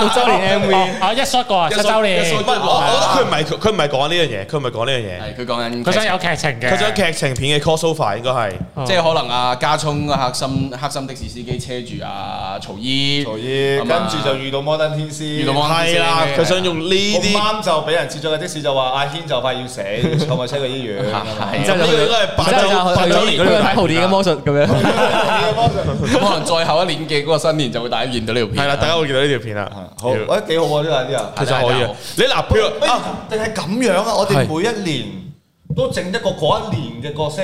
Speaker 3: 六週年 MV。
Speaker 2: 啊一 shot 過啊，
Speaker 4: 一
Speaker 2: 七
Speaker 4: 數
Speaker 2: 週
Speaker 4: 一數
Speaker 2: 年
Speaker 4: 唔，係我我覺得佢唔係佢唔係講呢樣嘢，佢唔係講呢樣嘢，
Speaker 1: 係佢講緊劇情，
Speaker 2: 佢想有劇情嘅，
Speaker 4: 佢想劇情片嘅 crossover 應該係。
Speaker 1: 即係可能啊，家聰啊，黑心黑心的士司機車住啊曹姨，
Speaker 5: 曹姨，
Speaker 1: 咁啊
Speaker 5: 跟住就遇到摩登天師，
Speaker 1: 遇到摩登
Speaker 4: 係啦，佢想用呢
Speaker 5: 咁
Speaker 4: 啲，
Speaker 5: 啱就俾人切咗個的士，就話阿軒就快要死，要坐埋車去醫院。
Speaker 1: 係
Speaker 4: 就呢個應該係八周八周年嗰
Speaker 3: 佢
Speaker 4: 條
Speaker 3: 睇豪啲嘅魔術咁
Speaker 4: 啊
Speaker 3: 樣。
Speaker 1: 咁可能再後一年嘅嗰個新年就會大家見到呢條片。
Speaker 4: 係啦，大家會見到呢條片啦。
Speaker 5: 好，喂，幾好喎呢個 idea。
Speaker 4: 其實可以啊。你嗱，譬如啊，
Speaker 5: 啊，定係咁樣啊？我哋每一年都整一個嗰一年嘅角色，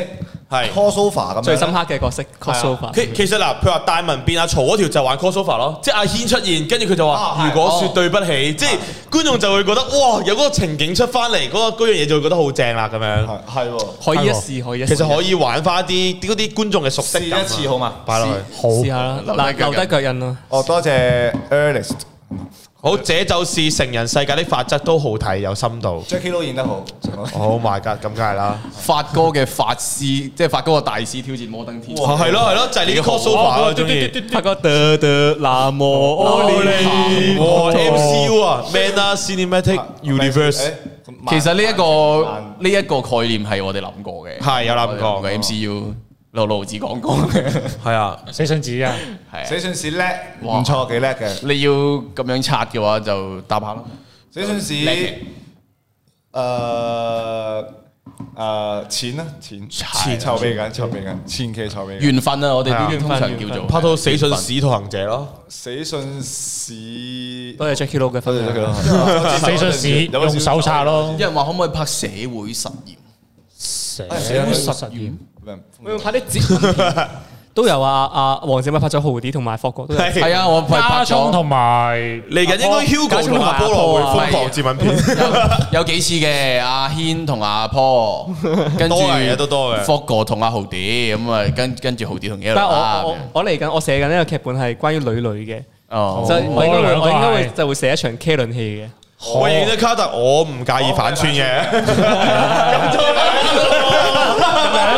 Speaker 4: 係
Speaker 5: crossover 咁樣。
Speaker 3: 最深刻嘅角色 crossover。
Speaker 4: 其其實嗱，譬如話大文變阿曹嗰條就玩 crossover 咯，即係阿軒出現，跟住佢就話
Speaker 5: 啊係
Speaker 4: 如果説對不起，即係觀眾就會覺得哇，有嗰個情景出翻嚟，嗰個嗰樣嘢就會覺得好正啦咁樣。
Speaker 5: 係係喎，
Speaker 3: 可以一試，可以一試。
Speaker 4: 其實可以玩翻啲啲嗰啲觀眾嘅熟悉感啊
Speaker 5: 試一次好嘛？
Speaker 4: 擺落去。
Speaker 2: 好
Speaker 3: 試下啦，嗱留低腳印啊咯。
Speaker 5: 哦，多謝 Ernest。
Speaker 4: 好，這就是成人世界的法則，都好睇，有深度。
Speaker 5: Jackie Lou 演得好，
Speaker 4: Oh my god，咁梗係啦，
Speaker 1: 發哥嘅法師，即係發哥嘅大師挑戰摩登天。
Speaker 4: 係咯係咯，就係呢啲 crossover
Speaker 5: 哦
Speaker 4: 我中啊意。哦
Speaker 3: 拍個得得那麼
Speaker 4: 哇
Speaker 3: 愛你，
Speaker 4: MCU 啊，Man 啊，Cinematic Universe
Speaker 5: 誒咁
Speaker 1: 其實呢一個
Speaker 5: 慢
Speaker 1: 呢一個概念係我哋諗過嘅，
Speaker 4: 係有諗過
Speaker 1: 我哋諗 MCU 路路子講過嘅，
Speaker 4: 係啊，
Speaker 2: 死信紙啊，
Speaker 5: 寫
Speaker 1: 係啊
Speaker 5: 信史叻，
Speaker 1: 哇
Speaker 5: 唔錯，幾叻嘅。
Speaker 1: 你要咁樣拆嘅話就答下啦。
Speaker 5: 寫信史
Speaker 1: 叻嘅
Speaker 5: 誒誒呃錢啦，錢啊
Speaker 1: 係
Speaker 5: 錢籌備緊，籌備緊，前期籌備緊。
Speaker 1: 緣分啊，我哋呢啲
Speaker 4: 係啊
Speaker 1: 通常叫做
Speaker 4: 拍到死信使徒行者咯，
Speaker 5: 死信史
Speaker 3: 多謝 Jackie Lou 嘅
Speaker 5: 多
Speaker 3: 分
Speaker 5: 謝咗佢
Speaker 3: 享。
Speaker 2: 死
Speaker 5: 啦。
Speaker 2: 信紙
Speaker 5: 有冇
Speaker 2: 用手冊咯
Speaker 1: 有，人話可唔可以拍社會實驗？
Speaker 2: 社
Speaker 5: 會
Speaker 2: 實驗
Speaker 3: 會唔會拍啲節目都有啊！阿黃子咪拍咗豪啲同埋霍國都有。
Speaker 1: 係
Speaker 4: 係
Speaker 1: 啊，我拍
Speaker 2: 家
Speaker 1: 拍
Speaker 2: 聰
Speaker 1: 咗
Speaker 2: 同埋
Speaker 4: 嚟緊應該 Hugo 同阿菠蘿會瘋狂接吻片，
Speaker 1: 有有幾次嘅，阿軒同阿 Paul，跟住
Speaker 4: 多嘅都多嘅
Speaker 1: f o g 同阿豪啲咁啊，跟跟住豪啲同 e l
Speaker 3: 但係
Speaker 1: l
Speaker 3: 我我我嚟緊，我寫緊呢個劇本係關於女女嘅，
Speaker 1: 哦
Speaker 3: 就我應該會
Speaker 2: 兩個
Speaker 3: 我應該會
Speaker 2: 係
Speaker 3: 就會寫一場 K 輪戲嘅。
Speaker 4: 我影咗卡特，我唔介意反串嘅，咁多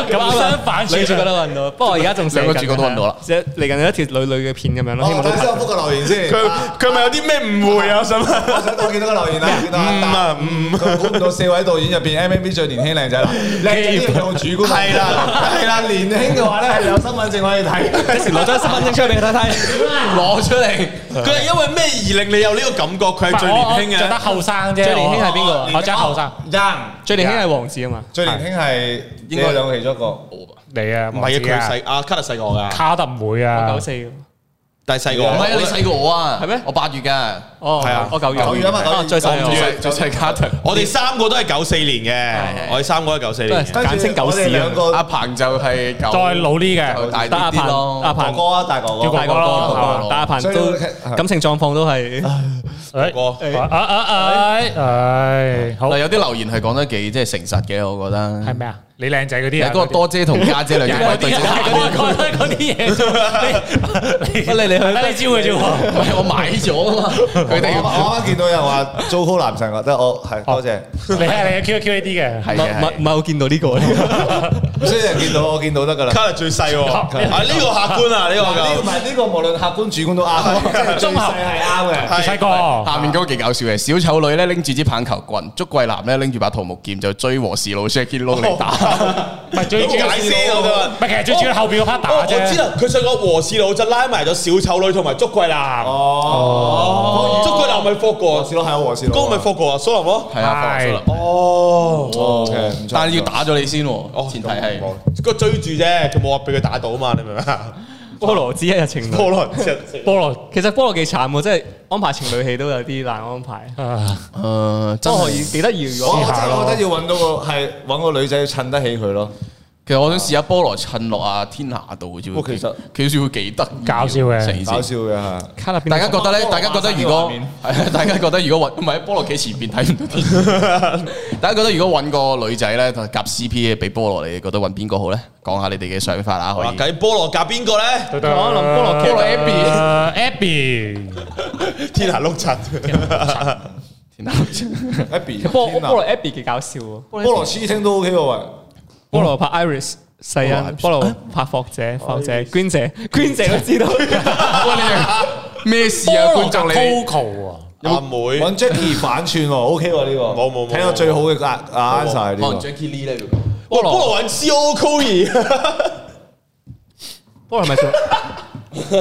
Speaker 2: 咁
Speaker 3: 啊
Speaker 2: 相反
Speaker 3: 你仲覺得
Speaker 2: 啦，
Speaker 3: 揾到？不過我而家仲寫緊
Speaker 1: 兩個主角都揾到啦
Speaker 3: 即係嚟緊有一條女女嘅片咁樣
Speaker 2: 哦
Speaker 3: 咯，希望
Speaker 5: 我
Speaker 3: 都
Speaker 5: 睇
Speaker 3: 拍
Speaker 5: 哦先，我覆個留言先。啊
Speaker 4: 佢佢咪有啲咩誤會啊？我想問。
Speaker 5: 我想我見到個留言 啦，見到
Speaker 4: 嗯啊嗯
Speaker 5: 佢估唔到四位導演入邊 M M B 最年輕靚仔啦，靚仔向主觀啊
Speaker 4: 係啦
Speaker 5: 係啦，年輕嘅話咧係有身份證可以睇。
Speaker 3: 即時攞張身份證出嚟俾佢睇睇。
Speaker 1: 攞出嚟，
Speaker 4: 佢 係因為咩而令你有呢個感覺？佢係最年輕
Speaker 2: 着得
Speaker 4: 嘅。
Speaker 2: 後生啫，
Speaker 3: 最年輕係邊個啊
Speaker 2: 我真係後生，
Speaker 5: Young
Speaker 3: 最年輕係王子啊嘛，
Speaker 5: 最年輕係應該兩個其中一個。
Speaker 2: 你啊，
Speaker 4: 唔係
Speaker 2: 王
Speaker 4: 啊，
Speaker 2: 子
Speaker 4: 佢細啊，卡特細過我㗎，
Speaker 2: 卡特唔會啊，
Speaker 3: 九四嘅
Speaker 4: 但係細過
Speaker 1: 唔係
Speaker 4: 我。
Speaker 1: 啊，你細過我啊，
Speaker 3: 係咩
Speaker 1: 我八月㗎，
Speaker 3: 哦，
Speaker 4: 係啊
Speaker 3: 我九月
Speaker 5: 九月啊嘛九月
Speaker 3: 最細
Speaker 5: 九
Speaker 1: 最
Speaker 5: 月
Speaker 1: 細最細卡特，
Speaker 4: 我哋三個都係九四年
Speaker 1: 係
Speaker 4: 嘅，我哋三個都係九四年嘅。
Speaker 5: 跟住
Speaker 3: 簡稱九
Speaker 5: 我
Speaker 3: 市啊
Speaker 5: 哋兩個
Speaker 1: 阿鵬就係九
Speaker 2: 再老啲
Speaker 1: 就
Speaker 2: 嘅，
Speaker 1: 大
Speaker 3: 得阿
Speaker 1: 啲啲
Speaker 3: 鵬，
Speaker 1: 咯，
Speaker 3: 阿
Speaker 5: 哥哥
Speaker 3: 鵬
Speaker 5: 啊，大哥
Speaker 2: 叫
Speaker 5: 哥
Speaker 2: 哥。
Speaker 3: 大
Speaker 2: 哥
Speaker 3: 個
Speaker 2: 咯
Speaker 3: 咯，但阿
Speaker 5: 所
Speaker 3: 鵬
Speaker 5: 以我
Speaker 3: 都感情狀況都係
Speaker 2: 誒
Speaker 4: 哥
Speaker 2: 誒誒誒誒，好
Speaker 1: 嗱有啲留言係講得幾即係誠實嘅，我覺得
Speaker 2: 係咩啊？你靚仔嗰啲
Speaker 1: 有
Speaker 2: 啊，
Speaker 1: 嗰個多姐同家姐兩 隻鬼對
Speaker 2: 嗰
Speaker 1: 正
Speaker 2: 啲
Speaker 1: 眼
Speaker 2: 嗰啲嗰啲嘢啫，你
Speaker 3: 嚟嚟去去
Speaker 2: 睇你招嘅啫喎。
Speaker 1: 唔係我買咗啊 嘛，佢哋
Speaker 2: 哦
Speaker 5: 我我啱啱見到有人話 Zuko 男神，覺啊得我係多謝。
Speaker 2: 你係你嘅 Q Q A D 嘅，
Speaker 1: 係
Speaker 3: 唔係唔係
Speaker 1: 嘅
Speaker 3: 唔係我見到呢個呢
Speaker 5: 雖然見到我見到得 㗎啦。
Speaker 4: 卡特最細喎，啊呢個客觀啊，呢個
Speaker 5: 呢個唔
Speaker 4: 夠。
Speaker 5: 係呢個，無論客觀主觀都啱，即係
Speaker 2: 綜合
Speaker 5: 係啱嘅。
Speaker 2: 你細個
Speaker 1: 下面嗰個幾搞笑
Speaker 2: 哦
Speaker 1: 嘅，小丑女咧拎住支棒球棍，祝桂男咧拎住把桃木劍就追和士佬 Jackie Lou 嚟打，
Speaker 2: 唔係最主要
Speaker 4: 點解先我都話
Speaker 2: 唔係其實最主要後邊嗰 part
Speaker 4: 哦
Speaker 2: 打
Speaker 4: 我知
Speaker 2: 啫。
Speaker 4: 啦，佢上個和事佬就拉埋咗小丑女同埋祝桂男。
Speaker 5: 哦，
Speaker 4: 祝桂男咪霍
Speaker 5: 和
Speaker 4: 過，
Speaker 5: 事佬係和事佬啊
Speaker 4: 高咪霍過啊，蘇林咯。
Speaker 1: 係啊，
Speaker 2: 係
Speaker 1: 放鬆啦
Speaker 4: 哦，
Speaker 5: 哦，OK，唔錯
Speaker 1: 但係要打咗你先喎，前提係
Speaker 2: 哦
Speaker 4: 個追住啫，佢冇話俾佢打到嘛，你明唔明啊？
Speaker 3: 菠蘿之一日情侶。
Speaker 4: 波羅之後
Speaker 2: 菠蘿
Speaker 3: 其實菠蘿幾慘喎，即係安排情侶戲都有啲難安排。
Speaker 2: 啊，
Speaker 1: 誒真
Speaker 3: 菠
Speaker 1: 係
Speaker 3: 蘿。要記得要
Speaker 5: 我
Speaker 3: 我
Speaker 5: 我
Speaker 2: 試下
Speaker 5: 真係
Speaker 2: 咯
Speaker 5: 覺得要揾到個係揾個女仔要襯得起佢咯。
Speaker 1: 其實我想試下菠蘿襯落啊天下度啫
Speaker 5: 不過
Speaker 1: 喎，
Speaker 5: 其實
Speaker 1: 其實會幾得意喎啊
Speaker 2: 搞笑嘅
Speaker 1: 成
Speaker 5: 搞
Speaker 1: 件事。
Speaker 5: 笑嘅係。
Speaker 3: 卡啊入邊
Speaker 1: 大家覺得咧？大家覺得如果
Speaker 5: 畫面
Speaker 1: 係大家覺得如果揾唔係菠蘿企前邊睇唔到天，大家覺得如果揾個女仔咧同夾 CP 嘅俾菠蘿，你哋覺得揾邊個好咧？講下你哋嘅想法啦，可
Speaker 4: 嗱，
Speaker 1: 以。
Speaker 4: 究竟菠羅夾邊個咧？
Speaker 2: 我
Speaker 3: 我諗菠蘿
Speaker 1: 菠蘿
Speaker 2: Ờ, Abby，Abby，
Speaker 4: 天下碌柒，
Speaker 1: 天下
Speaker 5: Abby，
Speaker 3: 菠菠
Speaker 5: 天啊
Speaker 3: 蘿 Abby 幾搞笑喎。
Speaker 5: 菠蘿黐聽都 OK 喎，
Speaker 3: 菠蘿拍 Iris 世欣，
Speaker 1: 菠蘿
Speaker 3: 菠蘿拍霍姐、霍姐、娟姐、娟姐都知道。
Speaker 1: 咩事啊？觀
Speaker 2: 菠蘿就
Speaker 1: 眾你
Speaker 2: Coco 啊，
Speaker 4: 阿妹
Speaker 5: 喂，揾 Jackie 反串喎，OK 喎呢個。
Speaker 4: 冇冇冇
Speaker 5: 睇我最好嘅啊啊 answer 係
Speaker 1: 可能
Speaker 5: 呢個。
Speaker 1: Jackie Lee 咧，
Speaker 4: 菠羅揾 C O c o y
Speaker 3: 菠蘿咪做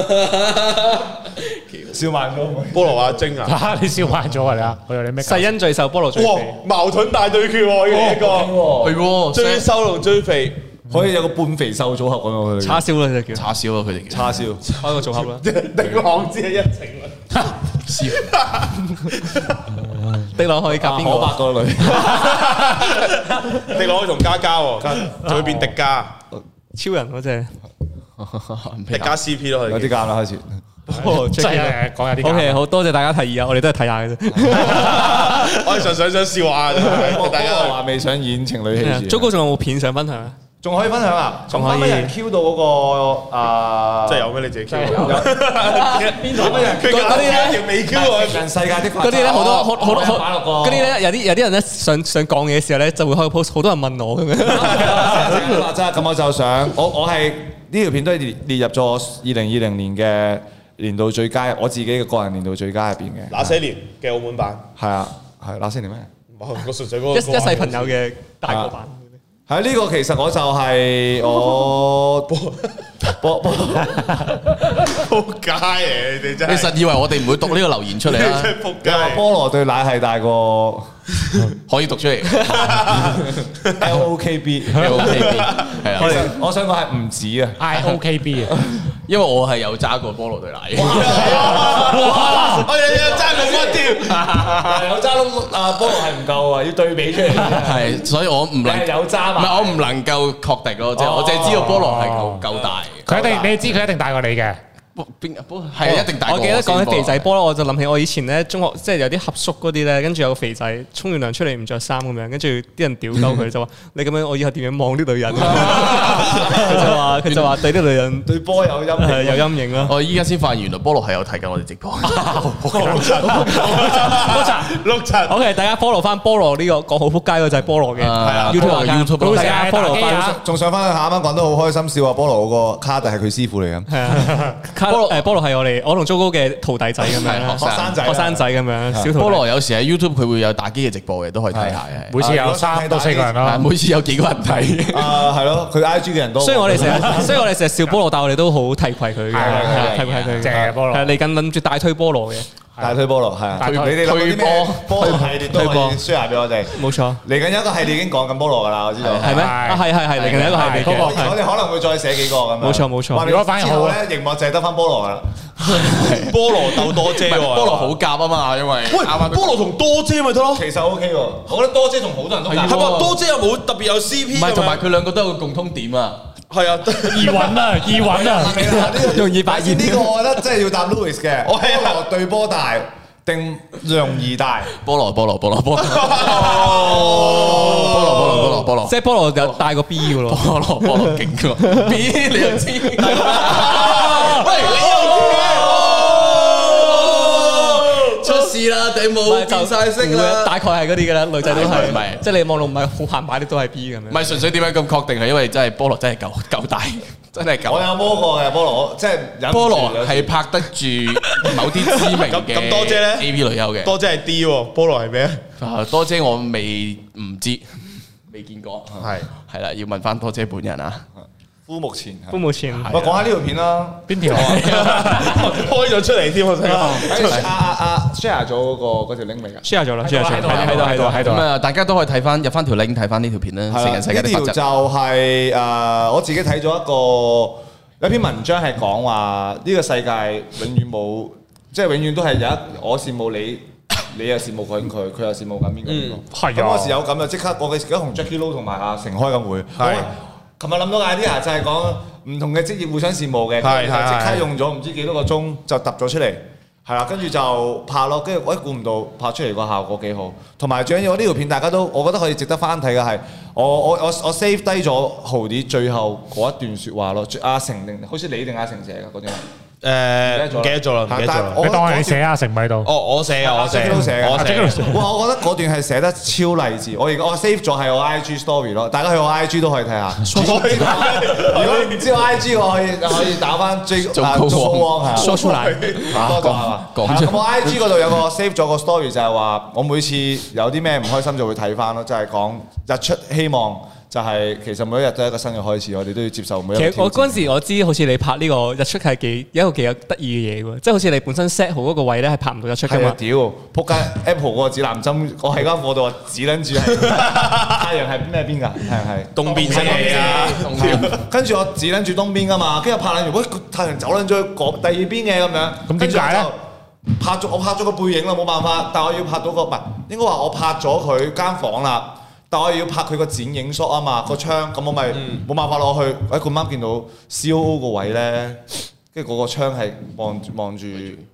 Speaker 5: 笑慢咗。
Speaker 4: 菠羅阿晶 啊！
Speaker 2: 啊你笑壞咗啊你啊，佢有你咩搞笑？
Speaker 3: 世欣最瘦，菠蘿最
Speaker 4: 哇
Speaker 3: 肥。，
Speaker 4: 矛盾大對決喎，呢個
Speaker 1: 係喎，
Speaker 4: 最
Speaker 1: 即係
Speaker 4: 瘦同最肥，
Speaker 5: 可以有個半肥瘦組合咁樣佢哋。
Speaker 3: 叉燒啦就叫，
Speaker 1: 叉燒啊！佢哋叫
Speaker 5: 叉燒，
Speaker 3: 開個組合啦。
Speaker 4: 定行之係一情啦。
Speaker 1: 燒，
Speaker 3: 的朗可以夾邊
Speaker 5: 我八
Speaker 3: 個？
Speaker 5: 個女。
Speaker 4: 迪朗可以同嘉嘉喎，就會變迪嘉，
Speaker 3: 超人嗰只
Speaker 4: 迪嘉 C P 咯，
Speaker 5: 有
Speaker 4: 佢
Speaker 5: 啲
Speaker 4: 哋
Speaker 5: 尷啦開始。
Speaker 3: 菠蘿
Speaker 2: 真係嘅講有啲
Speaker 3: O
Speaker 2: 尷
Speaker 3: K，
Speaker 2: 尬
Speaker 3: 好多謝大家提議啊！我哋都係睇下嘅啫。
Speaker 4: 我係純粹想笑 下啫，大
Speaker 5: 大家
Speaker 4: 家
Speaker 5: 話未想演情侶戲
Speaker 3: 糟
Speaker 5: 住，
Speaker 3: 糕，仲有冇片想分享啊？
Speaker 5: 仲可以分享啊？
Speaker 3: 仲可以
Speaker 5: 有乜人 Q 到嗰個啊？
Speaker 4: 真係有咩你自己 Q
Speaker 2: 真係有
Speaker 4: 邊度
Speaker 5: 아,
Speaker 4: 咩人？
Speaker 3: 嗰
Speaker 4: 佢嗰
Speaker 3: 啲
Speaker 4: 啲
Speaker 3: 咧
Speaker 4: 一條未 Q 啊我。
Speaker 5: 人世界的
Speaker 3: 嗰啲咧好多好好多
Speaker 5: 擺落
Speaker 3: 好
Speaker 5: 個
Speaker 3: 嗰啲咧有啲有啲人咧想想講嘢嘅時候咧就會開個 post，好多人問我咁 樣。
Speaker 5: 真係 咁我就想，我我係呢條片都係列列入咗我二零二零年嘅年度最佳，我自己嘅個人年度最佳入邊嘅。
Speaker 4: 那些年嘅澳門版，
Speaker 5: 係啊，係那些年咩？
Speaker 4: 我我純粹嗰
Speaker 3: 一
Speaker 4: 個
Speaker 3: 一世朋友嘅大個版。
Speaker 5: 喺啊呢個其實我就係我波波
Speaker 4: 仆街嚟，你哋真
Speaker 1: 你
Speaker 4: 係
Speaker 1: 實以為我哋唔會讀呢個留言出
Speaker 4: 你
Speaker 1: 嚟
Speaker 4: 真
Speaker 1: 啊？
Speaker 4: 係仆
Speaker 5: 你話
Speaker 4: 街。
Speaker 5: 菠蘿對奶係大過
Speaker 1: 可以讀出嚟
Speaker 5: LOKB，
Speaker 1: 你，OK 係
Speaker 5: 其
Speaker 1: 啊，
Speaker 5: 實我想講係唔止啊，
Speaker 2: ，I O K B 啊，
Speaker 1: 因為我係有揸過菠蘿對奶嘅。
Speaker 4: 哇我哋又爭咁乜添？
Speaker 5: 有揸到啊菠蘿係唔夠啊，要對比出嚟。
Speaker 1: 係，所以我唔能
Speaker 5: 你係有揸哦
Speaker 1: 唔
Speaker 5: 嘛
Speaker 1: 係我唔能夠確定咯，即係我淨係知道菠蘿係夠夠大嘅。
Speaker 2: 佢一定你知佢一定大過你嘅，
Speaker 1: 菠邊菠
Speaker 3: 啊
Speaker 1: 係一定大過
Speaker 3: 我記得
Speaker 1: 先
Speaker 3: 講起肥仔
Speaker 1: 菠蘿
Speaker 3: 波啦，我就諗起我以前咧中學，即係有啲合宿嗰啲咧，跟住有個肥仔沖完涼出嚟唔着衫咁樣，跟住啲人屌鳩佢就話：你咁樣我以後點樣望 啲女人？佢就話佢就話對啲女人
Speaker 5: 對波有
Speaker 3: 係
Speaker 5: 陰影，啊
Speaker 3: 有陰影 啦。
Speaker 1: 我依家先發現原來菠蘿係有睇緊我哋直播。
Speaker 4: 碌柒，碌柒，
Speaker 3: OK，大家 follow 翻菠蘿呢個講好撲嗯街嗰就係菠蘿嘅，
Speaker 1: 啊
Speaker 3: 啦
Speaker 1: 菠蘿 YouTube
Speaker 2: Dạ,
Speaker 3: 大家 follow
Speaker 2: 打機
Speaker 3: 翻
Speaker 2: 啊。
Speaker 5: 仲想翻去啱啱講得好開心，笑話菠蘿嗰個卡特係佢師傅嚟咁，
Speaker 3: 係啊菠蘿誒菠蘿係我哋我同糟糕嘅徒弟仔咁樣啦，
Speaker 1: 係學生
Speaker 5: 仔啊
Speaker 3: 學生仔咁樣，小徒
Speaker 1: 菠
Speaker 3: 弟
Speaker 1: 蘿有時喺 YouTube 佢會有打機嘅直播嘅，都可以睇下嘅。
Speaker 2: 每次有三到四個人
Speaker 1: 係
Speaker 2: 咯，
Speaker 1: 每次有幾個人睇，
Speaker 5: 啊係咯，佢 I G 嘅人多。
Speaker 3: 雖然我哋成日，雖然我哋成日笑菠蘿，但我哋都好提攜佢嘅，
Speaker 2: 係係
Speaker 1: 係
Speaker 3: 提攜佢嘅。
Speaker 2: 正嘅菠
Speaker 3: 係
Speaker 2: 蘿，
Speaker 3: 嚟緊諗住大推菠蘿嘅，
Speaker 5: 大推菠蘿係啊，
Speaker 2: 大
Speaker 5: 你
Speaker 2: 推
Speaker 5: 哋諗啲咩菠蘿系列都可以
Speaker 3: 推波
Speaker 5: share 俾我哋。
Speaker 3: 冇錯，
Speaker 5: 嚟緊有一個系列已經講緊菠蘿㗎啦，我知道。
Speaker 3: 係咩？啊係係係嚟緊一個系
Speaker 2: 係
Speaker 3: 列
Speaker 2: 嗰個
Speaker 5: 我
Speaker 3: 嘅，
Speaker 5: 我
Speaker 3: 係
Speaker 5: 哋可能會再寫幾個咁樣。
Speaker 3: 冇錯冇錯
Speaker 5: 話你
Speaker 2: 如果反應
Speaker 5: 之後
Speaker 2: 好
Speaker 3: 啊
Speaker 5: 咧，熒幕就係得翻菠蘿㗎啦。
Speaker 4: 菠蘿鬥多
Speaker 1: 唔
Speaker 4: 姐
Speaker 1: 係
Speaker 4: 喎，
Speaker 1: 菠蘿好夾啊嘛，因為
Speaker 4: 喂，菠蘿同多姐咪得咯。
Speaker 5: 其實 OK 喎，我覺得多姐同好多人都
Speaker 1: 係
Speaker 5: 夾
Speaker 1: 喎
Speaker 4: 係咪多姐又冇特別有 C P？
Speaker 1: 唔係同埋佢兩個都有個共通點啊，
Speaker 4: 係啊，
Speaker 2: 易揾啊，易揾啊，
Speaker 5: 係啦呢個
Speaker 3: 容易發現
Speaker 5: 呢個我覺得真係要答 Louis 嘅。
Speaker 4: 我係
Speaker 5: 菠
Speaker 4: 啊
Speaker 5: 蘿對波大定容易大？
Speaker 1: 菠蘿菠蘿菠蘿菠蘿
Speaker 4: 哦，
Speaker 1: 菠蘿菠蘿菠蘿
Speaker 3: 即係菠蘿有大過 B 嘅咯。
Speaker 1: 菠蘿菠蘿勁喎，B 你又知，喂你又知，出事啦頂帽變晒色啦，
Speaker 3: 大概係嗰啲嘅啦，女仔都係，
Speaker 1: 唔係
Speaker 3: 即係你望落唔係好閒擺，你都係 B 咁
Speaker 1: 唔
Speaker 3: 樣。
Speaker 1: 係純粹點解咁確定係因為真係菠蘿真係夠夠大，真係
Speaker 5: 我
Speaker 1: 夠。
Speaker 5: 有摸過嘅菠蘿，我即係忍唔住
Speaker 1: 菠
Speaker 5: 有
Speaker 1: 蘿
Speaker 5: 時
Speaker 1: 係拍得住某啲知名
Speaker 4: 咁
Speaker 1: 嘅
Speaker 4: 咁多姐呢
Speaker 1: A V 女優嘅，
Speaker 4: 多姐係 D 喎，菠蘿係咩？
Speaker 1: 啊多姐我未唔知，未見過，
Speaker 4: 係
Speaker 1: 係啦，要問翻多姐本人啊。
Speaker 5: 夫目前係
Speaker 3: 都冇錢。
Speaker 5: 喂，講下呢條片啦。
Speaker 2: 邊條 啊？
Speaker 4: 開咗出嚟添，我真係。
Speaker 5: 啊啊啊！share 咗嗰個嗰條 link 未啊？
Speaker 3: share 咗啦
Speaker 2: 喺
Speaker 3: ，share
Speaker 2: 度
Speaker 3: 咗，
Speaker 2: 喺度
Speaker 3: 喺度喺度喺
Speaker 1: 咁
Speaker 3: 度啦。
Speaker 1: 啊，大家都可以睇翻入翻條 link 睇翻呢條片啦，
Speaker 5: 係
Speaker 1: 成
Speaker 5: 啦，
Speaker 1: 人世界
Speaker 5: 呢
Speaker 1: 的
Speaker 5: 條
Speaker 1: 法
Speaker 5: 就
Speaker 1: 則。
Speaker 5: 係誒我自己睇咗一個有篇文章係講話呢個世界永遠冇，即係永遠都係有一我羨慕你，你又羨慕緊佢，佢又羨慕緊邊個邊個。
Speaker 2: 係啊
Speaker 5: 咁我時有咁就即刻我嘅而家同 Jackie Lou 同埋阿成開緊會。
Speaker 4: 係
Speaker 5: 我琴日諗到 idea 就係講唔同嘅職業互相羨慕嘅，
Speaker 4: 係
Speaker 5: 就
Speaker 4: 係
Speaker 5: 即刻
Speaker 4: 係
Speaker 5: 用咗唔知幾多個鐘就揼咗出嚟，係啦，跟住就拍咯，跟住我一估唔到拍出嚟個效果幾好，同埋最緊要呢條片大家都我覺得可以值得翻睇嘅係，我我我我 save 低咗豪啲最後嗰一段説話咯，最阿成定好似你定阿成寫嘅嗰段，
Speaker 4: 誒，唔記得咗啦，唔記得咗啦。
Speaker 2: 你當係寫啊，成咪度？
Speaker 4: 哦，我寫嘅，我寫，
Speaker 5: 都寫嘅
Speaker 4: 我寫
Speaker 2: 啊，Jacky Lou
Speaker 4: 嘅。
Speaker 2: 寫
Speaker 5: 哇！我覺得嗰段係寫得超勵志，我而家我 save 咗係我 IG story 咯，大家去我 IG 都可以睇下。如果如果你唔知我 IG，我可以可以打翻最
Speaker 1: 做
Speaker 5: 啊
Speaker 1: 高
Speaker 5: 做
Speaker 1: 王
Speaker 5: 高王係啊
Speaker 1: 說出來
Speaker 5: 多謝啊
Speaker 1: 講
Speaker 5: 係
Speaker 1: 講
Speaker 5: 啦咁我 IG 嗰度有個 save 咗個 story 就係話，我每次有啲咩唔開心就會睇翻咯，就係講日出希望，就係其實每一日都係一個新嘅開始，我哋都要接受每一
Speaker 3: 其
Speaker 5: 日。
Speaker 3: 實我嗰陣時我知，好似你拍呢個日出係幾有一個幾有得意嘅嘢喎，即係好似你本身 set 好嗰個位咧係拍唔到日出㗎
Speaker 5: 係啊
Speaker 3: 嘛！。
Speaker 5: 屌，仆街 Apple 嗰個指南針，我喺間貨度指撚住係太陽係咩邊㗎？係係。
Speaker 4: 東邊寫嘅啊，
Speaker 5: 跟住我指撚住東邊噶嘛，跟住拍撚完，喂，個太陽走撚咗去嗰第二邊嘅咁樣。
Speaker 2: 咁點解咧？
Speaker 5: 拍咗我拍咗個背影啦，冇辦法，但我要拍到個唔係應該話我拍咗佢間房啦，但我要拍佢個剪影 shot 啊嘛，個窗咁我咪冇辦法落去。喂，咁啱見到 COO 個位咧，跟住嗰個窗係望住望住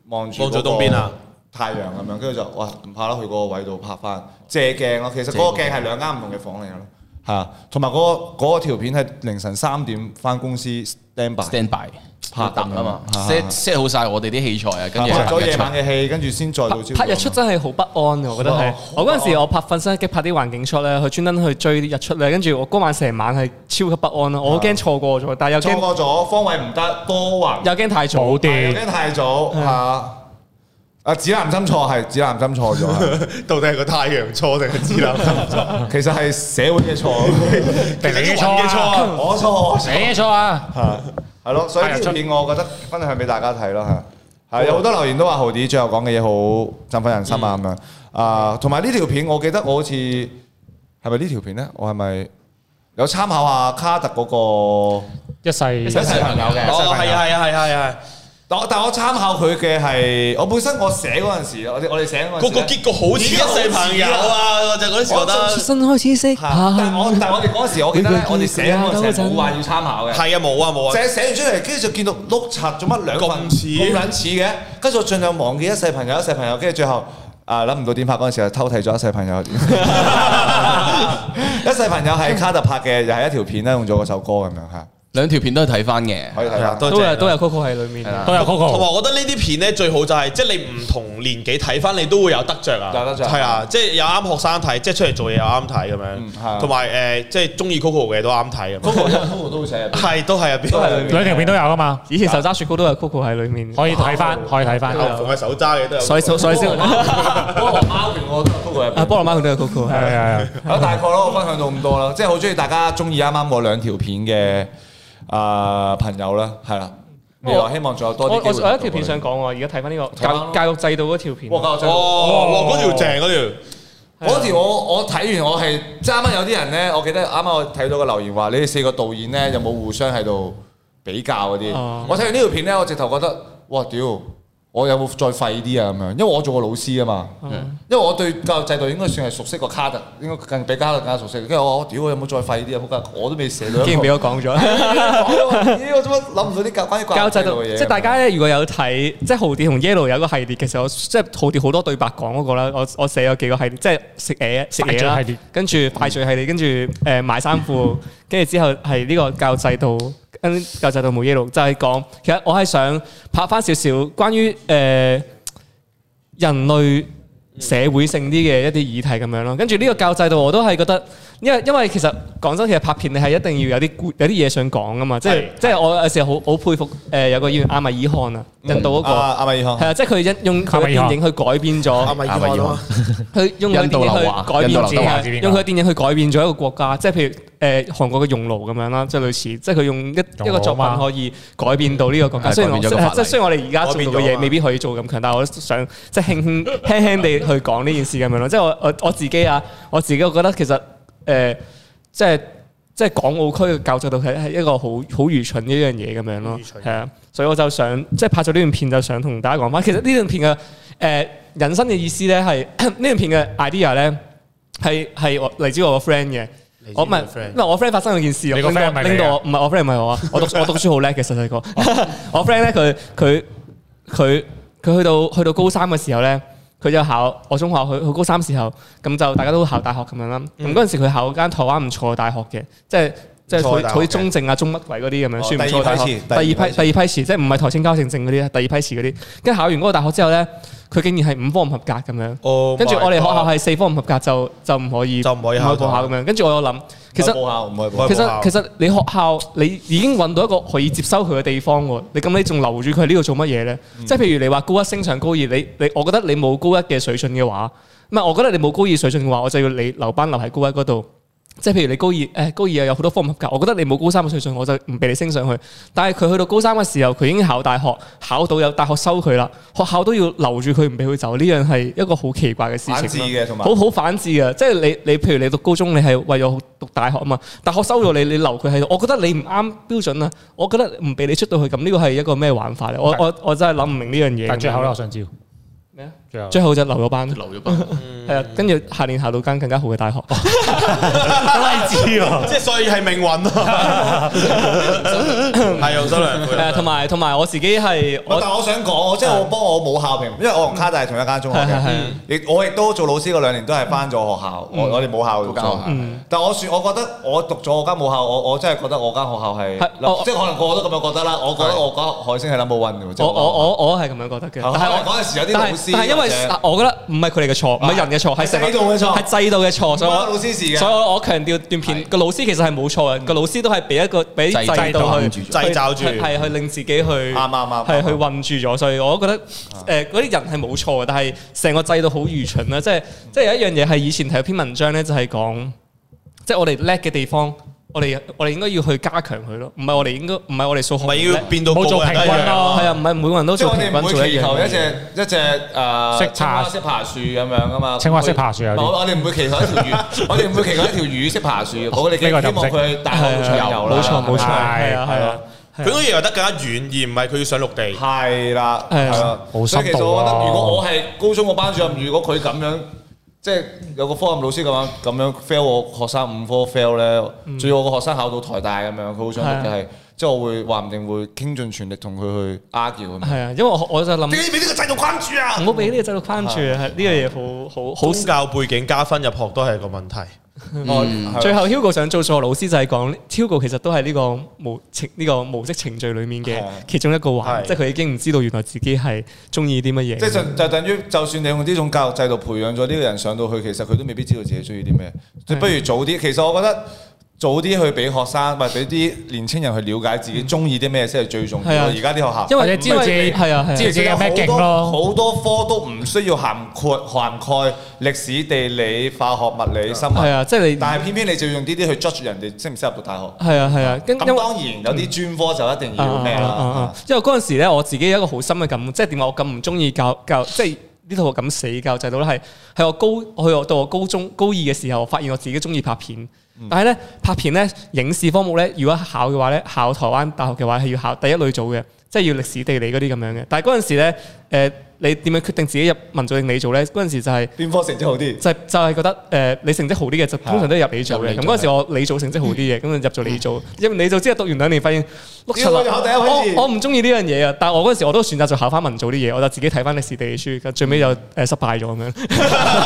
Speaker 5: 望住
Speaker 4: 望住
Speaker 5: 嗰個
Speaker 4: 東邊啊
Speaker 5: 太陽咁樣，跟住就哇唔怕啦，去嗰個位度拍翻借鏡咯。其實嗰個鏡係兩間唔同嘅房嚟嘅咯，係啊，同埋嗰個嗰個條片係凌晨三點翻公司 stand by
Speaker 1: stand by
Speaker 5: 拍
Speaker 1: 拍檔啊嘛
Speaker 5: 咁樣
Speaker 1: ，set set 好晒我哋啲器材啊，跟住
Speaker 5: 拍咗夜晚
Speaker 1: 日
Speaker 5: 嘅戲，跟住先再到朝
Speaker 3: 拍日出
Speaker 5: 早
Speaker 3: 真係好不安啊！我覺得係
Speaker 5: 好不安
Speaker 3: 我嗰陣時我拍瞓身一擊拍啲環境 shot 咧，佢專登去追啲日出咧，跟住我嗰晚成晚係超級不安咯，我好驚錯過咗，但係又
Speaker 5: 錯
Speaker 3: 驚
Speaker 5: 過咗方位唔得，多雲
Speaker 3: 又驚太早。
Speaker 2: 冇
Speaker 5: 有
Speaker 2: 電，
Speaker 5: 啲太早
Speaker 3: 嗯
Speaker 5: 嚇。啊！指南針錯係指南針錯 咗，係
Speaker 4: 到底係個太陽錯定係指南針？
Speaker 5: 其實係社會嘅錯，
Speaker 2: 定你
Speaker 4: 其實啲
Speaker 2: 錯
Speaker 4: 雲嘅錯
Speaker 2: 啊？
Speaker 4: 啊
Speaker 5: 我錯我錯
Speaker 2: 你錯啊？
Speaker 5: 嚇，係咯，所以呢條片我覺得分享俾大家睇咯嚇，係有好多留言都話豪啲最後講嘅嘢好振奮人心啊咁樣啊，同埋呢條片我記得我好似係咪呢條片咧？我係咪有參考下卡特嗰個？
Speaker 2: 一世
Speaker 5: 一齊朋友
Speaker 1: 네.
Speaker 5: 嘅
Speaker 4: 哦，係啊，係啊，係啊，係啊，
Speaker 5: 但我但我參考佢嘅係我本身我寫嗰陣時，我哋我哋寫嗰陣時
Speaker 4: 個
Speaker 5: 呢
Speaker 4: 個結局好似一世朋友啊！我就嗰陣時覺
Speaker 5: 我
Speaker 4: 得
Speaker 3: 新開始識
Speaker 5: 嚇但我但我哋嗰陣時我記得咧，我哋寫嗰陣時冇話要參考嘅。
Speaker 4: 係啊，冇啊，冇啊
Speaker 5: 就。係寫完出嚟，跟住就見到碌柒做乜兩份
Speaker 4: 咁似
Speaker 5: 咁撚似嘅，跟住我盡量忘記一世朋友一世朋友，跟住最後啊諗唔到點拍嗰陣時，就偷睇咗一世朋 友。一世朋友係卡特拍嘅，又係一條片啊啦，用咗嗰首歌咁樣嚇，
Speaker 1: 兩條片都係睇翻嘅。
Speaker 5: 可以睇下。
Speaker 4: 多
Speaker 3: 都有
Speaker 4: 謝。
Speaker 3: 都有 Coco 喺裡面。
Speaker 2: 都有
Speaker 4: 啊同
Speaker 2: Coco，
Speaker 4: 埋我覺得呢啲片咧最好就係即係你唔同年紀睇翻，你都會有得着啊！
Speaker 5: 有得着
Speaker 4: 係啊，即係有啱學生睇，即係出嚟做嘢又啱睇咁
Speaker 5: 嗯係啊
Speaker 4: 樣，同埋誒即係中意 Coco 嘅都啱睇咁樣。
Speaker 5: Coco 都會寫入邊，
Speaker 4: 係都係入啊邊，
Speaker 5: 都係裏面
Speaker 2: 兩條片都有噶嘛，
Speaker 3: 以前手揸雪糕都有 Coco 喺裡面，
Speaker 2: 可以睇翻，可以睇翻。
Speaker 4: 我係手揸嘅都有。
Speaker 3: 所以所以先
Speaker 5: 菠蘿貓拳我都 Coco 入
Speaker 3: 啊菠
Speaker 5: 邊。
Speaker 3: 蘿貓佢都有 Coco
Speaker 2: 係係
Speaker 3: 係。
Speaker 2: 係。
Speaker 5: 啊，大概咯，我分享到咁多啦，即係好中意大家中意啱啱嗰兩條片嘅啊朋友啦，係啦，未來希望仲有
Speaker 3: 我
Speaker 5: 多
Speaker 3: 我
Speaker 5: 啲機會
Speaker 3: 我有一條片
Speaker 5: 見
Speaker 3: 想講喎，而家睇翻呢個
Speaker 5: 睇返
Speaker 3: 教
Speaker 5: 咯
Speaker 3: 教育制度嗰條片。啊
Speaker 5: 到佢哇！教我
Speaker 4: 哦，哇！嗰條正嗰條。
Speaker 5: 嗰條我我睇完我係，即係啱啱有啲人咧，我記得啱啱我睇到個留言話，你哋四個導演咧有冇互相喺度比較嗰啲？
Speaker 3: 哦
Speaker 5: 我睇完呢條片咧，我直頭覺得，哇屌！我有冇再廢啲啊咁樣？因為我做過老師啊嘛，
Speaker 3: 哦
Speaker 5: 因為我對教育制度應該算係熟悉過卡特，應該更比卡特更加熟悉。跟住我，我屌我有冇再廢啲啊？仆街，我都未寫到一個。
Speaker 3: 竟然俾我講咗。
Speaker 5: 咦 我做乜諗唔到啲教關於
Speaker 3: 交
Speaker 5: 教育
Speaker 3: 制
Speaker 5: 制度
Speaker 3: 度，
Speaker 5: 嘅嘢？
Speaker 3: 即係大家咧，如果有睇，即係豪啲同 Yellow 有一個系列嘅時候，即係豪啲好多對白講嗰個啦。我我寫咗幾個系列，即係食嘢食嘢
Speaker 2: 快
Speaker 3: 啦
Speaker 2: 嘴系列，
Speaker 3: 跟住快罪系列，跟住誒買衫褲，跟住之後係呢個教育制度，跟教育制度冇 Yellow 就係講，其呃實我係想拍翻少少關於誒人類社會性啲嘅一啲議題咁樣咯。跟住呢個教育制度我都係覺得，因為因為其實講真，其實拍片你係一定要有啲觀有啲嘢想講噶嘛。即係
Speaker 2: 係
Speaker 3: 即係我有時好好佩服誒、呃有個演員阿米爾汗啊，
Speaker 6: 嗯
Speaker 3: 印度嗰、個。
Speaker 5: 啊阿米爾
Speaker 3: 係
Speaker 5: 汗，
Speaker 3: 啊，即係佢因用佢
Speaker 2: 阿
Speaker 3: 嘅
Speaker 2: 米爾
Speaker 3: 電
Speaker 2: 汗
Speaker 3: 影去改變咗，
Speaker 5: 啊
Speaker 4: 咪
Speaker 6: 阿米爾汗
Speaker 3: 佢用佢嘅
Speaker 6: 印
Speaker 3: 電
Speaker 6: 度
Speaker 3: 影
Speaker 6: 劉
Speaker 3: 去
Speaker 6: 華
Speaker 3: 改
Speaker 6: 印
Speaker 3: 變
Speaker 6: 度劉
Speaker 3: 自己啊
Speaker 2: 德華
Speaker 3: 係，用佢嘅電影去改變咗一個國家，即係譬如誒韓國嘅熔爐咁樣啦，即係類似，即係佢用一
Speaker 2: 爐啊
Speaker 3: 一個作品
Speaker 2: 嘛
Speaker 3: 可以改變到呢個國家。
Speaker 6: 係
Speaker 3: 雖然我
Speaker 6: 改
Speaker 3: 即
Speaker 6: 變咗個法
Speaker 3: 係
Speaker 6: 例
Speaker 3: 即係雖然我哋而家做到嘅
Speaker 4: 改變咗
Speaker 3: 嘢
Speaker 4: 嘛
Speaker 3: 未必可以做咁強，但係我都想即係輕輕輕輕地去講呢件事咁樣咯。即係我我我自己啊，我自己我覺得其實呃誒即係。即係港澳區嘅教制度係係一個好好愚蠢嘅一樣嘢咁樣咯
Speaker 2: 愚，蠢
Speaker 3: 係啊，所以我就想即係拍咗呢段片就想同大家講翻，其實呢段片嘅誒、呃人生嘅意思咧係 呢段片嘅 idea 咧係係我嚟自我個 friend 嘅，我唔係因為我 friend 發生咗件事，
Speaker 2: 你個
Speaker 3: 令到
Speaker 2: friend 係咪你啊
Speaker 3: 令到我唔係我 friend 唔係我 啊，我讀我讀書好叻嘅細細個， 我 friend 咧佢佢佢佢去到去到高三嘅時候咧。佢就考我中學，佢佢高三時候咁就大家都考大學咁樣啦。
Speaker 2: 嗯
Speaker 3: 咁嗰陣時佢考間台灣唔錯嘅大學嘅，即係即係
Speaker 4: 唔錯嘅
Speaker 3: 佢
Speaker 4: 大學
Speaker 3: 佢中正啊、中乜鬼嗰啲咁樣，
Speaker 5: 哦
Speaker 3: 算唔錯嘅大學。第
Speaker 5: 第
Speaker 3: 二
Speaker 5: 二
Speaker 3: 批
Speaker 5: 批次
Speaker 3: 第二批次，即係唔係台清交正正嗰啲啊，第二批次嗰啲。跟住考完嗰個大學之後咧，佢竟然係五科唔合格咁樣。
Speaker 4: 哦
Speaker 3: 跟住我哋學校係四科唔合格就就唔可以
Speaker 4: 就唔可以考
Speaker 3: 報考咁樣。跟住我有諗，其實
Speaker 5: 冇效唔係
Speaker 4: 報
Speaker 5: 冇
Speaker 3: 其
Speaker 5: 效。
Speaker 3: 實其實你學校你已經揾到一個可以接收佢嘅地方喎，你咁你仲留住佢喺呢度做乜嘢呢？
Speaker 5: 嗯
Speaker 3: 即係譬如你話高一升上高二，你你我覺得你冇高一嘅水準嘅話，唔係我覺得你冇高二水準嘅話，我就要你留班留喺高一嗰度。即係譬如你高二，誒高二又有好多科唔合格，我覺得你冇高三嘅水準，我就唔俾你升上去。但係佢去到高三嘅時候，佢已經考大學，考到有大學收佢啦，學校都要留住佢，唔俾佢走。呢樣係一個好奇怪嘅事情咯。
Speaker 5: 反智嘅同埋
Speaker 3: 好好反智嘅，即係你你譬如你讀高中，你係為咗讀大學啊嘛，大學收咗你，你留佢喺度，我覺得你唔啱標準啊，我覺得唔俾你出到去，咁呢個係一個咩玩法咧？我我我真係諗唔明呢樣嘢。
Speaker 2: 但最後咧，我，想知道
Speaker 3: 咩啊
Speaker 2: 最後
Speaker 3: 最後就留咗班，
Speaker 1: 留咗班，
Speaker 5: 嗯
Speaker 3: 係啊，跟住下年考到間更加好嘅大學。
Speaker 2: 拉知喎，
Speaker 4: 即係所以係命運啊，係用啊心良苦。
Speaker 3: 啊 誒，同埋同埋我自己係
Speaker 5: 我
Speaker 3: 我
Speaker 5: 但我想講，即係我幫我母校評，因為我同卡大係同一間中學嘅，亦我亦都做老師嗰兩年都係翻咗學校，我我哋母校嗰間學校。但我算，我覺得我讀咗我間母校，我我真係覺得我間學校
Speaker 3: 係我
Speaker 5: 係，即係可能個個都咁樣覺得啦。我覺得我間海星係 number one 嘅喎，即係
Speaker 3: 我我我我係咁樣覺得嘅，但
Speaker 5: 係
Speaker 3: 係我
Speaker 5: 可能嗰陣時有啲
Speaker 3: 但係
Speaker 5: 老師
Speaker 3: 但係因為
Speaker 5: 或者啊
Speaker 3: 我覺得唔係佢哋嘅錯，唔係人嘅錯，係成個
Speaker 5: 制度嘅錯
Speaker 3: 係制度嘅錯，所以我
Speaker 5: 唔關老師事嘅
Speaker 3: 所以我我強調段片個老師其實係冇錯嘅，個老師都係俾一個俾制
Speaker 1: 制
Speaker 3: 度
Speaker 1: 制度
Speaker 3: 去
Speaker 1: 控住
Speaker 4: 咗
Speaker 3: 去
Speaker 4: 制罩住
Speaker 3: 係係去令自己去啱
Speaker 5: 啱啱啱
Speaker 3: 係去困住咗，所以我覺得誒嗰啲人係冇錯嘅，但係成個制度好愚蠢啊啦，即係即係有一樣嘢係以前睇有篇文章咧，就係講。即係我哋叻嘅地方，我哋我哋應該要去加強佢咯。唔係我哋應該，唔係我哋數學
Speaker 4: 唔係要變到個
Speaker 2: 冇做
Speaker 4: 人都一
Speaker 2: 平均
Speaker 4: 樣
Speaker 2: 咯
Speaker 3: 係啊，唔係每個人都
Speaker 5: 即係
Speaker 3: 做
Speaker 5: 我
Speaker 3: 平
Speaker 5: 哋唔
Speaker 3: 均
Speaker 5: 會
Speaker 3: 做一
Speaker 5: 祈
Speaker 3: 樣
Speaker 5: 求一
Speaker 3: 嘢。
Speaker 5: 隻一隻誒
Speaker 2: 識爬
Speaker 5: 青蛙識爬樹咁樣噶嘛，
Speaker 2: 青蛙識爬樹有啲
Speaker 5: 我我哋唔會祈求一條魚，我哋唔會祈求一條魚識爬樹，我哋希
Speaker 2: 呢個就唔
Speaker 5: 望
Speaker 2: 識
Speaker 5: 佢大學會
Speaker 3: 係
Speaker 5: 長
Speaker 3: 啊
Speaker 5: 游啦。
Speaker 3: 冇錯冇錯，係
Speaker 2: 係
Speaker 3: 啊係啊。
Speaker 4: 佢嗰嘢游得更加遠，而唔係佢要上陸地。
Speaker 5: 係啦，
Speaker 3: 係啊
Speaker 5: 係啦，
Speaker 2: 好
Speaker 5: 所以其
Speaker 2: 深
Speaker 5: 實
Speaker 2: 度
Speaker 5: 我覺得，
Speaker 2: 啊
Speaker 5: 如果我係高中個班主任，如果佢咁樣，即係有個科任老師咁樣咁樣 fail 我學生五科 fail
Speaker 3: 嗯
Speaker 5: 咧，仲要我個學生考到台大咁樣，佢好想讀嘅係，即係我會話唔定會傾盡全力同佢去 argue 咁樣。
Speaker 3: 係啊，因為我我就諗
Speaker 4: 點解俾呢個制度框住啊
Speaker 3: 唔？好俾呢個制度框住啊，係呢樣嘢好好好
Speaker 4: 宗。教背景加分入學都係個問題。
Speaker 5: 我
Speaker 3: 嗯最
Speaker 5: 哦係
Speaker 3: 後 Hugo 想做數學老師就係講 Hugo 其實都係呢個模程呢個模式程序裡面嘅
Speaker 5: 係啊
Speaker 3: 其中一個環，
Speaker 4: 係
Speaker 3: 即係佢已經唔知道原來自己係中意啲乜嘢。
Speaker 5: 即係就就等於，就算你用呢種教育制度培養咗呢個人上到去，其實佢都未必知道自己中意啲咩。即係不如早啲，其實我覺得早啲去俾學生或者俾啲年青人去了解自己中意啲咩先係最重
Speaker 3: 嗯
Speaker 5: 要
Speaker 3: 係啊
Speaker 5: 咯。而家啲學校
Speaker 3: 因
Speaker 2: 或者
Speaker 3: 為
Speaker 2: 知道
Speaker 3: 因為
Speaker 2: 自己
Speaker 3: 係啊係啊
Speaker 2: 知道自己有咩勁
Speaker 5: 好
Speaker 2: 咯，
Speaker 5: 多好多科都唔需要涵蓋涵蓋歷史、地理、化學、物理、生物。
Speaker 3: 係啊，即係你
Speaker 5: 但係偏偏你就要用呢啲去 judge 人哋適唔適合讀大學。
Speaker 3: 係啊係啊，跟
Speaker 5: 咁
Speaker 3: 因為
Speaker 5: 當然有啲專科就一定要咩
Speaker 3: 啊啊啊啊
Speaker 5: 啦。
Speaker 3: 因為嗰陣時咧，我自己有一個好深嘅感悟，即係點解我咁唔中意教教，即係呢套咁死教制度咧，係係我高去我到我高中高二嘅時候，我發現我自己中意拍片。
Speaker 5: 嗯
Speaker 3: 但係咧拍片咧影視科目咧，如果考嘅話咧，考台灣大學嘅話係要考第一類組嘅，即係要歷史地理嗰啲咁樣嘅。但係嗰陣時咧，誒、你點樣決定自己入文組定理組咧？嗰陣時就係、
Speaker 5: 邊科成績好啲？
Speaker 3: 就係就係覺得誒、呃你成績好啲嘅就通常都係入理組
Speaker 1: 入
Speaker 3: 嘅，
Speaker 1: 理
Speaker 3: 咁
Speaker 1: 組
Speaker 3: 嗰陣時我理組成績好啲嘅，咁就入咗理組，入完理組之後讀完兩年發現，碌柒啦
Speaker 5: 屌我考第一位先
Speaker 3: 我我唔中意呢樣嘢啊，但係我嗰陣時我都選擇咗考翻文組啲嘢，我就自己睇翻歷史地理書，最尾就誒失敗咗咁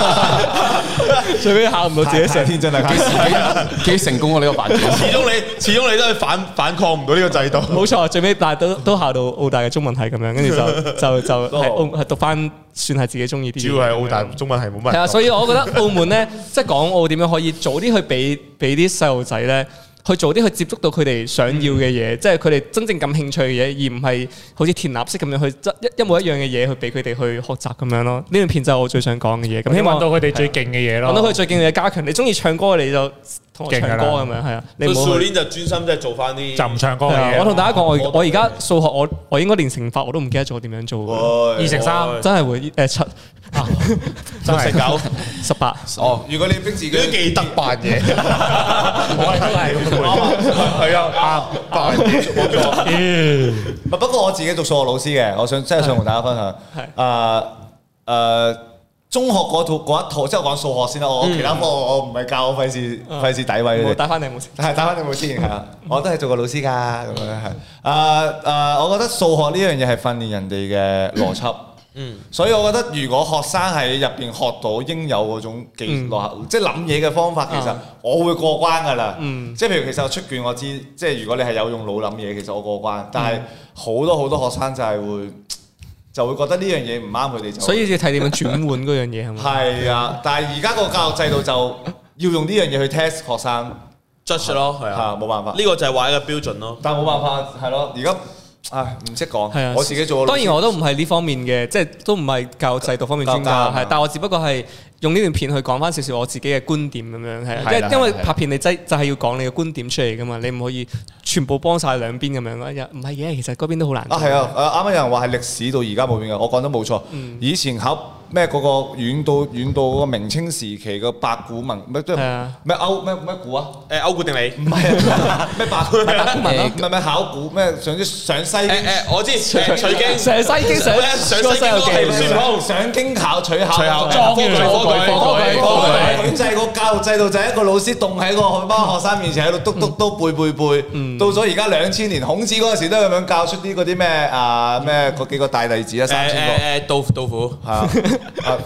Speaker 3: 樣，最尾考唔到自己
Speaker 5: 太
Speaker 3: 成
Speaker 5: 天真啦！太
Speaker 1: 幾幾成功啊！呢個反轉，
Speaker 4: 始終你始終你都係反反抗唔到呢個制度。
Speaker 3: 冇錯，最尾但係都都考到澳大嘅中文系咁樣，跟住就就就
Speaker 4: 都好
Speaker 3: 係澳係讀翻算係自己中意啲嘢。
Speaker 4: 主要係澳大中文係冇乜人
Speaker 3: 係啊，
Speaker 4: 講。
Speaker 3: 所以我覺得澳門咧， 即係港澳點樣可以早啲去俾俾啲細路仔咧，去早啲去接觸到佢哋想要嘅
Speaker 2: 嗯
Speaker 3: 嘢，即係佢哋真正感興趣嘅嘢，而唔係好似填鴨式咁樣去執一一模一樣嘅嘢去俾佢哋去學習咁樣咯。呢段片就係我最想講嘅嘢，咁
Speaker 2: 咁
Speaker 3: 希
Speaker 2: 希
Speaker 3: 望
Speaker 2: 望到佢哋最勁嘅嘢咯。
Speaker 3: 揾到佢最勁嘅加強。你中意唱歌你就同我唱歌
Speaker 2: 勁㗎啦
Speaker 3: 咁樣係啊，你
Speaker 4: 你
Speaker 3: 唔好
Speaker 4: 少
Speaker 3: 去。
Speaker 4: 年就專心即係做翻啲
Speaker 2: 就唔唱歌嘅
Speaker 3: 係啊
Speaker 2: 嘢。
Speaker 3: 我同大家講，我我而家數學我我應該連乘法我都唔記得咗點樣做，
Speaker 2: 二乘三
Speaker 4: 喂
Speaker 3: 真係啊會誒七
Speaker 2: 啊真
Speaker 4: 食
Speaker 2: 係
Speaker 4: 狗，
Speaker 3: 十八。
Speaker 5: 哦，如果你逼自己
Speaker 4: 你都記得扮嘢， 係啊，扮嘢。
Speaker 2: 咦
Speaker 5: 唔係不過我自己讀數學老師嘅，我想真係想同大家分享。誒誒，中學嗰套嗰一套，即係講數學先啦。我
Speaker 3: 嗯
Speaker 5: 其他科我我唔係教，我費事
Speaker 3: 啊
Speaker 5: 費事詆毀佢
Speaker 3: 冇
Speaker 5: 哋。
Speaker 3: 打翻你冇先。
Speaker 5: 係打翻你冇先係啊！我都係做過老師㗎，咁樣係。誒誒，我覺得數學呢樣嘢係訓練人哋嘅邏輯。嗯，所以我覺得如果學生喺入邊學到應有嗰種技
Speaker 3: 嗯
Speaker 5: 落後即係諗嘢嘅方法，其實
Speaker 3: 啊
Speaker 5: 我會過關㗎啦。
Speaker 3: 嗯
Speaker 5: 即係譬如其實我出卷我知，即係如果你係有用腦諗嘢，其實我過關。但
Speaker 3: 嗯
Speaker 5: 係好多好多學生就係會就會覺得呢樣嘢唔啱佢哋 就。
Speaker 3: 所以要睇點樣轉換嗰樣 嘢係咪？
Speaker 5: 係啊，但係而家個教育制度就要用呢樣嘢去 test 學生，
Speaker 4: judge 咯，係啊，
Speaker 5: 嚇冇辦法。
Speaker 4: 呢個就係話一個標準咯。
Speaker 5: 但冇辦法，係咯，而家唉唔識講，
Speaker 3: 係啊，
Speaker 5: 我自己做個老
Speaker 3: 當
Speaker 5: 師
Speaker 3: 然我都唔係呢方面嘅，即係都唔係教育制度方面專家，
Speaker 5: 教教
Speaker 3: 係，但我只不過係用呢段片去講翻少少我自己嘅觀點咁樣，係啊，
Speaker 5: 係啦
Speaker 3: 因為因為
Speaker 5: 係啦
Speaker 3: 拍片你真就係要講你嘅觀點出嚟噶嘛，你唔可以全部幫晒兩邊咁樣咯，唔係嘅，其實嗰邊都好難。
Speaker 5: 啊係啊，誒啱啱有人話係歷史到而家冇變嘅，我講得冇錯。以前考咩嗰個遠到遠到嗰個明清時期嘅百古文咩都
Speaker 3: 係啊
Speaker 5: 咩歐咩咩古啊？
Speaker 4: 誒，歐固定理。
Speaker 5: 唔係啊， 咩百古
Speaker 3: 百古文咯
Speaker 5: 唔係咩考古咩上啲上西
Speaker 4: 誒誒，我知誒取經，
Speaker 3: 上西經上
Speaker 4: 上西經嗰個係孫悟空。
Speaker 5: 上上京考取考
Speaker 4: 取考
Speaker 5: 科舉
Speaker 4: 科舉
Speaker 5: 科
Speaker 4: 科
Speaker 5: 舉
Speaker 4: 舉
Speaker 5: 科
Speaker 4: 科舉
Speaker 5: 舉就係個教育哦制度就係一個老師棟喺個班學生面前喺度篤篤篤背背背，
Speaker 4: 嗯
Speaker 5: 到咗而家兩千年孔子嗰陣時都係咁樣教出啲嗰啲咩啊咩嗰幾個大弟子啊三千個。
Speaker 4: 誒誒誒，豆豆腐。
Speaker 5: 係啊，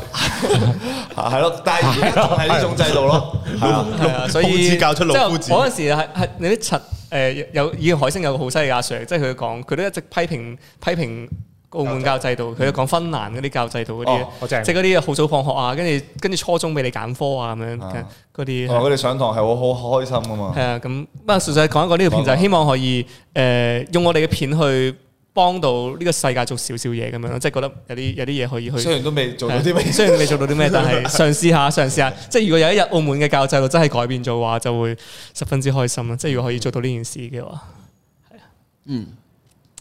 Speaker 5: 啊係咯，但係而 家仲係呢種制度咯，係啊，
Speaker 3: 係啊，所
Speaker 4: 老夫
Speaker 3: 以
Speaker 4: 子教出老夫子
Speaker 3: 即係我嗰陣時係係你啲柒誒有以前海星有個好犀利嘅阿 Sir，即係佢講佢都一直批評批評澳門教育制度，佢都講芬蘭嗰啲教育制度嗰
Speaker 5: 哦
Speaker 2: 好
Speaker 3: 啲，
Speaker 2: 正
Speaker 3: 即係嗰啲好早放學啊，跟住跟住初中俾你揀科啊咁樣
Speaker 5: 啊
Speaker 3: 嗰啲。
Speaker 5: 同埋佢哋上堂係好好開心噶嘛
Speaker 3: 係，啊，咁不過純粹講一個呢條片就係希望可以誒、呃用我哋嘅片去幫到呢個世界做少少嘢咁樣咯，即係覺得有啲有啲嘢可以去。
Speaker 5: 雖然都未做到啲咩
Speaker 3: 係，雖然未做到啲咩，但係嘗試下，嘗試下。即係如果有一日澳門嘅教育制度真係改變咗嘅話，就會十分之開心啦。啊即係如果可以做到呢件事嘅話，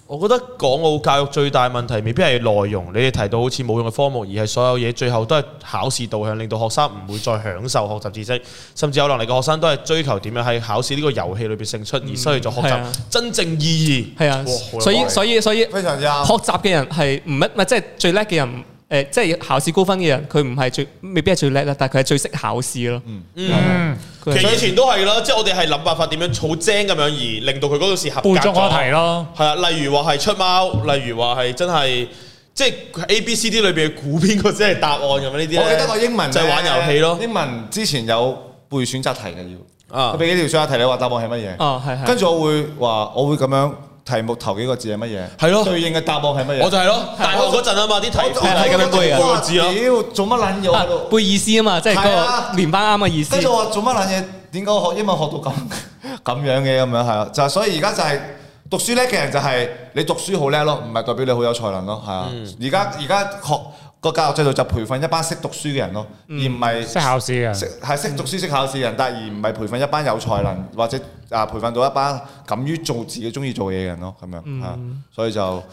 Speaker 4: 我覺得港澳教育最大問題未必係內容，你哋提到好似冇用嘅科目，而係所有嘢最後都係考試導向，令到學生唔會再享受學習知識，甚至有能力嘅學生都係追求點樣喺考試呢個遊戲裏邊勝出，而失去咗學
Speaker 3: 係
Speaker 4: 習
Speaker 3: 啊
Speaker 4: 真正意義。
Speaker 3: 係啊
Speaker 4: 哇好，有
Speaker 3: 所
Speaker 4: 道
Speaker 3: 以
Speaker 4: 理
Speaker 3: 所以所以
Speaker 5: 非常之啱
Speaker 3: 學習嘅人係唔一唔係即係最叻嘅人，誒、即係考試高分嘅人，佢唔係最未必係最叻啦，但係佢係最識考試咯。
Speaker 2: 嗯，
Speaker 3: 佢
Speaker 4: 其
Speaker 3: 係啊
Speaker 4: 實以前都係啦，即係我哋係諗辦法點樣好精咁樣，而令到佢嗰個試合格
Speaker 2: 背中嗰
Speaker 4: 咗
Speaker 2: 題。咯。
Speaker 4: 係啊，例如話係出貓，例如話係真係即係 A、B、C、D 裏邊估邊個先係答案咁樣呢啲呢
Speaker 5: 我記得我英文呢
Speaker 4: 就係玩遊戲咯。
Speaker 5: 英文之前有背選擇題嘅要，
Speaker 4: 啊
Speaker 5: 佢俾幾條選擇題你話答案係乜嘢？
Speaker 3: 哦係係
Speaker 5: 跟住我會話，我會咁樣題目頭幾個字係乜嘢？
Speaker 4: 係咯
Speaker 5: 對應嘅答案係乜嘢？
Speaker 4: 我就係咯，大學嗰陣啊嘛，啲題
Speaker 5: 我
Speaker 4: 庫係咁樣背啊，
Speaker 5: 哇
Speaker 4: 背字咯。
Speaker 5: 屌，做乜撚嘢我
Speaker 3: 啊
Speaker 5: 喺度？
Speaker 3: 背意思啊嘛，即係嗰
Speaker 5: 係啊
Speaker 3: 個連翻啱嘅意思
Speaker 5: 跟。住我話做乜撚嘢？點解我學英文學到咁 咁樣嘅咁樣係啊？就係所以而家就係讀書叻嘅人就係你讀書好叻咯，唔係代表你好有才能咯，係啊。
Speaker 4: 嗯
Speaker 5: 而家而家學個教育制度就培訓一班識讀書嘅人咯，而
Speaker 4: 嗯
Speaker 5: 唔係
Speaker 2: 識考試啊嘅，
Speaker 5: 識係識讀書識考試嘅人，但而唔係培訓一班有才能或者啊培訓到一班敢於做自己中意做嘢嘅人咯，咁樣嚇，所以就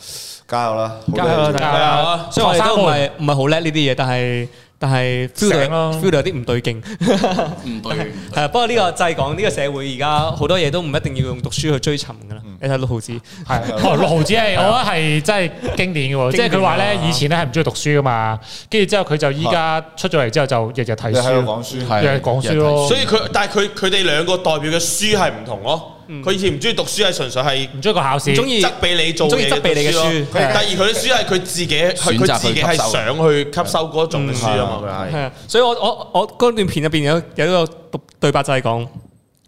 Speaker 5: 加油啦！好多
Speaker 3: 加油啦
Speaker 5: 嘢做
Speaker 3: 大
Speaker 2: 係
Speaker 3: 家
Speaker 2: 啊！
Speaker 3: 雖然我哋都唔係
Speaker 2: 學
Speaker 3: 唔係好叻呢啲嘢，但係但係 feel
Speaker 2: 醒
Speaker 3: 到
Speaker 2: 咯
Speaker 3: feel 到有啲唔對勁。
Speaker 1: 唔對。
Speaker 3: 係啊，不過呢個就係講呢個社會而家好多嘢都唔一定要用讀書去追尋㗎啦。誒、一睇六毫子。
Speaker 2: 係，哦六毫子係，
Speaker 3: 啊
Speaker 2: 我覺得係真係經典嘅喎，即係佢話咧，以前咧係唔中意讀書噶嘛，跟住之後佢就依家
Speaker 3: 啊
Speaker 2: 出咗嚟之後就日日睇
Speaker 5: 你喺度
Speaker 2: 書，
Speaker 5: 講書，
Speaker 2: 日日講書咯，
Speaker 4: 所以佢但係佢佢哋兩個代表嘅書係唔同咯。
Speaker 5: 嗯
Speaker 4: 佢以前唔中意讀書係純粹係
Speaker 2: 唔中意個考試，
Speaker 3: 唔中意
Speaker 4: 執俾你做
Speaker 3: 中意
Speaker 4: 嘢
Speaker 3: 執俾你嘅
Speaker 4: 咯
Speaker 3: 書
Speaker 4: 第二佢啲書係佢自己，佢佢自己係想去吸收嗰種嘅書啊嘛，佢
Speaker 3: 係
Speaker 4: 係。
Speaker 3: 啊，所以我我我嗰段片入邊有有一個獨對白就係講。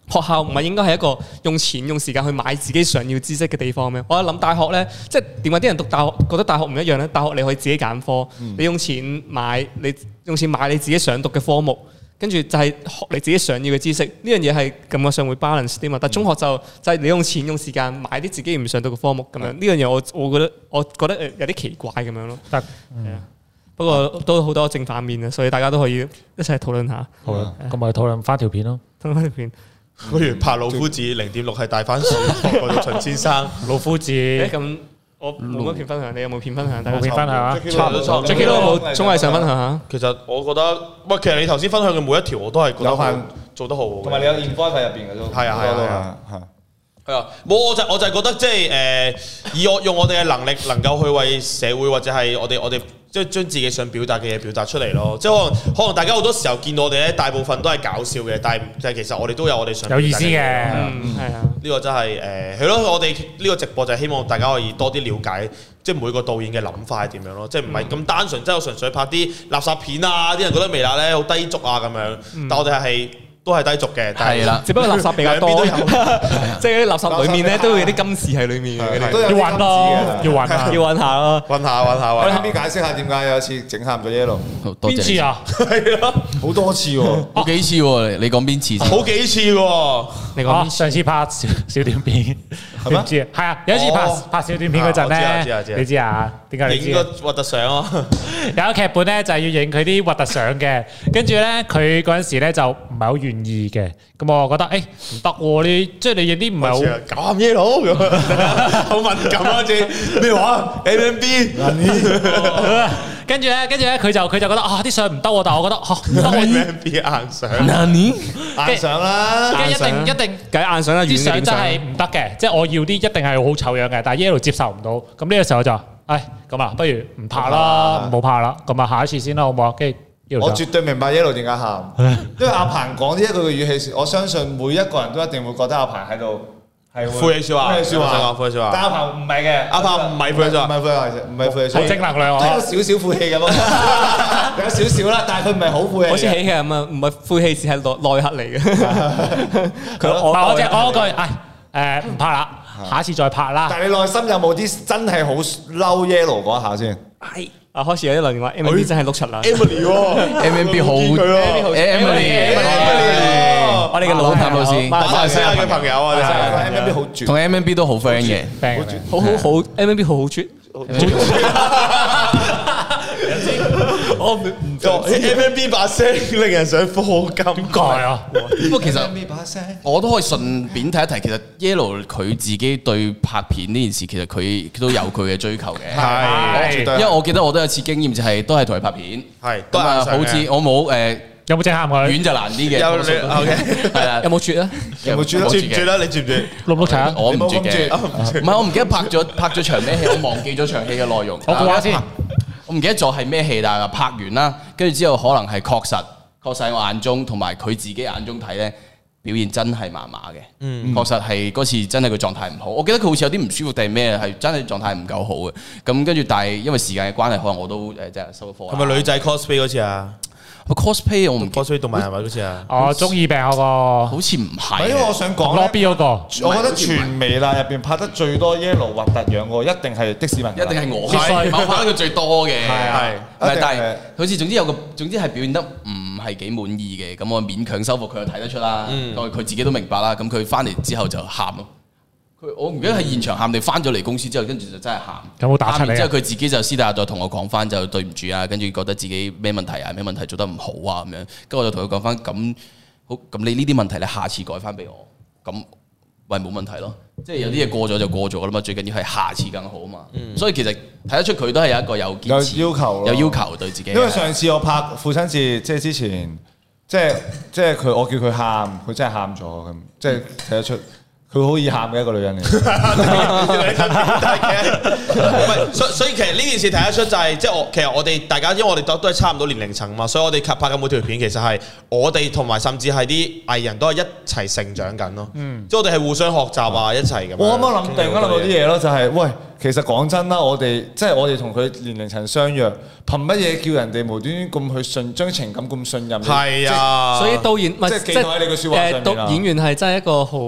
Speaker 3: 學校唔係應該係一個用錢用時間去買自己想要知識嘅地方咩？我一諗大學呢，即係點解啲人讀大學覺得大學唔一樣呢？大學你可以自己揀科，你用錢買你用錢買你自己想讀嘅科目，跟住就係學你自己想要嘅知識。呢樣嘢係感覺上會 balance 啲嘛。但中學就就係你用錢用時間買啲自己唔想讀嘅科目咁樣。呢樣嘢我我覺得我覺得呃有啲奇怪咁樣咯。
Speaker 2: 得
Speaker 3: 不過都好多正反面啊，所以大家都可以一齊討論下。
Speaker 2: 好啦，咁我哋討論翻條片咯，
Speaker 3: 睇翻條片，嗯
Speaker 4: 不如拍老夫子零點六係大 番薯，學過咗秦先生。
Speaker 2: 老夫子
Speaker 3: 誒咁我冇乜片分享，你有冇片分享？大家
Speaker 2: 冇片分享啊，
Speaker 4: 差唔多差唔多
Speaker 3: Jacky 都有冇綜藝想分享下？
Speaker 4: 其實我覺得，喂，其實你頭先分享嘅每一條我都係覺得
Speaker 5: 有
Speaker 4: 好
Speaker 5: 限
Speaker 4: 做得好好嘅。
Speaker 5: 同埋你有 i n v o 入邊嘅都
Speaker 4: 係啊係啊係啊
Speaker 5: 係啊。
Speaker 4: 係啊，冇我就我就係覺得即係誒、呃以我用我哋嘅能力能夠去為社會或者係我哋我哋即係將自己想表達嘅嘢表達出嚟咯。即係可能可能大家好多時候見到我哋咧，大部分都係搞笑嘅，但係但係其實我哋都有我哋想
Speaker 2: 有意思
Speaker 4: 表達嘢
Speaker 2: 嘅，
Speaker 3: 嗯，係啊，
Speaker 4: 呢個真係誒係咯，我哋呢個直播就係希望大家可以多啲了解，即係每個導演嘅諗法係點樣咯，即係唔係咁單純，即係我純粹拍啲垃圾片啊，啲人覺得微辣咧好低俗啊咁樣，但我哋係都係低俗嘅，但係
Speaker 1: 係啦
Speaker 3: 只不過垃圾比較多，
Speaker 4: 兩邊都
Speaker 3: 即係啲垃圾裡面咧都會有啲金字喺裡面嘅嗰
Speaker 5: 都
Speaker 3: 啲，
Speaker 5: 有
Speaker 2: 要
Speaker 5: 啲
Speaker 2: 揾咯
Speaker 5: 金，
Speaker 2: 要揾
Speaker 5: 子嘅
Speaker 2: 啊
Speaker 3: 要，揾下咯。
Speaker 4: 揾下揾下
Speaker 5: 我
Speaker 4: 揾
Speaker 5: 哋
Speaker 4: 下
Speaker 5: 後。邊解釋下點解有一次整喊咗 yellow，
Speaker 1: 好多
Speaker 2: 邊次
Speaker 1: 謝。
Speaker 2: 啊？
Speaker 5: 好多次 喎。
Speaker 1: 好幾次喎，你你講邊次先？
Speaker 4: 好幾次喎，
Speaker 3: 你
Speaker 2: 啊！
Speaker 3: 講
Speaker 2: 上次拍小小短 片，
Speaker 5: 係
Speaker 2: 你
Speaker 5: 咩
Speaker 2: 唔知啊？係啊，有一次拍
Speaker 4: 哦
Speaker 2: 拍小短片嗰陣
Speaker 4: 啊我知啊知啊知
Speaker 2: 咧，
Speaker 4: 啊
Speaker 2: 你知啊？點解你
Speaker 4: 影
Speaker 2: 知啊
Speaker 4: 個？核突相啊咯，
Speaker 2: 有一劇本咧就係要影佢啲核突相嘅，跟住咧佢嗰陣時咧就唔係好願意嘅，咁我覺得誒唔得喎，你即係你影啲唔係啊好
Speaker 4: 啊搞嘢佬咁樣，好敏感啊！似咩 話 M M B 啊
Speaker 2: 跟住咧，跟住咧，佢就佢就覺得啊啲相唔得喎，但係我覺得嚇唔 得
Speaker 4: M
Speaker 2: 喎，
Speaker 4: M B 硬相，
Speaker 5: 硬上啦，
Speaker 2: 跟住一定
Speaker 3: 硬相
Speaker 2: 一定
Speaker 3: 計硬相啦，
Speaker 2: 啲
Speaker 3: 遠
Speaker 2: 相
Speaker 3: 啲
Speaker 2: 真
Speaker 3: 相。
Speaker 2: 係唔得嘅，即係我要啲一定係好醜樣嘅，但係 Yellow 接受唔到，咁呢個時候就唉咁啊，不如唔拍啦，唔好拍啦，咁啊下一次先啦，好唔好啊？跟住 Yellow
Speaker 5: 我
Speaker 2: 就
Speaker 5: 絕對明白 yellow 點解喊，因為阿彭講呢一句嘅語氣，我相信每一個人都一定會覺得阿彭喺度係會
Speaker 4: 晦氣說話
Speaker 5: 晦氣說
Speaker 4: 我想講
Speaker 5: 話，
Speaker 4: 晦氣說話
Speaker 5: 但阿彭唔係嘅，
Speaker 4: 阿彭唔係晦氣說話
Speaker 5: 唔係晦氣話，唔係晦氣
Speaker 2: 好
Speaker 5: 說話
Speaker 2: 正能量
Speaker 5: 都有
Speaker 2: 啊！
Speaker 5: 少少晦氣嘅咯，有少少啦，但係佢唔係好晦氣嘅。
Speaker 3: 好似喜劇咁啊，唔係晦氣，只係內內核嚟嘅。佢
Speaker 2: 唔係我
Speaker 3: 內
Speaker 2: 只
Speaker 3: 核
Speaker 2: 我嗰句唉誒唔拍啦，下次再拍啦。
Speaker 5: 但係你內心有冇啲真係好嬲 yellow 嗰一下先？
Speaker 3: 啊，開始有啲留言話 M V 真係碌柒啦。
Speaker 4: Emily 喎
Speaker 1: M M B 好
Speaker 4: 見佢咯
Speaker 1: ，Emily，
Speaker 3: 我哋嘅老
Speaker 1: 老探老師，
Speaker 3: 馬
Speaker 4: 馬來西亞嘅朋友啊，真係
Speaker 5: M M B 好絕，
Speaker 1: 同 M M B 都好 friend 嘅，
Speaker 2: 病
Speaker 3: 好好好，M V B 好好絕。我唔唔
Speaker 4: M M B 把聲令人想課金， 點
Speaker 2: 改？啊！
Speaker 1: 不過其實
Speaker 5: M。B 把聲
Speaker 1: 我都可以順便提一提，其實 Yellow 佢自己對拍片呢件事，其實佢都有佢嘅追求嘅。
Speaker 4: 係啊
Speaker 2: 係
Speaker 1: 因為我記得我都有次經驗，就係都係同佢拍片，
Speaker 4: 係
Speaker 1: 咁啊，
Speaker 4: 都係硬上嘅
Speaker 1: 好似我冇誒
Speaker 2: 有冇整喊佢？
Speaker 1: 遠就難啲嘅，
Speaker 4: 有
Speaker 1: 多數都
Speaker 4: 你 OK
Speaker 1: 係啦
Speaker 3: 有，冇絕啊？
Speaker 5: 有冇絕啊
Speaker 1: 冇
Speaker 4: 絕唔絕啦？你絕唔絕？
Speaker 2: 碌唔碌柒啊？
Speaker 1: 我唔絕嘅
Speaker 5: 你冇咁，絕
Speaker 1: 唔係我唔記得拍咗拍咗場咩戲，我忘記咗場戲嘅內容。
Speaker 2: 我估下先
Speaker 1: 但係我唔記得咗係咩戲，但係拍完啦，跟住之後可能係確實確實喺我眼中同埋佢自己眼中睇咧。表現真係麻麻嘅，嗯，確實係嗰次真係個狀態唔好，我記得佢好似有啲唔舒服定係咩，係真係狀態唔夠好嘅。咁跟住，但係因為時間嘅關係，可能我都誒即係收咗科啦。
Speaker 4: 係咪女仔 cosplay 嗰次啊
Speaker 1: ？cosplay 我唔記
Speaker 4: ？cosplay 動漫人物嗰次 啊？
Speaker 2: 哦，中二病嗰個
Speaker 1: 好似唔
Speaker 5: 唔係
Speaker 1: 係啊
Speaker 5: 因為我想講咧
Speaker 2: lobby 嗰個，
Speaker 5: 我覺得全微辣入邊拍得最多 yellow 核突樣個，一定係的士文。
Speaker 1: 啊一定係我
Speaker 2: 必須
Speaker 1: 係我拍得佢最多嘅，
Speaker 5: 係啊
Speaker 1: 唔
Speaker 5: 一
Speaker 1: 係
Speaker 5: 定係
Speaker 1: 但係好似總之有個總之係表現得唔係幾滿意嘅，咁我勉強收服佢，睇得出啦，佢佢自己都明白啦，咁佢翻嚟之後就喊咯。佢我唔記得係現場喊定翻咗嚟公司之後，跟住就真係喊。
Speaker 2: 有冇打柒你
Speaker 1: 喊完
Speaker 2: 啊
Speaker 1: 之後佢自己就私底下再同我講翻，就對唔住啊，跟住覺得自己咩問題啊，咩問題做得唔好啊咁樣，跟住我就同佢講翻咁好，咁你呢啲問題你下次改翻俾我，咁喂冇問題咯。即係有啲嘢過咗就過咗啦嘛，最緊要係下次更好啊嘛。所以其實睇得出佢都係有一個有堅持
Speaker 5: 有要求咯
Speaker 1: 有要求對自己嘅。
Speaker 5: 因為上次我拍父親節，即係之前，即係即係佢，我叫佢喊，佢真係喊咗咁，即係睇得出佢佢好易喊嘅一個女人嚟。
Speaker 4: 唔係，所所以其實呢件事睇得出就係，即係我其實我哋大家，因為我哋都都係差唔多年齡層嘛，所以我哋拍嘅每條片其實係我哋同埋甚至係啲藝人都係一齊成長緊咯。即係我哋係互相學習啊，一齊咁樣。
Speaker 5: 嗯我啱啱諗突然間諗到啲嘢咯，就係、喂，其實講真啦，我哋即係我哋同佢年齡層相若，憑乜嘢叫人哋無端端咁去信將情感咁信任你？
Speaker 4: 係啊，
Speaker 3: 所以導演唔
Speaker 5: 即係寄託喺你嘅説話上面啦
Speaker 3: 誒
Speaker 5: 啊
Speaker 3: 導演員係真係一個好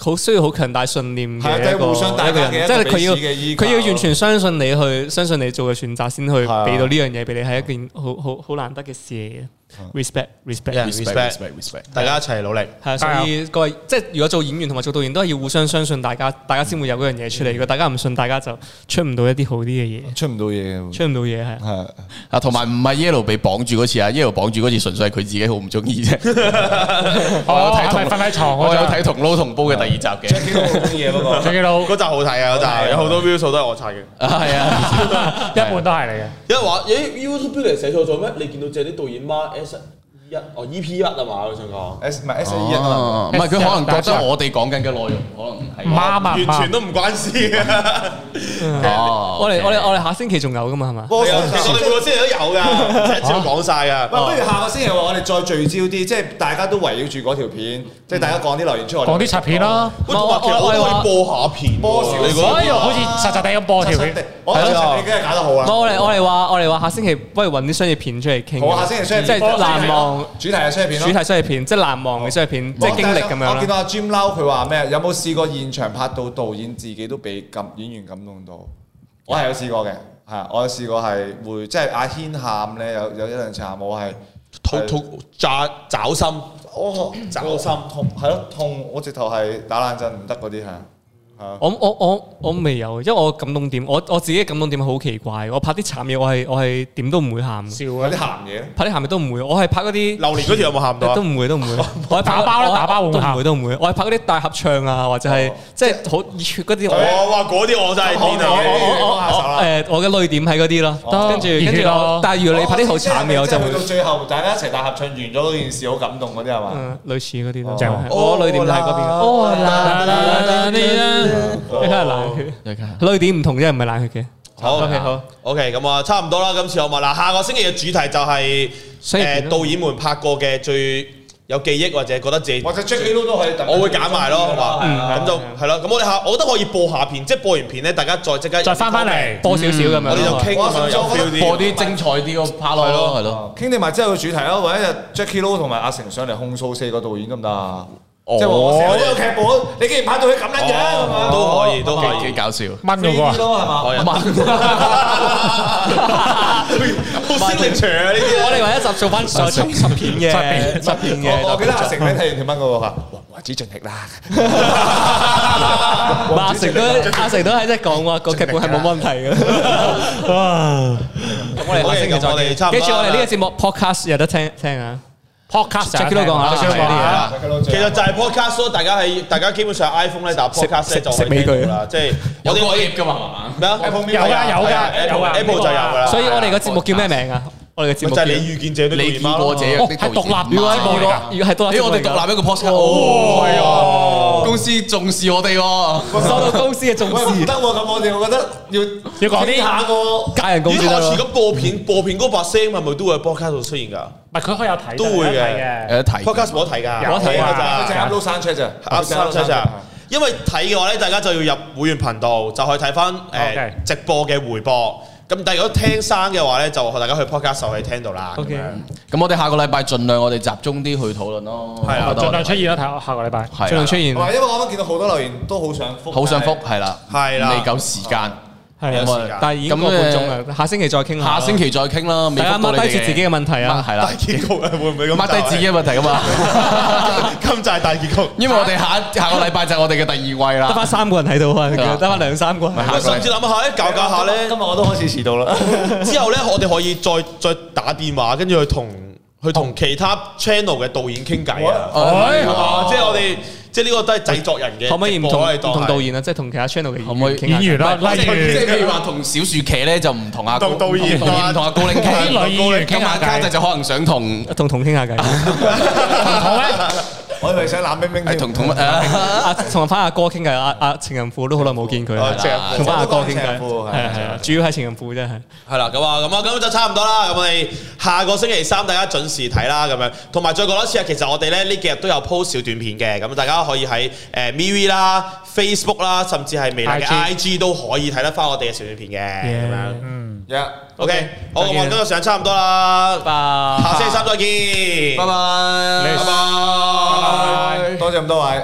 Speaker 3: 好需要好強大信念嘅
Speaker 5: 係啊即係
Speaker 3: 一個
Speaker 5: 互相大
Speaker 3: 一個
Speaker 5: 家嘅
Speaker 3: 人，
Speaker 5: 一
Speaker 3: 即
Speaker 5: 個
Speaker 3: 係佢要
Speaker 5: 彼此嘅依靠
Speaker 3: 佢要完全相信你去相信你做嘅選擇，先去俾
Speaker 5: 啊
Speaker 3: 到呢樣嘢俾你，係一件好好好難得嘅事
Speaker 5: 啊
Speaker 3: 嚟嘅。respect respect
Speaker 4: Yeah
Speaker 1: respect
Speaker 4: respect
Speaker 1: respect respect。
Speaker 4: 大家一齊努力。
Speaker 3: 係啊，所以各位即係如果做演員同埋做導演都係要互相相信大家，大家先會有嗰樣嘢出
Speaker 5: 嗯
Speaker 3: 嚟。如果大家唔信，大家就出唔到一啲好啲嘅嘢，
Speaker 5: 出唔到嘢嘅，
Speaker 3: 出唔到嘢係。
Speaker 5: 係
Speaker 1: 啊，同埋唔係 Yellow 被綁住嗰次啊，Yellow 綁住嗰次純粹係佢自己好唔中意啫。
Speaker 2: 哦
Speaker 1: 我有睇
Speaker 2: 係咪
Speaker 1: 同
Speaker 2: 瞓喺床嗰陣
Speaker 1: 我有睇同撈同煲嘅第二集嘅。
Speaker 5: 幾好嘢嗰個。
Speaker 2: 最記到
Speaker 4: 嗰集好睇啊！嗰集有好多 view 數都係我刷嘅。
Speaker 1: 啊， 係啊，
Speaker 2: 一半都係你嘅。
Speaker 4: 有人話：咦，YouTube 嚟寫錯咗咩？你見到借啲導演媽 S 一哦 EP 一啊嘛？我想講，
Speaker 5: S 唔係 S 一啊嘛，
Speaker 1: 哦唔係佢可能覺得我哋講緊嘅內容可
Speaker 2: 唔
Speaker 1: 能係
Speaker 2: 啱啊，唔
Speaker 4: 完全
Speaker 2: 啱。
Speaker 4: 都唔關事嘅。
Speaker 1: 哦
Speaker 3: 我哋我哋
Speaker 1: OK
Speaker 3: 我哋下星期仲有噶嘛係嘛？
Speaker 5: 我
Speaker 4: 係啊其實我哋每個星期都有㗎，一次都講晒㗎。
Speaker 5: 喂，不如下個星期我哋再聚焦啲，即係大家都圍繞住嗰條片，即係大家講啲留言出嚟，
Speaker 2: 哦講啲插片啦。
Speaker 4: 喂，同埋其實我哋可以播下片，
Speaker 5: 播少少
Speaker 4: 你覺得
Speaker 2: 哎呦，好似實實地咁播條
Speaker 5: 七七地
Speaker 2: 片。
Speaker 5: 我覺得你梗係搞得好
Speaker 3: 唔係
Speaker 5: 啊啦。
Speaker 3: 我哋我哋話我哋話下星期不如揾啲商業片出嚟傾。
Speaker 5: 我下星期商業
Speaker 3: 即
Speaker 5: 片
Speaker 3: 係難忘
Speaker 5: 主題係商業片
Speaker 3: 主
Speaker 5: 咯
Speaker 3: 題。商業片，即係難忘嘅商業片，即係經歷咁樣
Speaker 5: 我見到
Speaker 3: 啦。
Speaker 5: 阿 Jim 嬲佢話咩？有冇試過現場拍到導演自己都被感演員感動到？我係有試過嘅，係啊，我有試過係會即係阿軒喊咧，有有一兩次喊我係
Speaker 4: 吐吐炸找心，
Speaker 5: 我
Speaker 4: 找心
Speaker 5: 痛，係咯痛，我直頭係打冷震唔得嗰啲係啊係啊。
Speaker 3: 我我我我未有，因為我感動點，我我自己嘅感動點係好奇怪。我拍啲慘嘢，我係我係點都唔會喊。
Speaker 2: 笑啊
Speaker 5: 有啲
Speaker 2: 嘅，
Speaker 5: 鹹嘢咧，
Speaker 3: 拍啲鹹嘢都唔會，我係拍嗰啲
Speaker 4: 榴蓮嗰條有冇喊到
Speaker 3: 都
Speaker 4: 啊？
Speaker 3: 唔會都唔會。我係拍
Speaker 2: 打包啦
Speaker 3: 我
Speaker 2: 打包會唔會喊
Speaker 3: 都唔會都唔會。我係拍嗰啲大合唱啊，或者係
Speaker 5: 哦
Speaker 3: 即係好熱血嗰啲。我
Speaker 4: 我哇，嗰啲我真係癲
Speaker 5: 我
Speaker 4: 啊！
Speaker 5: 我我我
Speaker 3: 我誒我嘅淚點喺嗰啲咯，
Speaker 5: 哦
Speaker 3: 跟住
Speaker 2: 熱血
Speaker 3: 跟住我
Speaker 2: 咯。
Speaker 3: 但係如果你拍啲好慘嘅，我
Speaker 5: 即
Speaker 3: 就
Speaker 5: 係
Speaker 3: 會
Speaker 5: 去到最後，大家一齊大合唱完咗嗰件事，好感動嗰啲係嘛？
Speaker 3: 嗯類似嗰啲咯。
Speaker 2: 正
Speaker 3: 係我淚點就喺嗰邊。
Speaker 5: 哦啦
Speaker 3: 你睇下冷血。
Speaker 1: 你睇下
Speaker 3: 淚點唔同啫，唔係冷血嘅。
Speaker 4: 好
Speaker 3: OK，好
Speaker 4: ，OK，咁啊，差唔多啦。今次我問啦，下個星期嘅主題就係
Speaker 3: 商業片
Speaker 4: 誒
Speaker 3: 啦
Speaker 4: 導演們拍過嘅最有記憶或者覺得自己
Speaker 5: 或者 Jackie Lou 都可以等。
Speaker 4: 我會揀埋咯，係
Speaker 5: 嗯
Speaker 4: 嘛？咁就係咯。咁我哋下，我覺得可以播下片，即係播完片咧，大家再即刻
Speaker 2: 再翻翻，嚟。
Speaker 3: 多少少咁樣咯。
Speaker 4: 我哋就傾咁樣有 feel 啲。
Speaker 1: 播啲精彩啲個 part 咯，係咯。
Speaker 5: 哦傾定埋之後嘅主題咯，揾一日 Jackie Lou 同埋阿成上嚟控訴四個導演得唔得啊？
Speaker 1: 哦
Speaker 5: 即係話我寫咗呢個劇本，你竟然拍到佢咁撚樣咁樣，
Speaker 4: 哦都可以，都可
Speaker 1: 幾
Speaker 4: 以
Speaker 1: 幾。搞笑。
Speaker 2: 掹嗰個
Speaker 5: 呢啲
Speaker 2: 啊，
Speaker 5: 咯係嘛？
Speaker 4: 可以 好識力場啊！呢啲
Speaker 3: 我哋唯一集做翻上輯輯片嘅輯片嘅。
Speaker 5: 我我記得阿成咧睇完條蚊嗰個話：為之盡力啦。
Speaker 3: 唔係阿成都阿成都係即係講話個劇本係冇問題嘅。咁我哋下星期再
Speaker 4: 我哋差
Speaker 3: 見。
Speaker 4: 唔多
Speaker 3: 跟住
Speaker 4: 啦
Speaker 3: 我哋呢個節目 podcast 有得聽聽啊。
Speaker 2: podcast 啊
Speaker 3: Jackie 都講下
Speaker 2: Jackie 都講下
Speaker 5: Jackie Lou
Speaker 4: 其
Speaker 5: 最
Speaker 4: 實就係 podcast 咯，大家喺大家基本上 iPhone 咧打 podcast 咧就可以聽到啦，即係
Speaker 1: 有
Speaker 4: 我
Speaker 1: 個
Speaker 4: 哋
Speaker 1: app 噶嘛，
Speaker 4: 咩啊？
Speaker 5: Apple Music
Speaker 2: 有㗎
Speaker 5: 啊
Speaker 2: 有㗎
Speaker 5: 係啊
Speaker 2: 有㗎
Speaker 5: Apple
Speaker 4: Apple 就有噶啦，
Speaker 3: 所以我哋個節目叫咩名啊？我哋嘅節
Speaker 4: 就
Speaker 3: 目
Speaker 4: 係
Speaker 3: 叫
Speaker 4: 你預見者都
Speaker 1: 係嘛？你見過這
Speaker 2: 哦
Speaker 1: 樣的
Speaker 2: 係獨立
Speaker 1: 如
Speaker 2: 如
Speaker 1: 果
Speaker 2: 果
Speaker 1: 係
Speaker 2: 係
Speaker 1: 我哋
Speaker 2: 我哋
Speaker 1: 㗎
Speaker 2: 㗎，
Speaker 3: 要係多
Speaker 1: 咦，我哋獨立一個 podcast，哦，係啊，公司重視我哋喎。
Speaker 3: 收到公司嘅重
Speaker 5: 喂唔
Speaker 3: 視
Speaker 5: 得，喎，咁我哋我覺得要
Speaker 2: 要講啲
Speaker 5: 傾下個。
Speaker 3: 加人工
Speaker 4: 咦，
Speaker 3: 先得
Speaker 4: 我
Speaker 3: 咯
Speaker 4: 似。咁播片播片嗰把聲係咪都會喺 podcast 度出現㗎
Speaker 2: 唔係佢可以有睇
Speaker 4: 都會嘅
Speaker 2: 有睇
Speaker 1: 有得睇。
Speaker 4: ？podcast 冇得睇㗎，
Speaker 2: 有
Speaker 4: 我睇㗎
Speaker 5: 佢淨係
Speaker 4: 咋
Speaker 5: 啱。撈生出啫，
Speaker 4: 啱三七
Speaker 5: 啫
Speaker 4: 咋。因為睇嘅話咧，大家就要入會員頻道，就可以睇翻
Speaker 2: OK
Speaker 4: 誒直播嘅回播。咁但係如果聽生嘅話咧，就大家去 podcast 就可以聽到啦。咁
Speaker 3: OK
Speaker 4: 樣
Speaker 1: 咁我哋下個禮拜盡量我哋集中啲去討論咯。
Speaker 4: 係啊
Speaker 1: 我覺得我
Speaker 2: 盡
Speaker 1: 哋
Speaker 2: 量出現啦，睇我下個禮拜。
Speaker 1: 係啊
Speaker 3: 盡量出現
Speaker 5: 同。埋因為我啱啱見到好多留言都好想覆，
Speaker 1: 好想覆，係啦，
Speaker 4: 係啦
Speaker 1: 未夠時間，
Speaker 4: 有
Speaker 3: 係
Speaker 4: 時
Speaker 3: 啊
Speaker 4: 間，
Speaker 3: 但係已經個半鐘啦。下星期再傾下啦。
Speaker 1: 下星期再傾啦。未
Speaker 3: 大家
Speaker 1: 覆到
Speaker 3: 掹
Speaker 1: 你哋
Speaker 3: 低住自己嘅問題啊。
Speaker 1: 係啦
Speaker 4: 大，結局啊，會 唔會咁？
Speaker 1: 掹低自己嘅問題噶嘛。
Speaker 4: 今集大結局。
Speaker 1: 因為我哋下一下個禮拜就係我哋嘅第二位
Speaker 3: 得
Speaker 1: 啦。
Speaker 3: 翻三個人喺度啊，
Speaker 1: 啊
Speaker 3: 得翻兩三個人喺度。
Speaker 4: 甚至諗下咧，教教下咧
Speaker 5: 今，日我都開始遲到啦。
Speaker 4: 之後咧，我哋可以再再打電話，跟住去同去同其他 channel 嘅導演傾偈啊。
Speaker 1: 哎
Speaker 4: 哇！即係我哋即係呢個都係製作人嘅
Speaker 3: 哦可唔可以唔
Speaker 4: 直播
Speaker 3: 同
Speaker 4: 我哋當
Speaker 3: 唔同
Speaker 4: 係
Speaker 3: 導演啊，即係同其他 channel 嘅
Speaker 1: 可唔可以
Speaker 3: 演
Speaker 2: 演員啊
Speaker 3: 員傾
Speaker 2: 啦，
Speaker 3: 下偈？
Speaker 1: 即
Speaker 2: 例
Speaker 1: 係即係
Speaker 2: 如
Speaker 1: 譬如話同小樹騎咧就唔同阿
Speaker 4: 同導演
Speaker 1: 同導演唔同阿高領
Speaker 2: 同啲
Speaker 1: 傾。啊
Speaker 2: 女演員傾
Speaker 1: 今
Speaker 2: 下
Speaker 1: 晚家
Speaker 2: 偈
Speaker 3: 啊
Speaker 1: 姐。就可能想同
Speaker 3: 同同傾下
Speaker 2: 同
Speaker 3: 偈，
Speaker 2: 我咧，
Speaker 5: 啊我以為想冷冰冰
Speaker 1: 係同
Speaker 5: 添
Speaker 1: 同啊
Speaker 3: 啊，同翻阿哥傾偈，阿阿情人婦都好耐冇見佢
Speaker 5: 哦
Speaker 3: 啦，
Speaker 5: 情人婦
Speaker 3: 同翻阿哥傾
Speaker 5: 情
Speaker 3: 偈，
Speaker 5: 人婦
Speaker 3: 係
Speaker 5: 係
Speaker 3: 啊係啊，主要係情人婦啫，係。
Speaker 4: 係啦，咁啊，咁啊，咁就差唔多啦。咁我哋下個星期三大家準時睇啦，咁樣。同埋再講多次啊，其實我哋咧呢幾日都有 post 小短片嘅，咁大家可以喺誒 MeWe 啦、Facebook 啦，甚至係微辣嘅
Speaker 2: IG
Speaker 4: IG 都可以睇得翻我哋嘅小短片嘅。咁樣。
Speaker 2: 嗯
Speaker 5: Yeah
Speaker 4: OK，好，
Speaker 3: 再
Speaker 4: 咁
Speaker 3: 見
Speaker 4: 我哋今日時間差唔多啦，
Speaker 3: 拜
Speaker 4: 下星期三再見，
Speaker 1: 拜拜。
Speaker 4: 拜拜。
Speaker 5: 多謝咁多位。